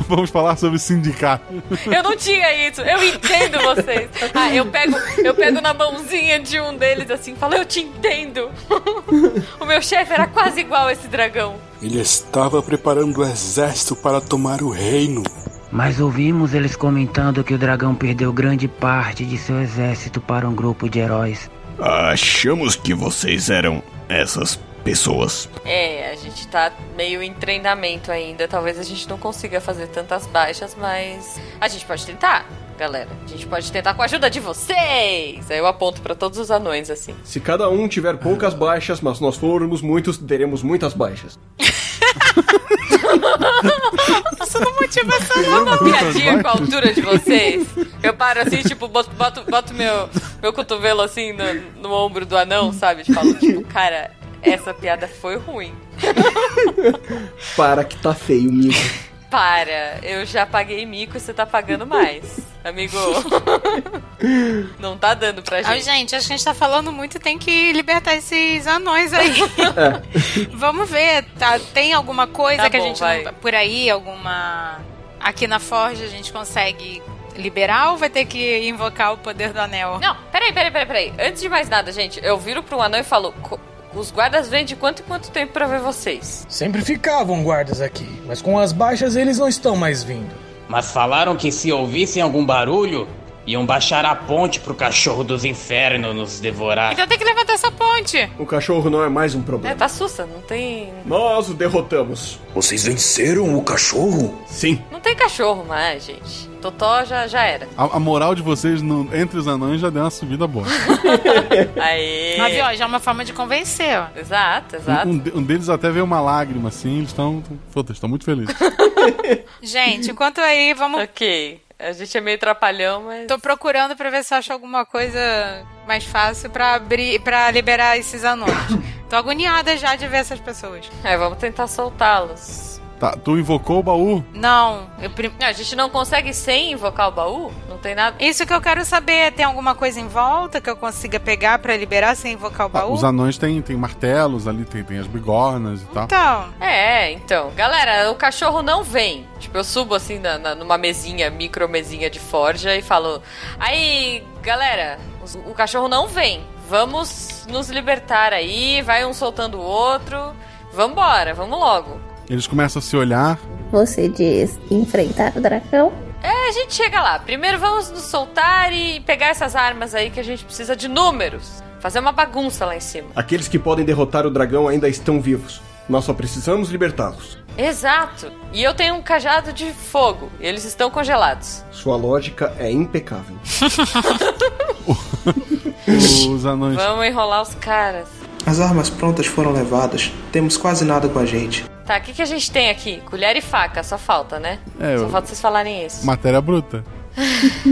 Vamos falar sobre sindicato. Eu não tinha isso. Eu entendo vocês. Ah, eu pego, eu pego na mãozinha de um deles assim e falo, eu te entendo. [LAUGHS] O meu chefe era quase igual a esse dragão. Ele estava preparando o exército para tomar o reino. Mas ouvimos eles comentando que o dragão perdeu grande parte de seu exército para um grupo de heróis. Achamos que vocês eram essas pessoas. É, a gente tá meio em treinamento ainda. Talvez a gente não consiga fazer tantas baixas, mas a gente pode tentar, galera. A gente pode tentar com a ajuda de vocês. Aí eu aponto pra todos os anões assim. Se cada um tiver poucas baixas, mas nós formos muitos, teremos muitas baixas. Nossa, não motivação. Não uma piadinha com a altura de vocês. Eu paro assim, tipo, boto, boto, boto meu, meu cotovelo assim no, no ombro do anão, sabe? Tipo, Falo, tipo, cara, essa piada foi ruim. Para que tá feio, amigo. Para, eu já paguei mico e você tá pagando mais. [LAUGHS] Amigo, não tá dando pra Ai, gente. gente, acho que a gente tá falando muito tem que libertar esses anões aí. [LAUGHS] É. Vamos ver, tá, tem alguma coisa Tá que bom, a gente vai. não, por aí, alguma aqui na Forja a gente consegue liberar ou vai ter que invocar o poder do anel? Não, peraí, peraí, peraí, peraí. Antes de mais nada, gente, eu viro pro anão e falo: "Co- os guardas vêm de quanto em quanto tempo pra ver vocês? Sempre ficavam guardas aqui, mas com as baixas eles não estão mais vindo. Mas falaram que se ouvissem algum barulho, iam baixar a ponte pro cachorro dos infernos nos devorar. Então tem que levantar essa ponte. O cachorro não é mais um É, problema. tá sussa, não tem. Nós o derrotamos. Vocês venceram o cachorro? Sim. Não tem cachorro mais, gente. Totó já, já era. A, a moral de vocês no- entre os anões já deu uma subida boa. Aê! Mas viu, ó, já é uma forma de convencer. Exato, Um, um de- um deles até veio uma lágrima, assim, eles estão. Foda-se, estão muito felizes. Gente, enquanto aí, vamos. Ok. A gente é meio trapalhão, mas. Tô procurando pra ver se eu acho alguma coisa mais fácil pra abrir, para liberar esses anões. Tô agoniada já de ver essas pessoas. É, vamos tentar soltá-los. Tá, tu invocou o baú? Não, A gente não consegue sem invocar o baú? Não tem nada. Isso que eu quero saber, é, tem alguma coisa em volta que eu consiga pegar pra liberar sem invocar o baú? Os anões têm, têm martelos ali, tem, tem as bigornas e tal. Então. É, então. Galera, o cachorro não vem. Tipo, eu subo assim na- na- numa mesinha, micro mesinha de forja e falo: Aí, galera, os- o cachorro não vem. Vamos nos libertar aí. Vai um soltando o outro. Vambora, vamos logo. Eles começam a se olhar. Você diz enfrentar o dragão? É, a gente chega lá. Primeiro vamos nos soltar e pegar essas armas aí que a gente precisa de números. Fazer uma bagunça lá em cima. Aqueles que podem derrotar o dragão ainda estão vivos. Nós só precisamos libertá-los. Exato. E eu tenho um cajado de fogo. E eles estão congelados. Sua lógica é impecável. Os anões. Vamos enrolar os caras. As armas prontas foram levadas. Temos quase nada com a gente. Tá, o que, que a gente tem aqui? Colher e faca, só falta, né? É, só eu- falta vocês falarem isso. Matéria bruta.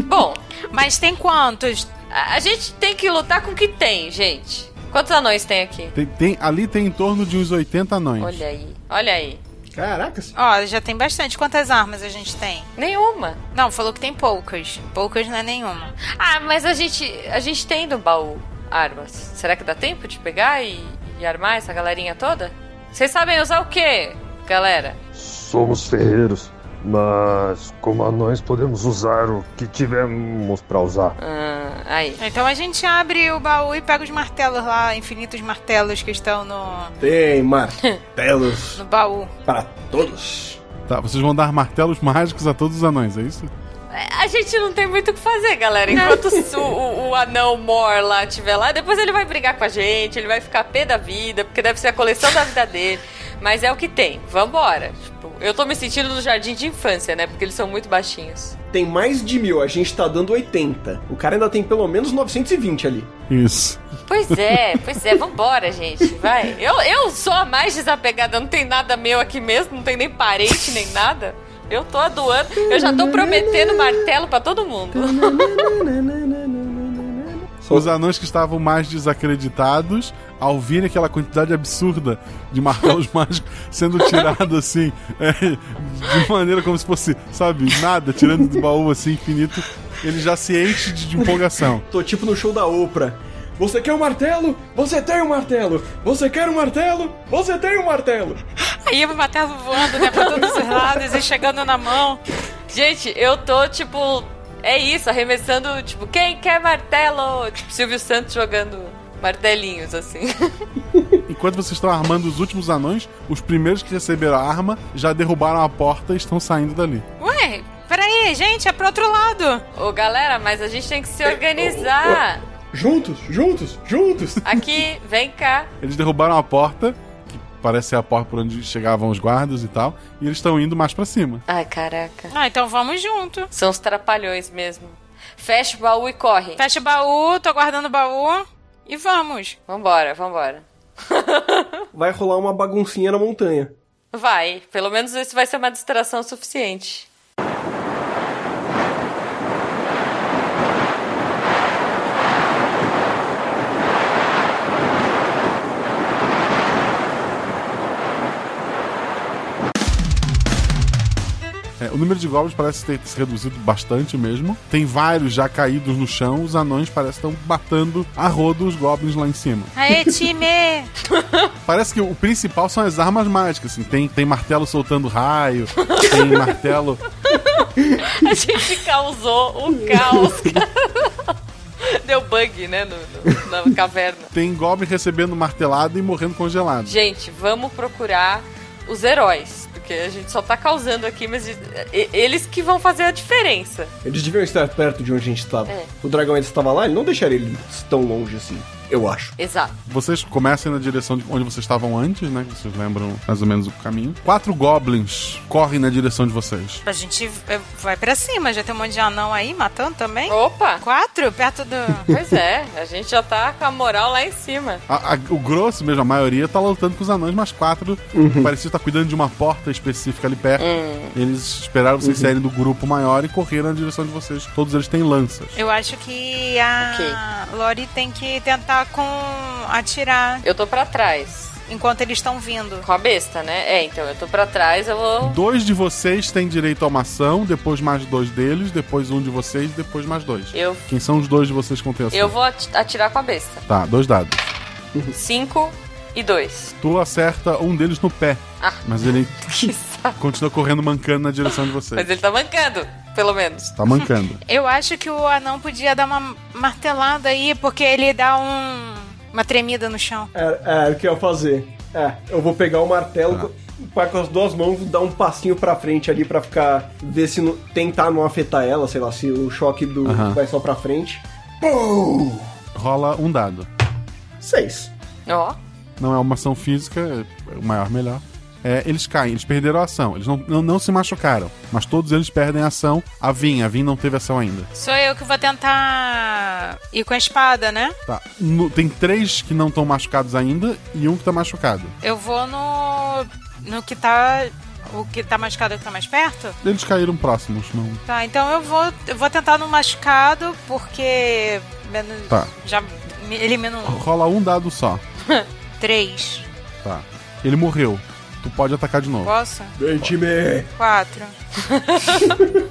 Bom, mas tem quantos? A, a gente tem que lutar com o que tem, gente. Quantos anões tem aqui? Tem, tem- ali tem em torno de uns 80 anões. Olha aí, olha aí. Caraca. Ó, já tem bastante. Quantas armas a gente tem? Nenhuma. Não, falou que tem poucas. Poucas não é nenhuma. Ah, mas a gente, a gente tem no baú armas. Será que dá tempo de pegar e, e armar essa galerinha toda? Vocês sabem usar o quê, galera? Somos ferreiros, mas como anões podemos usar o que tivermos pra usar. Ah, aí. Então a gente abre o baú e pega os martelos lá, infinitos martelos que estão no, Tem martelos no baú. para todos. Tá, vocês vão dar martelos mágicos a todos os anões, é isso? A gente não tem muito o que fazer, galera. Enquanto o, o- o anão mor lá estiver lá, depois ele vai brigar com a gente, ele vai ficar pé da vida, porque deve ser a coleção da vida dele. Mas é o que tem. Vambora. Tipo, eu tô me sentindo no jardim de infância, né? Porque eles são muito baixinhos. Tem mais de mil, a gente tá dando 80. O cara ainda tem pelo menos 920 ali. Isso. Pois é, pois é, vambora, gente. Vai. Eu, eu sou a mais desapegada, não tem nada meu aqui mesmo, não tem nem parente, nem nada. Eu tô adoando, eu já tô prometendo martelo pra todo mundo. Os anões que estavam mais desacreditados, ao vir aquela quantidade absurda de martelos [LAUGHS] mágicos sendo tirado assim, é, de maneira como se fosse, sabe, nada, tirando do baú assim, infinito, ele já se enche de, de empolgação. [LAUGHS] Tô tipo no show da Oprah. Você quer um martelo? Você tem um martelo! Você quer um martelo? Você tem um martelo! Aí eu vou matar voando, né, pra todos os lados e chegando na mão. Gente, eu tô tipo. É isso, arremessando, tipo, quem quer martelo? Tipo, Silvio Santos jogando martelinhos, assim. Enquanto vocês estão armando os últimos anões, os primeiros que receberam a arma já derrubaram a porta e estão saindo dali. [LAUGHS] Ué, peraí, gente, é pro outro lado. Ô, galera, mas a gente tem que se organizar. Juntos, juntos, juntos! Aqui, vem cá. Eles derrubaram a porta, que parece ser a porta por onde chegavam os guardas e tal, e eles estão indo mais pra cima. Ai, caraca. Ah, então vamos junto. São os trapalhões mesmo. Fecha o baú e corre. Fecha o baú, tô guardando o baú e vamos. Vambora, vambora. Vai rolar uma baguncinha na montanha. Vai, pelo menos isso vai ser uma distração suficiente. [LAUGHS] É, o número de goblins parece ter se reduzido bastante mesmo. Tem vários já caídos no chão, os anões parecem que estão batendo a rodo os goblins lá em cima. Aê, [LAUGHS] time! Parece que o principal são as armas mágicas, assim. Tem, tem martelo soltando raio, tem martelo. A gente causou um caos. Deu bug, né, no- no- na caverna. Tem goblin recebendo martelada e morrendo congelado. Gente, vamos procurar os heróis. Porque a gente só tá causando aqui, mas e- eles que vão fazer a diferença. Eles deviam estar perto de onde a gente estava. É. O dragão ainda estava lá, ele não deixaria ele tão longe assim, eu acho. Exato. Vocês começam na direção de onde vocês estavam antes, né? Vocês lembram mais ou menos o caminho. Quatro goblins correm na direção de vocês. A gente eh, vai pra cima, já tem um monte de anão aí matando também. Opa! Quatro? Perto do. Pois é, a gente já tá com a moral lá em cima. A- a- o grosso mesmo, a maioria tá lutando com os anões, mas quatro parecia estar cuidando de uma porta específica ali perto. É. Eles esperaram vocês Uhum. saírem do grupo maior e correram na direção de vocês. Todos eles têm lanças. Eu acho que a Lori tem que tentar com atirar. Eu tô pra trás. Enquanto eles estão vindo. Com a besta, né? É, então eu tô pra trás, eu vou. Dois de vocês têm direito a uma ação, depois mais dois deles, depois um de vocês, depois mais dois. Eu, Quem são os dois de vocês que contêm ação? eu vou ati- atirar com a besta. Tá, dois dados. Cinco e dois. Tu acerta um deles no pé, Ah, mas ele [LAUGHS] que saco. continua correndo mancando na direção de vocês. Mas ele tá mancando, pelo menos. Tá mancando. Eu acho que o anão podia dar uma martelada aí, porque ele dá um. uma tremida no chão. É, é, o que eu ia fazer. É, eu vou pegar o martelo, Ah. co- pá, com as duas mãos, dar um passinho pra frente ali pra ficar. ver se não, tentar não afetar ela, sei lá, se o choque do Aham. vai só pra frente. Pum! Rola um dado. Seis. Ó. Não é uma ação física, é o maior melhor. É, eles caem, eles perderam a ação. Eles não, não, não se machucaram, mas todos eles perdem a ação. A Vin, a Vin não teve ação ainda. Sou eu que vou tentar ir com a espada, né? Tá. No- tem três que não estão machucados ainda e um que tá machucado. Eu vou no. no que tá. O que tá machucado é o que tá mais perto? Eles caíram próximos, não. Tá, então eu vou. Eu vou tentar no machucado, porque. Menos, Tá. Já me- elimino [LAUGHS] um. Rola um dado só. Três. Tá. Ele morreu. Tu pode atacar de novo. Posso? Bem, time! Quatro.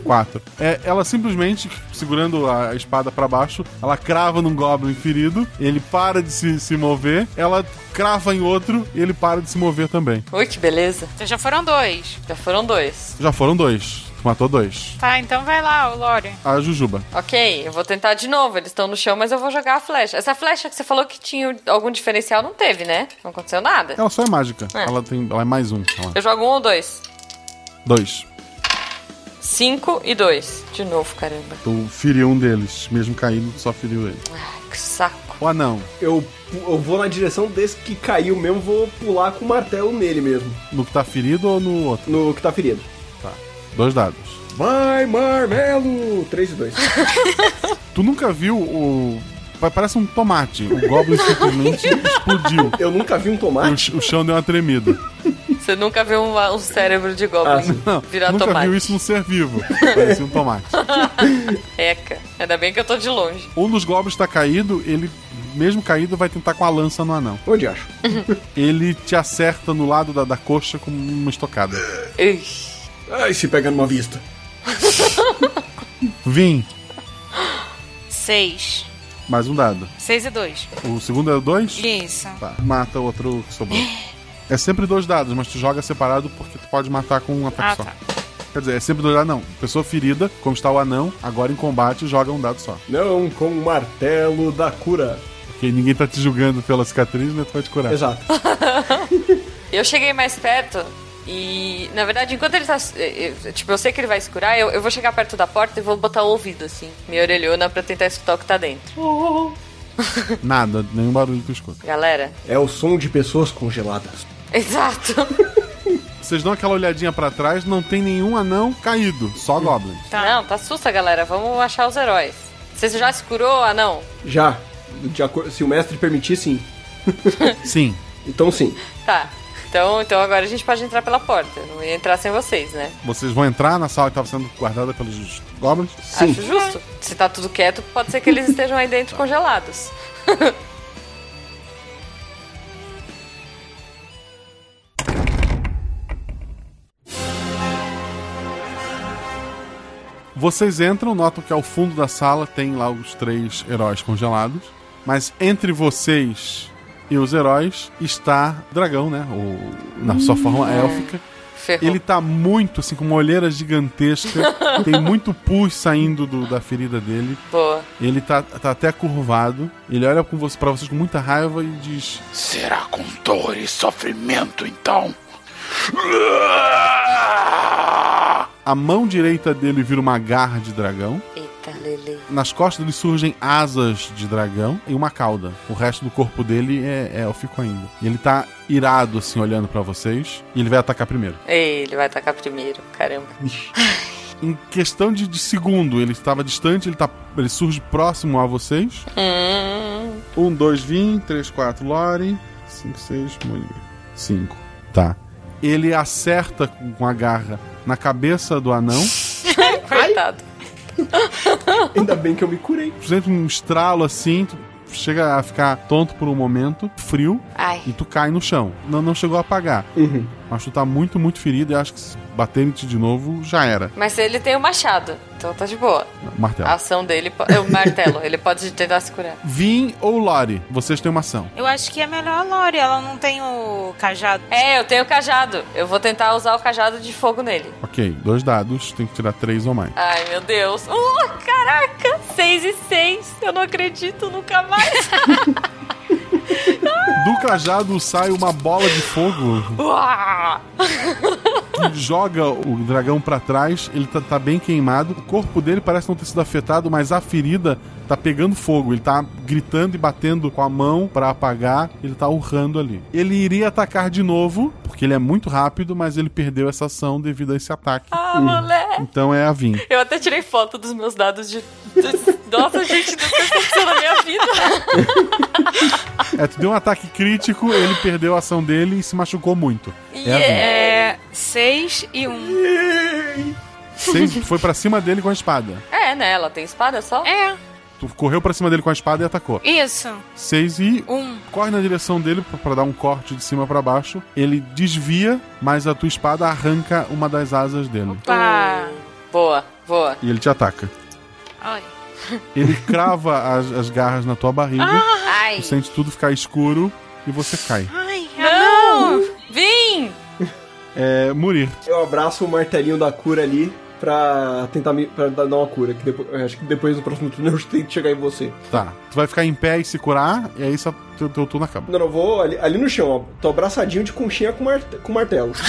Quatro. É, ela simplesmente, segurando a espada pra baixo, ela crava num goblin ferido, ele para de se, se mover, ela crava em outro e ele para de se mover também. Ui, que beleza. Então já foram dois. Já foram dois. Já foram dois. Tu matou dois. Tá, então vai lá, o Lore. A Jujuba. Ok, eu vou tentar de novo. Eles estão no chão, mas eu vou jogar a flecha. Essa flecha que você falou que tinha algum diferencial não teve, né? Não aconteceu nada. Ela só é mágica. É. Ela tem. Ela é mais um. Ela- Eu jogo um ou dois? Dois. Cinco e dois. De novo, caramba. [LAUGHS] Tu feriu um deles. Mesmo caindo, tu só feriu ele. Que saco. O anão. Eu, pu- eu vou na direção desse que caiu mesmo, vou pular com o martelo nele mesmo. No que tá ferido ou no outro? No que tá ferido. Tá. Dois dados. Vai, marmelo! 3 e 2. Tu nunca viu o. pa- Parece um tomate. O [LAUGHS] Goblin simplesmente explodiu. Eu nunca vi um tomate. O, chão deu uma tremida. Você nunca viu um, um cérebro de goblin Ah, Não, virar nunca tomate. viu isso num ser vivo. Parecia um tomate. [LAUGHS] Eca. Ainda bem que eu tô de longe. Um dos goblins tá caído, ele, mesmo caído, vai tentar com a lança no anão. Onde acho? Ele te acerta no lado da, da coxa com uma estocada. Ai, se pega numa vista. Vim, Seis. mais um dado. Seis e dois. O segundo é dois? Isso. Tá, mata o outro que sobrou. É sempre dois dados, mas tu joga separado porque tu pode matar com um ataque Ah, só. Quer dizer, é sempre dois dados, não. Pessoa ferida, como está o anão, agora em combate joga um dado só. [LAUGHS] Não com o martelo da cura. Porque ninguém tá te julgando pela cicatriz, né? Tu vai te curar. Exato. Eu cheguei mais perto e, na verdade, enquanto ele tá. eh, eh, Tipo, eu sei que ele vai se curar, eu, eu vou chegar perto da porta e vou botar o ouvido, assim, minha orelhona, pra tentar escutar o que tá dentro. [LAUGHS] Nada, nenhum barulho tu escuta. Galera, [LAUGHS] É o som de pessoas congeladas. exato. Vocês dão aquela olhadinha pra trás, não tem nenhum anão caído, só goblin. Não, tá sussa, galera. Vamos achar os heróis. Você já se curou, Ah, anão? Já. De acordo, se o mestre permitir, sim. [LAUGHS] sim. Então sim. Tá. Então, então agora a gente pode entrar pela porta. Não ia entrar sem vocês, né? Vocês vão entrar na sala que estava sendo guardada pelos goblins? Acho justo. Se tá tudo quieto, pode ser que eles estejam aí dentro congelados. Vocês entram, notam que ao fundo da sala tem lá os três heróis congelados, mas entre vocês e os heróis está o dragão, né? O, na sua forma [LAUGHS] É. élfica. Ferrou. Ele tá muito assim, com uma [LAUGHS] olheira gigantesca, tem muito pus saindo do- da ferida dele. Boa. Ele tá, tá até curvado. Ele olha com você, pra vocês com muita raiva e diz: Será com dor e sofrimento então? A mão direita dele vira uma garra de dragão. Eita, Lele. Nas costas dele surgem asas de dragão e uma cauda. O resto do corpo dele é, é élfico ainda. E ele tá irado, assim, olhando pra vocês. E ele vai atacar primeiro. Ei, Ele vai atacar primeiro, caramba. Em questão de, de segundo, ele estava distante, ele, tá, ele surge próximo a vocês. Hum. 1, 2, Vim, 3, 4, Lore, 5, 6, Monique. 5. Tá. Ele acerta com com a garra na cabeça do anão. [LAUGHS] Coitado. [LAUGHS] Ainda bem que eu me curei. Tu sente um estralo assim, tu chega a ficar tonto por um momento, frio, Ai. e tu cai no chão. Não, não chegou a apagar. Uhum. Mas tu tá muito, muito ferido e acho que se baterem em ti de novo, já era. Mas ele tem o machado, então tá de boa. Martelo. A ação dele po- é o martelo. ele pode tentar se curar. Vim ou Lore, vocês têm uma ação. Eu acho que é melhor a Lore, ela não tem o cajado. É, eu tenho o cajado. Eu vou tentar usar o cajado de fogo nele. Ok, dois dados, tem que tirar três ou mais. Ai, meu Deus. Uh, caraca! 6 e 6. Eu não acredito nunca mais. [LAUGHS] Do cajado sai uma bola de fogo Uá! joga o dragão pra trás, ele tá, tá bem queimado, o corpo dele parece não ter sido afetado, mas a ferida tá pegando fogo, ele tá gritando e batendo com a mão pra apagar, ele tá urrando ali. Ele iria atacar de novo, porque ele é muito rápido, mas ele perdeu essa ação devido a esse ataque. Ah, moleque! Então é a Vin. Eu até tirei foto dos meus dados de. de- Nossa, gente, do que aconteceu na minha vida. É, tu deu um ataque crítico, ele perdeu a ação dele e se machucou muito. É a Vin. É. 6 e 1. Um. Seis- foi pra cima dele com a espada. É, né? Ela tem espada só? É. Tu correu pra cima dele com a espada e atacou. Isso. 6 e Um. corre na direção dele pra- pra dar um corte de cima pra baixo. Ele desvia, mas a tua espada arranca uma das asas dele. Pá. Hum, Boa, boa. E ele te ataca. Ai. Ele crava as, as garras na tua barriga. Ai. Tu sente tudo ficar escuro e você cai. Ai, não! Vim! É, Murir. Eu abraço o martelinho da cura ali pra tentar me, pra dar dar uma cura. Que depois, eu acho que depois no próximo turno eu [LAUGHS] tento chegar em você. Tá. Tu vai ficar em pé e se curar, e aí só teu, teu turno acaba. Não, não, vou ali, ali no chão, ó. Tô abraçadinho de conchinha com, marte- com martelo. [LAUGHS]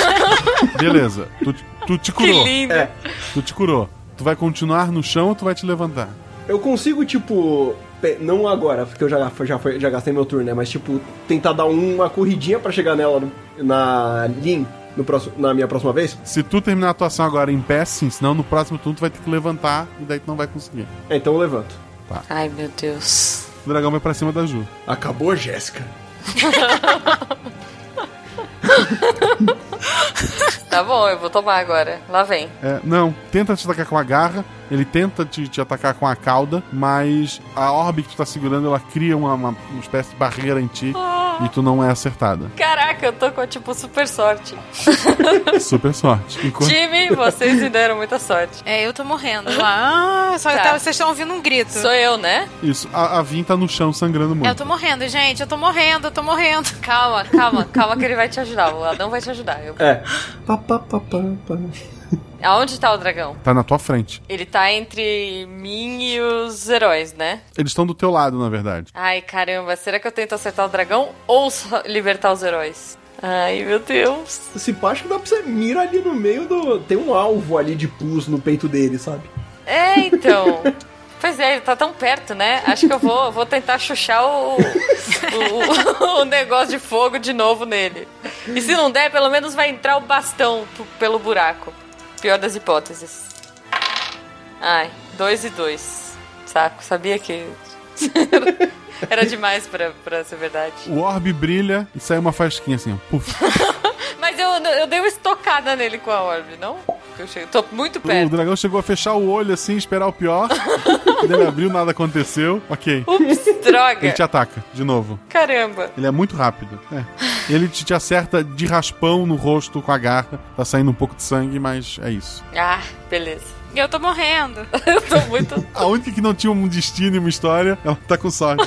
Beleza. Tu, [LAUGHS] tu te curou. lindo. É. Tu te curou. Tu vai continuar no chão ou tu vai te levantar? Eu consigo, tipo. pe- Não agora, porque eu já, já, foi- já gastei meu turno, né? Mas, tipo, tentar dar uma corridinha pra chegar nela no- na Lin no próximo, na minha próxima vez? Se tu terminar a tua ação agora em pé, sim. Senão no próximo turno tu vai ter que levantar e daí tu não vai conseguir. É, então eu levanto. Tá. Ai, meu Deus. O dragão vai pra cima da Ju. Acabou, Jéssica. [LAUGHS] Tá bom, eu vou tomar agora. Lá vem. É, não, tenta te atacar com a garra, ele tenta te, te atacar com a cauda, mas a orbe que tu tá segurando, ela cria uma, uma- uma espécie de barreira em ti Ah. e tu não é [LAUGHS] acertada. Caraca, eu tô com, tipo, super sorte. Super sorte. Enquanto- Time, vocês me deram muita sorte. É, eu tô morrendo [LAUGHS] lá. Ah, só que Tá. tá- vocês estão ouvindo um grito. Sou eu, né? Isso, a, a Vin tá no chão sangrando Eu muito. tô morrendo, gente. Eu tô morrendo, eu tô morrendo. Calma, calma, calma que ele vai te ajudar. O Adão vai te ajudar. Eu- É. Pá, pá, pá, pá, pá. Aonde tá o dragão? Tá na tua frente. Ele tá entre mim e os heróis, né? Eles estão do teu lado, na verdade. Ai, caramba, será que eu tento acertar o dragão ou só libertar os heróis? Ai, meu Deus. Esse pá, acho que dá pra você mira ali no meio do. Tem um alvo ali de pus no peito dele, sabe? É, então. Pois é, ele tá tão perto, né? Acho que eu vou, vou tentar chuchar o, o, o negócio de fogo de novo nele. E se não der, pelo menos vai entrar o bastão p- pelo buraco. Pior das hipóteses. Ai, dois e dois. Saco, sabia que [LAUGHS] era demais pra, pra ser verdade. O orbe brilha e sai uma fasquinha assim, ó. Puf. Mas eu, eu dei uma estocada nele com a orbe, não? Eu chego, tô muito O Tá perto. dragão chegou a fechar o olho assim, esperar o pior. Quando ele abriu, nada aconteceu. Ok. Ups, droga. Hum. Ele te ataca de novo. Caramba. Ele é muito rápido. É. Ele te, te acerta de raspão no rosto com a garra. Tá saindo um pouco de sangue, mas é isso. Ah, beleza. Eu tô morrendo. Eu tô muito. A única que não tinha um destino e uma história, ela tá com sorte.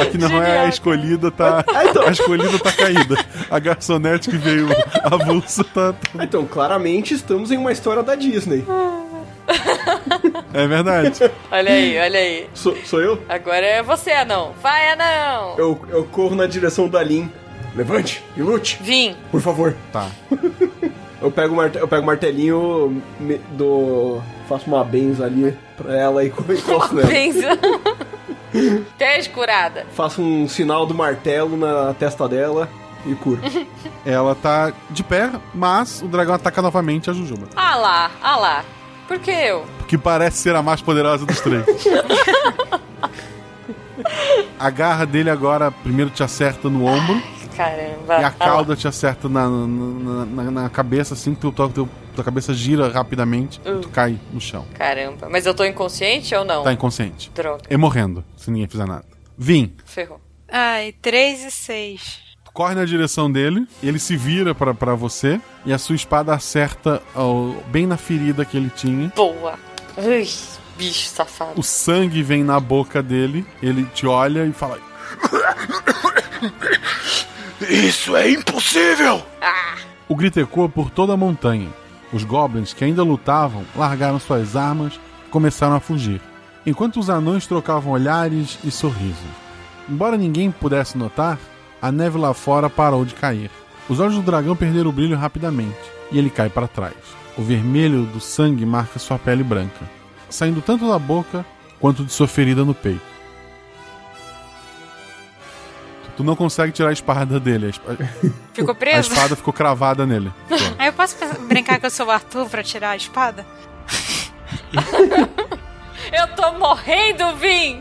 A que não é a escolhida, tá. A escolhida tá caída. A garçonete que [LAUGHS] veio avulsa tá. Então, claramente estamos em uma história da Disney. É verdade. [LAUGHS] [LAUGHS] Olha aí, olha aí. Sou, sou eu? Agora é você, anão. Vai, anão. eu? Eu corro na direção da Lin. Levante e lute. Vim. Por favor. Tá. [LAUGHS] eu, pego o marte- eu pego o martelinho me- do. Faço uma benza ali pra ela e [LAUGHS] co- encosto nela. [LAUGHS] Pensa. Teste curada. Faço um sinal do martelo na testa dela e curo. Ela tá de pé, mas o dragão ataca novamente a Jujuba. Ah lá, ah lá. Por que eu? Que parece ser a mais poderosa dos três. A garra dele agora primeiro te acerta no ombro. Caramba. E a ah lá. cauda te acerta na, na, na- na cabeça, assim, teu, teu, teu, tua cabeça gira rapidamente Uh. tu cai no chão. Caramba. Mas eu tô inconsciente ou não? Tá inconsciente. Droga. E morrendo, se ninguém fizer nada. Vim, Ferrou. Ai, 3 e 6. tu corre na direção dele, ele se vira pra- pra você e a sua espada acerta ao- bem na ferida que ele tinha. Boa. Ui, bicho safado. O sangue vem na boca dele, ele te olha e fala: Isso é impossível! O grito ecoa por toda a montanha. Os goblins que ainda lutavam largaram suas armas e começaram a fugir, enquanto os anões trocavam olhares e sorrisos. Embora ninguém pudesse notar, a neve lá fora parou de cair. Os olhos do dragão perderam o brilho rapidamente e ele cai para trás. O vermelho do sangue marca sua pele branca, saindo tanto da boca quanto de sua ferida no peito. Tu não consegue tirar a espada dele. A espada, [LAUGHS] Ficou a preso? espada ficou cravada nele. [LAUGHS] Aí eu posso pensar- brincar que eu sou o Arthur pra tirar a espada? [LAUGHS] Eu tô morrendo, Vim!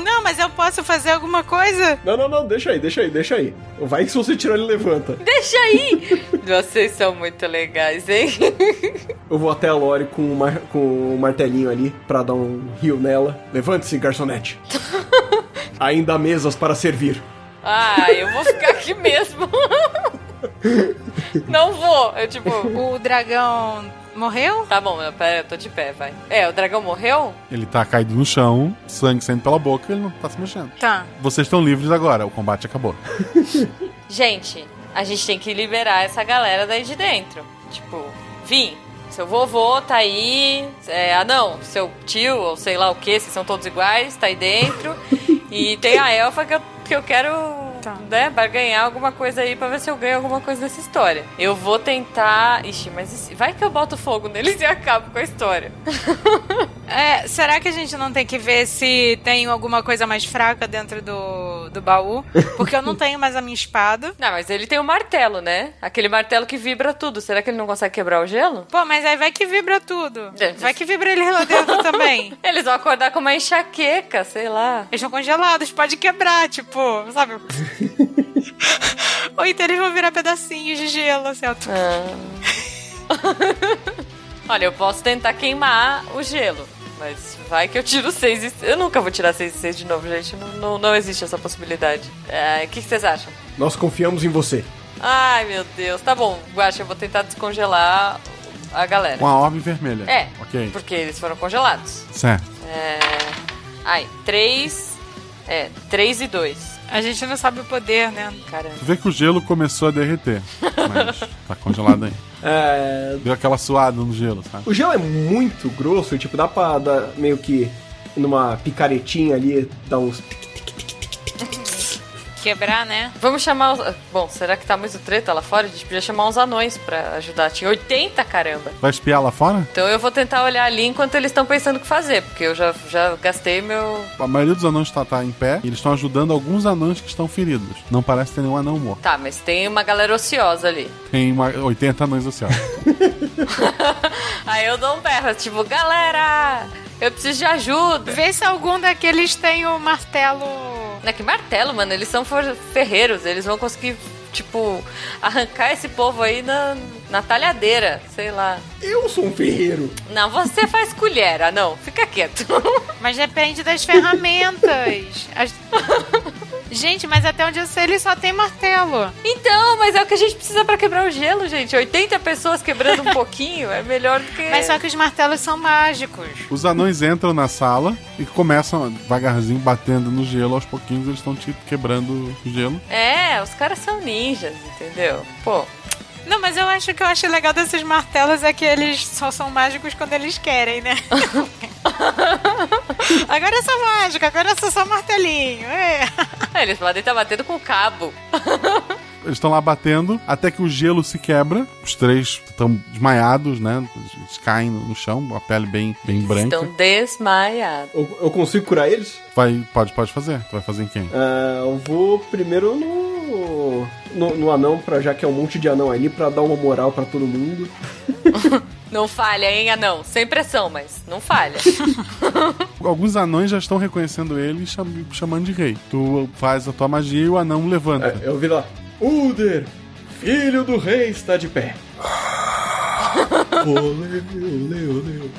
Não, mas eu posso fazer alguma coisa? Não, não, não, deixa aí, deixa aí, deixa aí. Vai que se você tirar ele levanta. Deixa aí! Vocês são muito legais, hein? Eu vou até a Lore com o, mar- com o martelinho ali pra dar um rio nela. [LAUGHS] Levante-se, garçonete. Ainda há mesas para servir. Ah, eu vou ficar aqui mesmo. Não vou. Eu, tipo, o dragão morreu? Tá bom, pera, eu tô de pé, vai. É, o dragão morreu? Ele tá caído no chão, sangue saindo pela boca, ele não tá se mexendo. Tá. Vocês estão livres agora, o combate acabou. Gente, a gente tem que liberar essa galera daí de dentro. Tipo, Vim, seu vovô tá aí. É, ah, não, seu tio, ou sei lá o que, vocês são todos iguais, tá [LAUGHS] aí dentro. e tem a elfa que eu, que eu quero. Tá. Né, barganhar alguma coisa aí pra ver se eu ganho alguma coisa dessa história. Eu vou tentar. Ixi, mas e se- vai que eu boto fogo neles e [LAUGHS] acabo com a história. É, será que a gente não tem que ver se tem alguma coisa mais fraca dentro do, do baú? Porque eu [LAUGHS] não tenho mais a minha espada. Não, mas ele tem o martelo, né? Aquele martelo que vibra tudo. Será que ele não consegue quebrar o gelo? Pô, mas aí vai que vibra tudo. Vai que vibra ele lá dentro também. [LAUGHS] Eles vão acordar com uma enxaqueca, sei lá. Eles estão congelados, pode quebrar, tipo, [LAUGHS] sabe? Ou então eles vão virar pedacinhos de gelo, assim, ó. Ah. Olha, eu posso tentar queimar o gelo. Mas vai que eu tiro 6 e 6. Eu nunca vou tirar 6 e 6 de novo, gente. Não, não, não existe essa possibilidade. É, O que, que vocês acham? Nós confiamos em você. Ai, meu Deus. Tá bom, Guaxa, eu vou tentar descongelar a galera. Com a orbe vermelha. É, Ok. porque eles foram congelados. Certo. É... Ai, 3... É, 3 e 2. A gente não sabe o poder, né? Caramba. Tu vê que o gelo começou a derreter, mas tá congelado ainda. É... Deu aquela suada no gelo, sabe? O gelo é muito grosso, tipo, dá pra dar meio que numa picaretinha ali, dar uns. [LAUGHS] Quebrar, né? Vamos chamar os... Bom, será que tá muito treta lá fora? A gente podia chamar uns anões pra ajudar. Tinha 80, caramba. Vai espiar lá fora? Então eu vou tentar olhar ali enquanto eles estão pensando o que fazer, porque eu já, já gastei meu. A maioria dos anões tá, tá em pé e eles estão ajudando alguns anões que estão feridos. Não parece ter nenhum anão morto. Tá, mas tem uma galera ociosa ali. Tem uma- 80 anões assim, ó. Aí eu dou um berro, tipo, galera, eu preciso de ajuda. Vê se algum daqueles tem o martelo. Não, é que martelo, mano, eles são for- ferreiros, eles vão conseguir, tipo, arrancar esse povo aí na, na talhadeira, sei lá. Eu sou um ferreiro. Não, você faz colher, ah, não, fica quieto. [LAUGHS] Mas depende das ferramentas. [LAUGHS] As- Gente, mas até onde eu sei, ele só tem martelo. Então, mas é o que a gente precisa para quebrar o gelo, gente. 80 pessoas quebrando [LAUGHS] um pouquinho é melhor do que. Mas só que os martelos são mágicos. Os anões entram na sala e começam devagarzinho batendo no gelo. Aos pouquinhos eles estão tipo quebrando o gelo. É, os caras são ninjas, entendeu? Pô, Não, mas eu acho que eu acho legal desses martelos é que eles só são mágicos quando eles querem, [LAUGHS] né? agora eu sou mágica, agora eu sou só martelinho. é. eles podem estar batendo com o cabo. Eles estão lá batendo até que o gelo se quebra. Os três estão desmaiados, né? Eles caem no chão, a pele bem, bem branca. Estão desmaiados. Eu, eu consigo curar eles? Vai, pode, pode fazer. Tu vai fazer em quem? Ah, eu vou primeiro no, no. no anão, pra, já que é um monte de anão ali, pra dar uma moral pra todo mundo. Não falha, hein, anão? Sem pressão, mas não falha. Alguns anões já estão reconhecendo ele e cham- chamando de rei. Tu faz a tua magia e o anão levanta. É, eu vi lá. Uder, filho do rei, está de pé. Olê, olê, olê.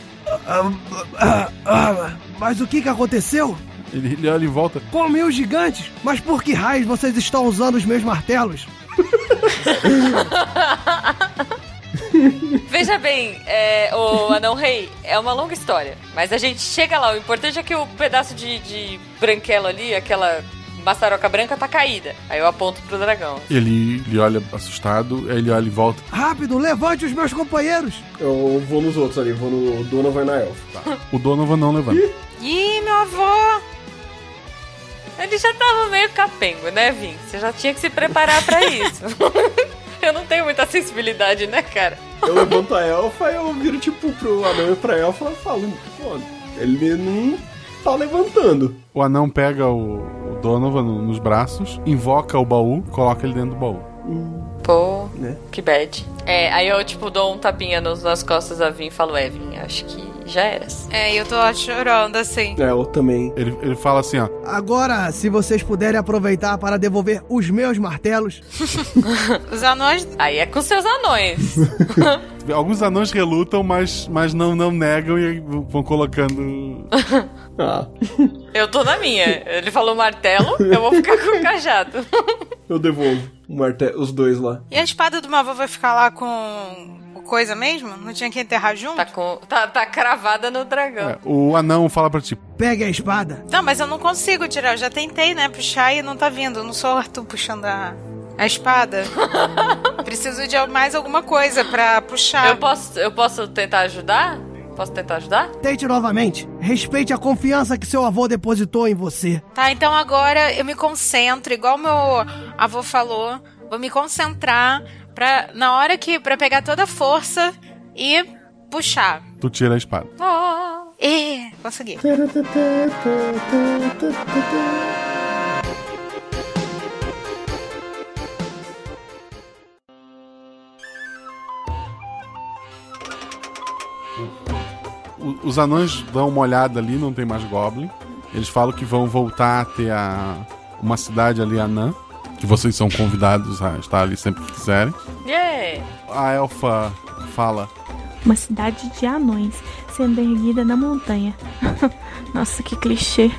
Ah, ah, mas o que que aconteceu? Ele, ele olha e volta. Como meus gigantes? Mas por que raios vocês estão usando os meus martelos? Veja bem, é, o anão rei, é uma longa história. Mas a gente chega lá, o importante é que o pedaço de, de branquelo ali, aquela maçaroca branca, tá caída. Aí eu aponto pro dragão. Ele, ele olha assustado, aí ele olha e volta. Rápido, levante os meus companheiros! Eu vou nos outros ali, vou no Tá. Donovan e na Elf. O Donovan não levanta. Ih, meu avô! Ele já tava meio capengo, né, Vin? Você já tinha que se preparar [LAUGHS] pra isso. eu não tenho muita sensibilidade, né, cara? [LAUGHS] Eu levanto a elfa e eu viro tipo pro anão e pra elfa e falo, pô, ele não tá levantando. O anão pega o, o Donovan no- nos braços, invoca o baú, coloca ele dentro do baú. Pô, Né? que bad. É, aí eu, tipo, dou um tapinha nos- nas costas da Vin e falo, é, Vin, acho que já eras. É, e eu tô chorando assim. É, eu também. Ele, ele fala assim, ó. Agora, se vocês puderem aproveitar para devolver os meus martelos. Os anões. Aí é com seus anões. Alguns anões relutam, mas, mas não, não negam e vão colocando. ah, Eu tô na minha. Ele falou martelo, eu vou ficar com o cajado. eu devolvo o marte- os dois lá. E a espada do meu avô vai ficar lá com o coisa mesmo? Não tinha que enterrar junto? Tá, com... tá, cravada no dragão. É, O anão fala pra ti. Pegue a espada. Não, mas eu não consigo tirar. Eu já tentei, né? Puxar e não tá vindo. Eu não sou o Arthur puxando a, a espada. Preciso de mais alguma coisa pra puxar. Eu posso, eu posso tentar ajudar? Posso tentar ajudar? Tente novamente. Respeite a confiança que seu avô depositou em você. Tá, então agora eu me concentro, igual meu avô falou, vou me concentrar pra, na hora que, pra pegar toda a força e puxar. Tu tira a espada. Oh, e consegui. O- os anões dão uma olhada ali, não tem mais Goblin. Eles falam que vão voltar a ter a, uma cidade ali, Anã, que vocês são convidados a estar Tá ali sempre que quiserem. Yeah. A elfa fala: Uma cidade de anões sendo erguida na montanha. [LAUGHS] Nossa, que clichê.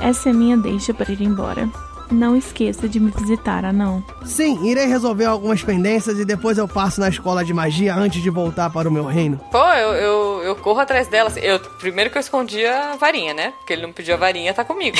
Essa é minha deixa para ir embora. Não esqueça de me visitar, anão. Sim, irei resolver algumas pendências e depois eu passo na escola de magia antes de voltar para o meu reino. Pô, eu, eu, eu corro atrás dela. assim, Eu, primeiro que eu escondi a varinha, né? Porque ele não pediu a varinha, tá comigo.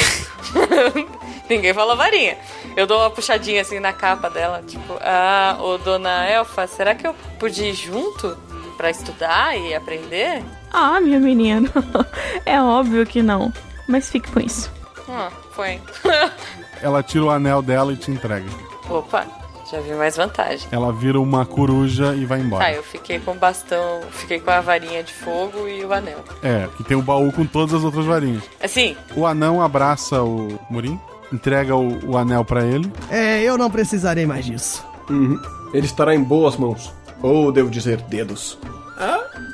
[LAUGHS] Ninguém falou varinha. Eu dou uma puxadinha assim na capa dela, tipo, ah, ô dona Elfa, será que eu podia ir junto pra estudar e aprender? Ah, meu menino. [LAUGHS] é óbvio que não. Mas fique com isso. Ah, foi. [LAUGHS] Ela tira o anel dela e te entrega. Opa, já vi mais vantagem. Ela vira uma coruja e vai embora. Tá, eu fiquei com o bastão, fiquei com a varinha de fogo e o anel. É, que tem o baú com todas as outras varinhas. Assim, O anão abraça o Murim, entrega o, o anel pra ele. Hum. É, eu não precisarei mais disso. Uhum. Ele estará em boas mãos. Ou devo dizer, dedos.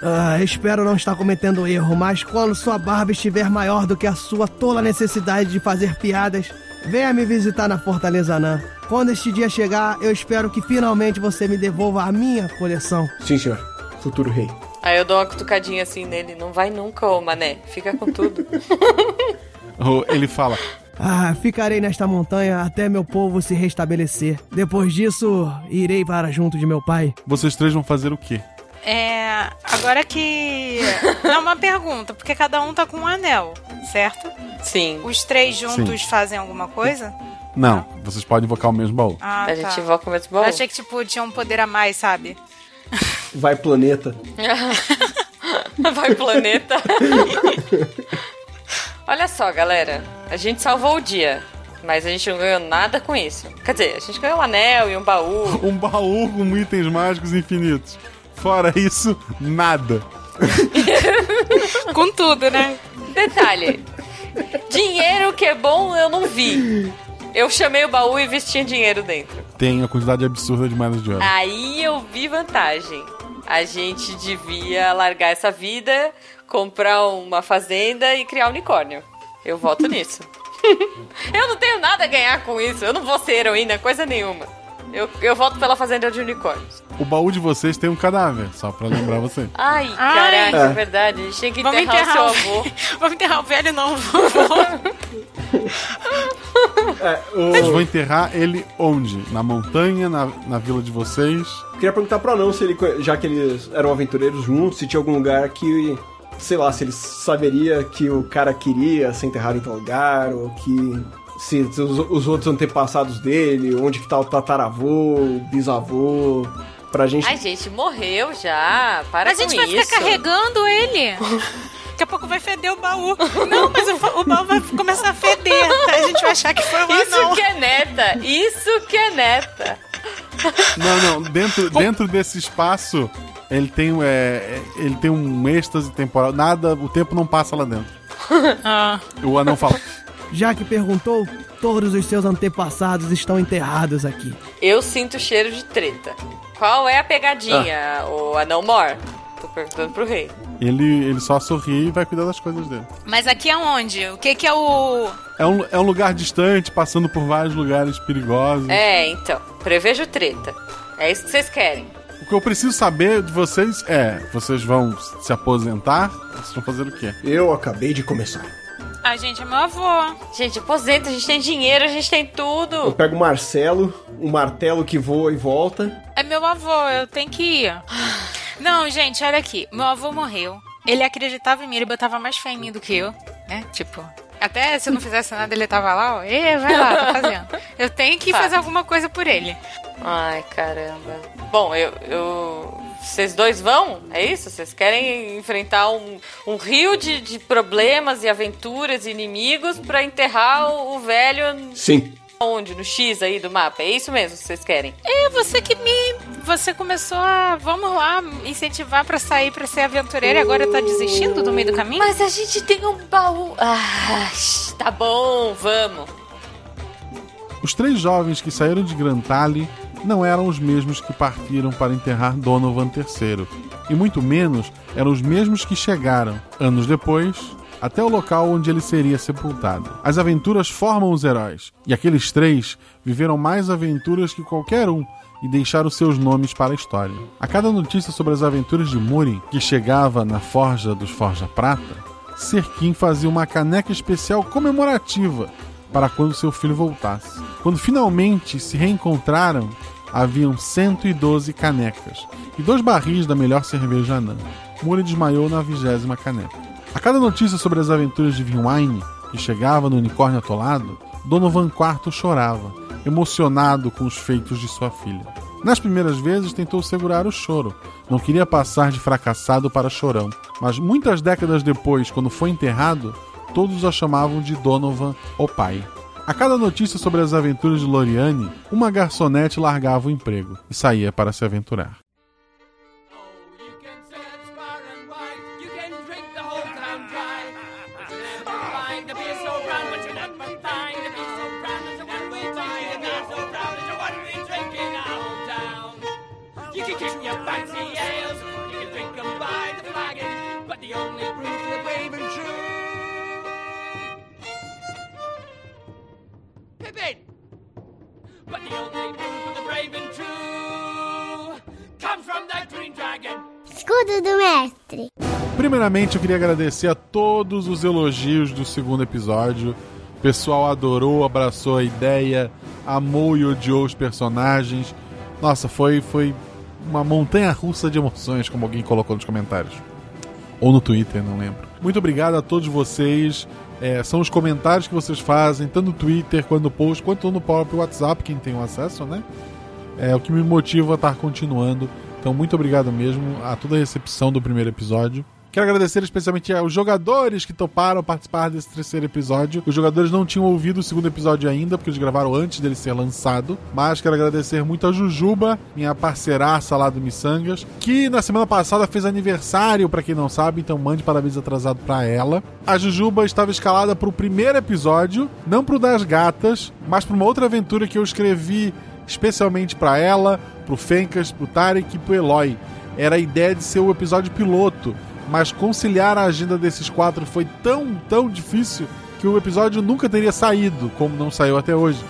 Ah, espero não estar cometendo erro, mas quando sua barba estiver maior do que a sua tola necessidade de fazer piadas, venha me visitar na Fortaleza Anã. Quando este dia chegar, eu espero que finalmente você me devolva a minha coleção. Sim, senhor. Futuro rei. aí eu dou uma cutucadinha assim nele. Não vai nunca, ô mané. Fica com tudo. O- Ele fala: Ah, ficarei nesta montanha até meu povo se restabelecer. Depois disso, irei para junto de meu pai. Vocês três vão fazer o quê? É, agora [LAUGHS] que. Não, uma pergunta, porque cada um tá com um anel, certo? Sim. Os três juntos fazem alguma coisa? Não, vocês podem invocar o mesmo baú. Ah, A tá. gente invoca o mesmo baú. Eu achei que, tipo, tinha um poder a mais, sabe? Vai, planeta. [LAUGHS] [LAUGHS] Vai planeta. [LAUGHS] Olha só, galera. A gente salvou o dia. Mas a gente não ganhou nada com isso. Quer dizer, a gente ganhou um anel e um baú. [LAUGHS] Um baú com itens mágicos infinitos. Fora isso, nada. [LAUGHS] Com tudo, né? Detalhe. Dinheiro que é bom eu não vi. Eu chamei o baú e vi se tinha dinheiro dentro. Tem a quantidade absurda de moedas de ouro. Ah. Aí eu vi vantagem. A gente devia largar essa vida, comprar uma fazenda e criar um unicórnio. Eu voto nisso. [LAUGHS] eu não tenho nada a ganhar com isso. Eu não vou ser heroína, coisa nenhuma. Eu, eu voto pela fazenda de unicórnios. O baú de vocês tem um cadáver, só pra lembrar vocês. Ai, Ai. caraca, é É. verdade. A gente tinha que Vamos enterrar, enterrar o o- seu avô. [LAUGHS] Vamos enterrar o velho, não, [LAUGHS] vovô. É, Vocês vão enterrar ele onde? Na montanha, na, na vila de vocês? Queria perguntar pro anão se ele, co- já que eles eram aventureiros juntos, se tinha algum lugar que, sei lá, se ele saberia que o cara queria ser enterrado em tal lugar, ou que se, se os, os outros antepassados dele, onde que tá o tataravô, o bisavô, pra gente... A gente morreu já. Para a com gente vai ficar isso. carregando [LAUGHS] ele. Daqui a pouco vai feder o baú. Não, mas o, fa- o baú vai começar a feder. tá? A gente vai achar que foi um Isso anão. que é neta! Isso que é neta! Não, não. Dentro, dentro desse espaço, ele tem, é, ele tem um êxtase temporal. Nada, o tempo não passa lá dentro. Ah. O anão fala. Já que perguntou, todos os seus antepassados estão enterrados aqui. Eu sinto cheiro de treta. Qual é a pegadinha, o anão mor? Tô perguntando pro rei. Ele, ele só sorri e vai cuidar das coisas dele. Mas aqui é onde? O que que é o... É um, é um lugar distante, passando por vários lugares perigosos. É, então. Prevejo treta. É isso que vocês querem. O que eu preciso saber de vocês é: vocês vão se aposentar? Vocês vão fazer o quê? Eu acabei de começar. A gente é meu avô. Gente, aposenta, a gente tem dinheiro, a gente tem tudo. Eu pego o Marcelo, o martelo que voa e volta. É meu avô, eu tenho que ir. Não, gente, olha aqui. Meu avô morreu. Ele acreditava em mim, ele botava mais fé em mim do que eu, né? Tipo, até se eu não fizesse nada, ele tava lá, ó. Ê, vai lá, tá fazendo. Eu tenho que Tá. fazer alguma coisa por ele. Ai, caramba. Bom, eu. eu- Vocês dois vão? É isso? Vocês querem enfrentar um, um rio de, de problemas e aventuras e inimigos pra enterrar o, o velho Sim. onde? No X aí do mapa? É isso mesmo que vocês querem? É, você que me. Você começou a. Vamos lá, incentivar pra sair, pra ser aventureira e agora tá desistindo do meio do caminho? Mas a gente tem um baú. Ah, tá bom, vamos. Os três jovens que saíram de Grantali não eram os mesmos que partiram para enterrar Donovan III, e muito menos eram os mesmos que chegaram, anos depois, até o local onde ele seria sepultado. As aventuras formam os heróis, e aqueles três viveram mais aventuras que qualquer um e deixaram seus nomes para a história. A cada notícia sobre as aventuras de Murin, que chegava na forja dos Forja Prata, Serkin fazia uma caneca especial comemorativa para quando seu filho voltasse. Quando finalmente se reencontraram, haviam 112 canecas e dois barris da melhor cerveja anã. Murray desmaiou na vigésima caneca. A cada notícia sobre as aventuras de Vinwine, que chegava no unicórnio atolado, Donovan IV chorava, emocionado com os feitos de sua filha. Nas primeiras vezes tentou segurar o choro, não queria passar de fracassado para chorão, mas muitas décadas depois, quando foi enterrado, todos a chamavam de Donovan o pai. A cada notícia sobre as aventuras de Loriane, uma garçonete largava o emprego e saía para se aventurar. You can keep your fancy ales, you can drink them by the flagon, but the only proof that brave and true. Pippin! But the only proof of the brave and true comes from the green dragon. Escudo do mestre. Primeiramente, eu queria agradecer a todos os elogios do segundo episódio. O pessoal adorou, abraçou a ideia, amou e odiou os personagens. Nossa, foi, foi uma montanha russa de emoções, como alguém colocou nos comentários. Ou no Twitter, não lembro. Muito obrigado a todos vocês. É, são os comentários que vocês fazem, tanto no Twitter, quanto no post, quanto no próprio WhatsApp, quem tem o acesso, né? É o que me motiva a estar continuando. Então, muito obrigado mesmo a toda a recepção do primeiro episódio. Quero agradecer especialmente aos jogadores que toparam participar desse terceiro episódio. Os jogadores não tinham ouvido o segundo episódio ainda, porque eles gravaram antes dele ser lançado. Mas quero agradecer muito a Jujuba, minha parceiraça lá do Missangas, que na semana passada fez aniversário, pra quem não sabe, então mande parabéns atrasado pra ela. A Jujuba estava escalada pro primeiro episódio, não pro das gatas, mas pra uma outra aventura que eu escrevi especialmente pra ela, pro Fencas, pro Tarek e pro Eloy. Era a ideia de ser o episódio piloto, mas conciliar a agenda desses quatro foi tão, tão difícil que o episódio nunca teria saído, como não saiu até hoje.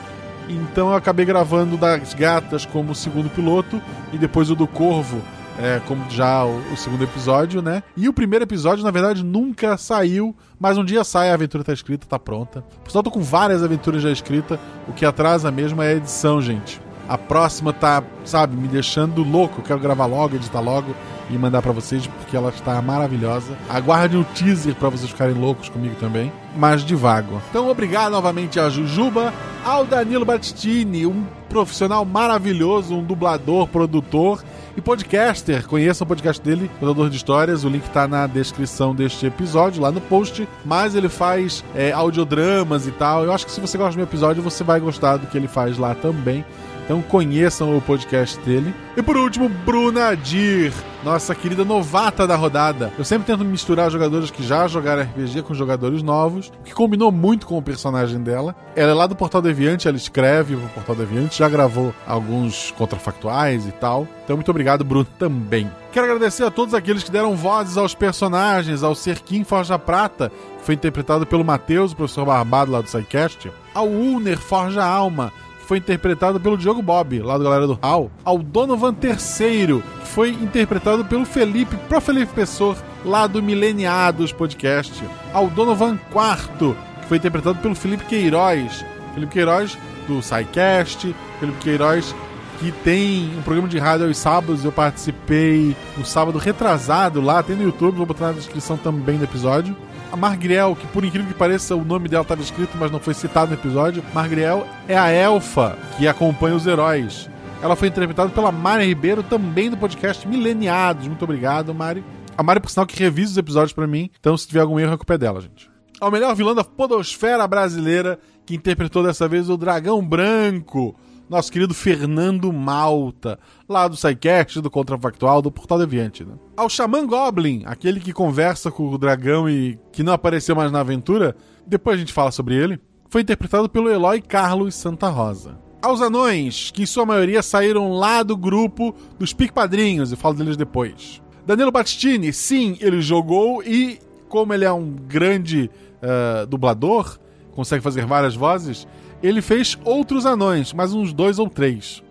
Então eu acabei gravando o das gatas como o segundo piloto e depois o do corvo é, como já o, o segundo episódio, né? E o primeiro episódio, na verdade, nunca saiu, mas um dia sai, a aventura tá escrita, tá pronta. Por sinal, tô com várias aventuras já escritas, o que atrasa mesmo é a edição, gente. A próxima tá, sabe, me deixando louco. Eu Quero gravar logo, editar logo e mandar pra vocês, porque ela está maravilhosa. Aguardem o teaser pra vocês ficarem loucos comigo também, mas devago. Então, obrigado novamente a Jujuba, ao Danilo Battistini, um profissional maravilhoso, um dublador, produtor E podcaster, conheça o podcast dele, Contador de Histórias. O link tá na descrição deste episódio, lá no post. Mas ele faz é, audiodramas e tal. Eu acho que se você gosta do meu episódio, você vai gostar do que ele faz lá também. Então conheçam o podcast dele. E por último, Bruna Dir, nossa querida novata da rodada. Eu sempre tento misturar jogadores que já jogaram RPG com jogadores novos, o que combinou muito com o personagem dela. Ela é lá do Portal Deviante, ela escreve pro Portal Deviante, já gravou alguns contrafactuais e tal. Então muito obrigado, Bruna, também. Quero agradecer a todos aqueles que deram vozes aos personagens, ao Serquim Forja Prata, que foi interpretado pelo Matheus, o professor Barbado lá do SciCast, ao Ulner Forja Alma, que foi interpretado pelo Diogo Bob, lá do Galera do Hall, ao Donovan III, que foi interpretado pelo Felipe, pro Felipe Pessoa, lá do Mileniados Podcast, ao Donovan IV, que foi interpretado pelo Felipe Queiroz, Felipe Queiroz do SciCast, Felipe Queiroz que tem um programa de rádio aos sábados, eu participei no sábado retrasado lá, tem no YouTube, vou botar na descrição também do episódio. A Margriel, que por incrível que pareça, o nome dela estava escrito, mas não foi citado no episódio. Margriel é a elfa que acompanha os heróis. Ela foi interpretada pela Mari Ribeiro, também do podcast Mileniados. Muito obrigado, Mari. A Mari, por sinal, que revisa os episódios para mim. Então, se tiver algum erro, é culpa dela, gente. Ao melhor vilão da podosfera brasileira, que interpretou dessa vez o Dragão Branco nosso querido Fernando Malta, lá do SciCast, do Contrafactual, do Portal Deviante. Né? Ao Xamã Goblin, aquele que conversa com o dragão e que não apareceu mais na aventura, depois a gente fala sobre ele, foi interpretado pelo Eloy Carlos Santa Rosa. Aos anões, que em sua maioria saíram lá do grupo dos Pic Padrinhos, eu falo deles depois. Danilo Battistini, sim, ele jogou e, como ele é um grande uh, dublador, consegue fazer várias vozes, ele fez outros anões, mas uns dois ou três.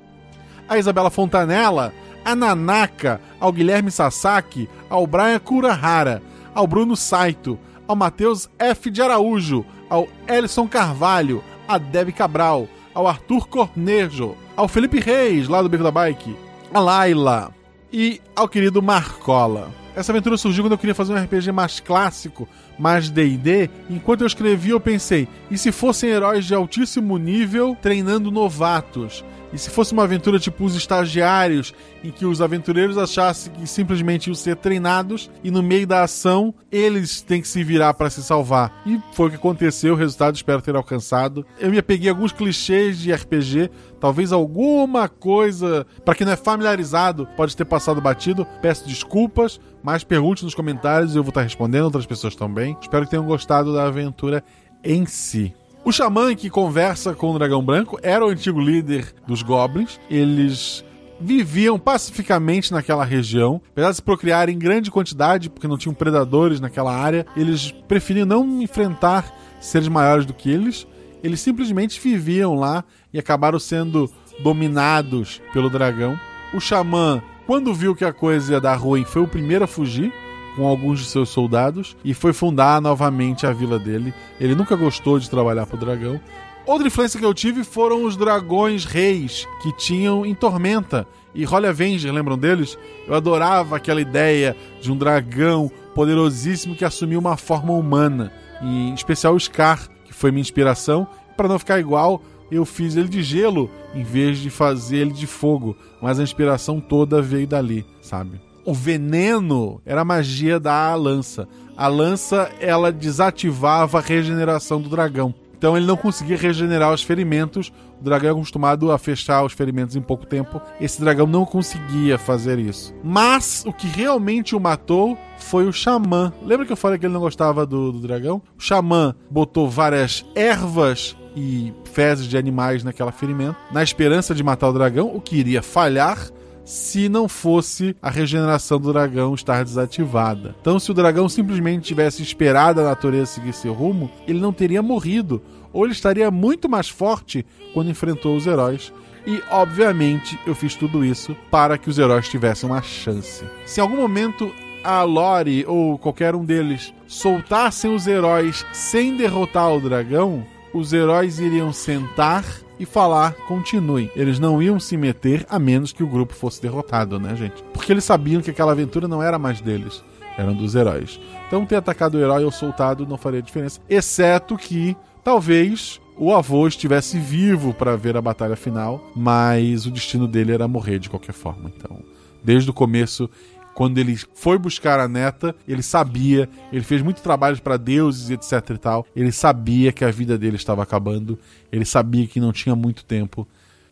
A Isabela Fontanella, a Nanaka, ao Guilherme Sasaki, ao Brian Kurahara, ao Bruno Saito, ao Matheus F. de Araújo, ao Elison Carvalho, a Deb Cabral, ao Arthur Cornejo, ao Felipe Reis, lá do Beco da Bike, a Laila e ao querido Marcola. Essa aventura surgiu quando eu queria fazer um RPG mais clássico, mais DD. Enquanto eu escrevi, eu pensei: e se fossem heróis de altíssimo nível treinando novatos? E se fosse uma aventura tipo os estagiários, em que os aventureiros achassem que simplesmente iam ser treinados e no meio da ação eles têm que se virar para se salvar? E foi o que aconteceu, o resultado espero ter alcançado. Eu me apeguei a alguns clichês de RPG, talvez alguma coisa, para quem não é familiarizado, pode ter passado batido. Peço desculpas, mas pergunte nos comentários, eu vou estar respondendo, outras pessoas também. Espero que tenham gostado da aventura em si. O xamã que conversa com o dragão branco era o antigo líder dos goblins. Eles viviam pacificamente naquela região, apesar de se procriar em grande quantidade, porque não tinham predadores naquela área, eles preferiam não enfrentar seres maiores do que eles. Eles simplesmente viviam lá e acabaram sendo dominados pelo dragão. O xamã, quando viu que a coisa ia dar ruim, foi o primeiro a fugir, com alguns de seus soldados e foi fundar novamente a vila dele. Ele nunca gostou de trabalhar para o dragão. Outra influência que eu tive foram os dragões reis que tinham em Tormenta e Holy Avenger, lembram deles? Eu adorava aquela ideia de um dragão poderosíssimo que assumiu uma forma humana, e em especial o Scar, que foi minha inspiração. Para não ficar igual, eu fiz ele de gelo em vez de fazer ele de fogo, mas a inspiração toda veio dali, sabe? o veneno era a magia da lança. A lança ela desativava a regeneração do dragão. Então ele não conseguia regenerar os ferimentos. O dragão é acostumado a fechar os ferimentos em pouco tempo. Esse dragão não conseguia fazer isso. Mas o que realmente o matou foi o xamã. Lembra que eu falei que ele não gostava do, do dragão? O xamã botou várias ervas e fezes de animais naquela ferimento, na esperança de matar o dragão, o que iria falhar se não fosse a regeneração do dragão estar desativada. Então, se o dragão simplesmente tivesse esperado a natureza seguir seu rumo, ele não teria morrido, ou ele estaria muito mais forte quando enfrentou os heróis. E, obviamente, eu fiz tudo isso para que os heróis tivessem uma chance. Se em algum momento a Lore ou qualquer um deles soltassem os heróis sem derrotar o dragão, os heróis iriam sentar e falar continuem. Eles não iam se meter a menos que o grupo fosse derrotado, né, gente? Porque eles sabiam que aquela aventura não era mais deles, eram dos heróis. Então ter atacado o herói ou soltado não faria diferença, exceto que talvez o avô estivesse vivo para ver a batalha final, mas o destino dele era morrer de qualquer forma, então Desde o começo, quando ele foi buscar a neta, ele sabia, ele fez muito trabalho para deuses, etc e tal. Ele sabia que a vida dele estava acabando, ele sabia que não tinha muito tempo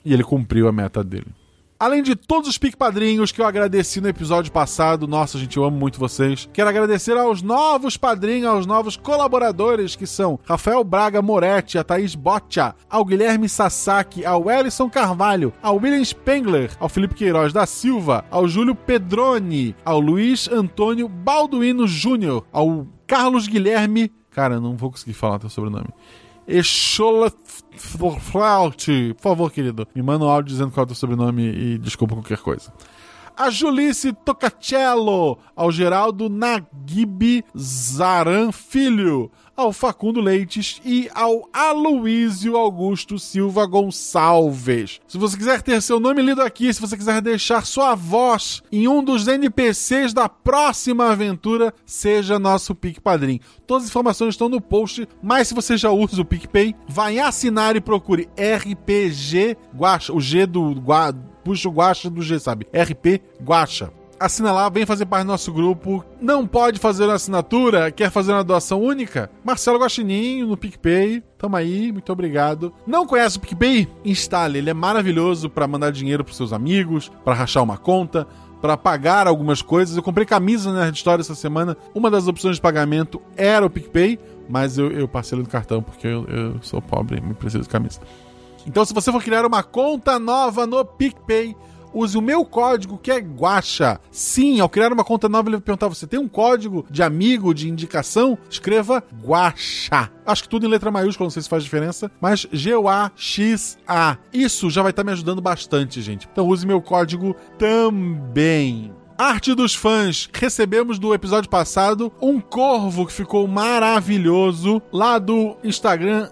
e ele cumpriu a meta dele. Além de todos os PicPadrinhos que eu agradeci no episódio passado, nossa gente, eu amo muito vocês. Quero agradecer aos novos padrinhos, aos novos colaboradores que são Rafael Braga Moretti, a Thaís Boccia, ao Guilherme Sasaki, ao Ellison Carvalho, ao William Spengler, ao Felipe Queiroz da Silva, ao Júlio Pedroni, ao Luiz Antônio Balduino Júnior, ao Carlos Guilherme. Cara, eu não vou conseguir falar teu sobrenome. Echola Flaut. Por favor, querido, me manda um áudio dizendo qual é o teu sobrenome e desculpa qualquer coisa. A Julice Tocatello, ao Geraldo Naguib Zaran Filho, ao Facundo Leites e ao Aloísio Augusto Silva Gonçalves. Se você quiser ter seu nome lido aqui, se você quiser deixar sua voz em um dos NPCs da próxima aventura, seja nosso PicPadrim. Todas as informações estão no post, mas se você já usa o PicPay, vai assinar e procure RPG Guacha, o G do Gua, puxa o Guacha do G, sabe? RP Guacha assina lá, vem fazer parte do nosso grupo. Não pode fazer uma assinatura? Quer fazer uma doação única? Marcelo Guaxininho no PicPay. Tamo aí, muito obrigado. Não conhece o PicPay? Instale, ele é maravilhoso para mandar dinheiro pros seus amigos, para rachar uma conta, para pagar algumas coisas. Eu comprei camisa na Nerd Story essa semana. Uma das opções de pagamento era o PicPay, mas eu, eu parcelei no cartão porque eu, eu sou pobre e preciso de camisa. Então, se você for criar uma conta nova no PicPay, use o meu código que é guacha. Sim, ao criar uma conta nova ele vai perguntar: "Você tem um código de amigo, de indicação?" Escreva guacha. Acho que tudo em letra maiúscula, não sei se faz diferença, mas G U A X A. Isso já vai estar me ajudando bastante, gente. Então use meu código também. Arte dos fãs. Recebemos do episódio passado um corvo que ficou maravilhoso lá do Instagram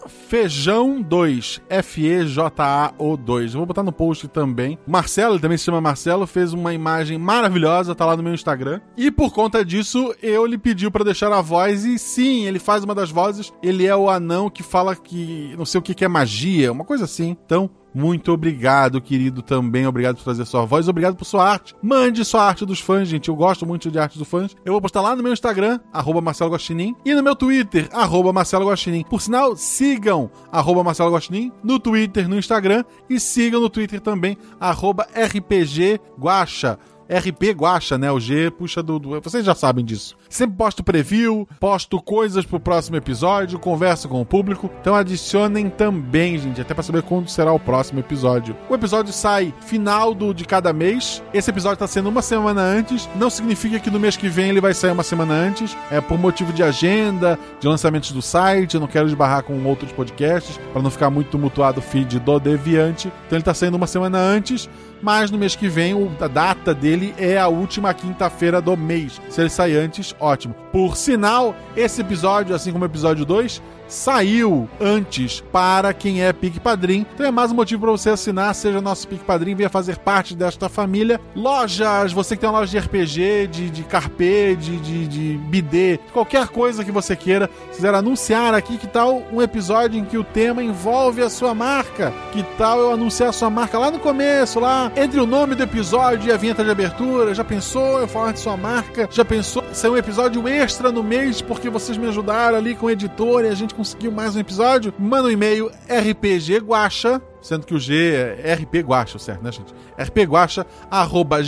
Feijão2, F E J A O 2. Eu vou botar no post também. Marcelo, ele também se chama Marcelo, fez uma imagem maravilhosa, tá lá no meu Instagram. E por conta disso, eu lhe pediu para deixar a voz e sim, ele faz uma das vozes. Ele é o anão que fala que não sei o que que é magia, uma coisa assim. Então, muito obrigado, querido, também. Obrigado por trazer sua voz. Obrigado por sua arte. Mande sua arte dos fãs, gente. Eu gosto muito de arte dos fãs. Eu vou postar lá no meu Instagram, arroba Marcelo Guaxinim, e no meu Twitter, arroba Marcelo Guaxinim. Por sinal, sigam arroba Marcelo Guaxinim no Twitter, no Instagram, e sigam no Twitter também, arroba RPG Guaxa. RP Guacha, né? O G puxa do, do, Vocês já sabem disso. Sempre posto preview, posto coisas pro próximo episódio, converso com o público. Então adicionem também, gente, até para saber quando será o próximo episódio. O episódio sai final do, de cada mês. Esse episódio tá sendo uma semana antes. Não significa que no mês que vem ele vai sair uma semana antes. É por motivo de agenda, de lançamentos do site. Eu não quero esbarrar com outros podcasts para não ficar muito tumultuado o feed do Deviante. Então ele tá saindo uma semana antes mas no mês que vem a data dele é a última quinta-feira do mês. Se ele sair antes, ótimo. Por sinal, esse episódio, assim como o episódio 2, saiu antes para quem é PicPadrim. Então é mais um motivo para você assinar, seja nosso PicPadrim, venha fazer parte desta família. Lojas, você que tem uma loja de RPG, de, de carpê, de, de, de bidê, qualquer coisa que você queira, quiser anunciar aqui, que tal um episódio em que o tema envolve a sua marca? Que tal eu anunciar a sua marca lá no começo, lá entre o nome do episódio e a vinheta de abertura? Já pensou eu falar de sua marca? Já pensou ser um episódio extra no mês porque vocês me ajudaram ali com o editor e a gente conseguiu mais um episódio, manda um e-mail rpgguacha, sendo que o G é RP Guacha, certo, né, gente? rpguacha, arroba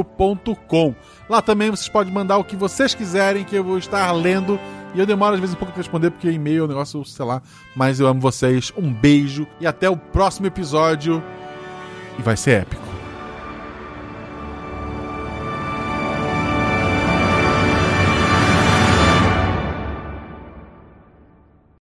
gmail.com. Lá também vocês podem mandar o que vocês quiserem, que eu vou estar lendo. E eu demoro às vezes um pouco pra responder, porque e-mail é um negócio, sei lá. Mas eu amo vocês, um beijo e até o próximo episódio. E vai ser épico.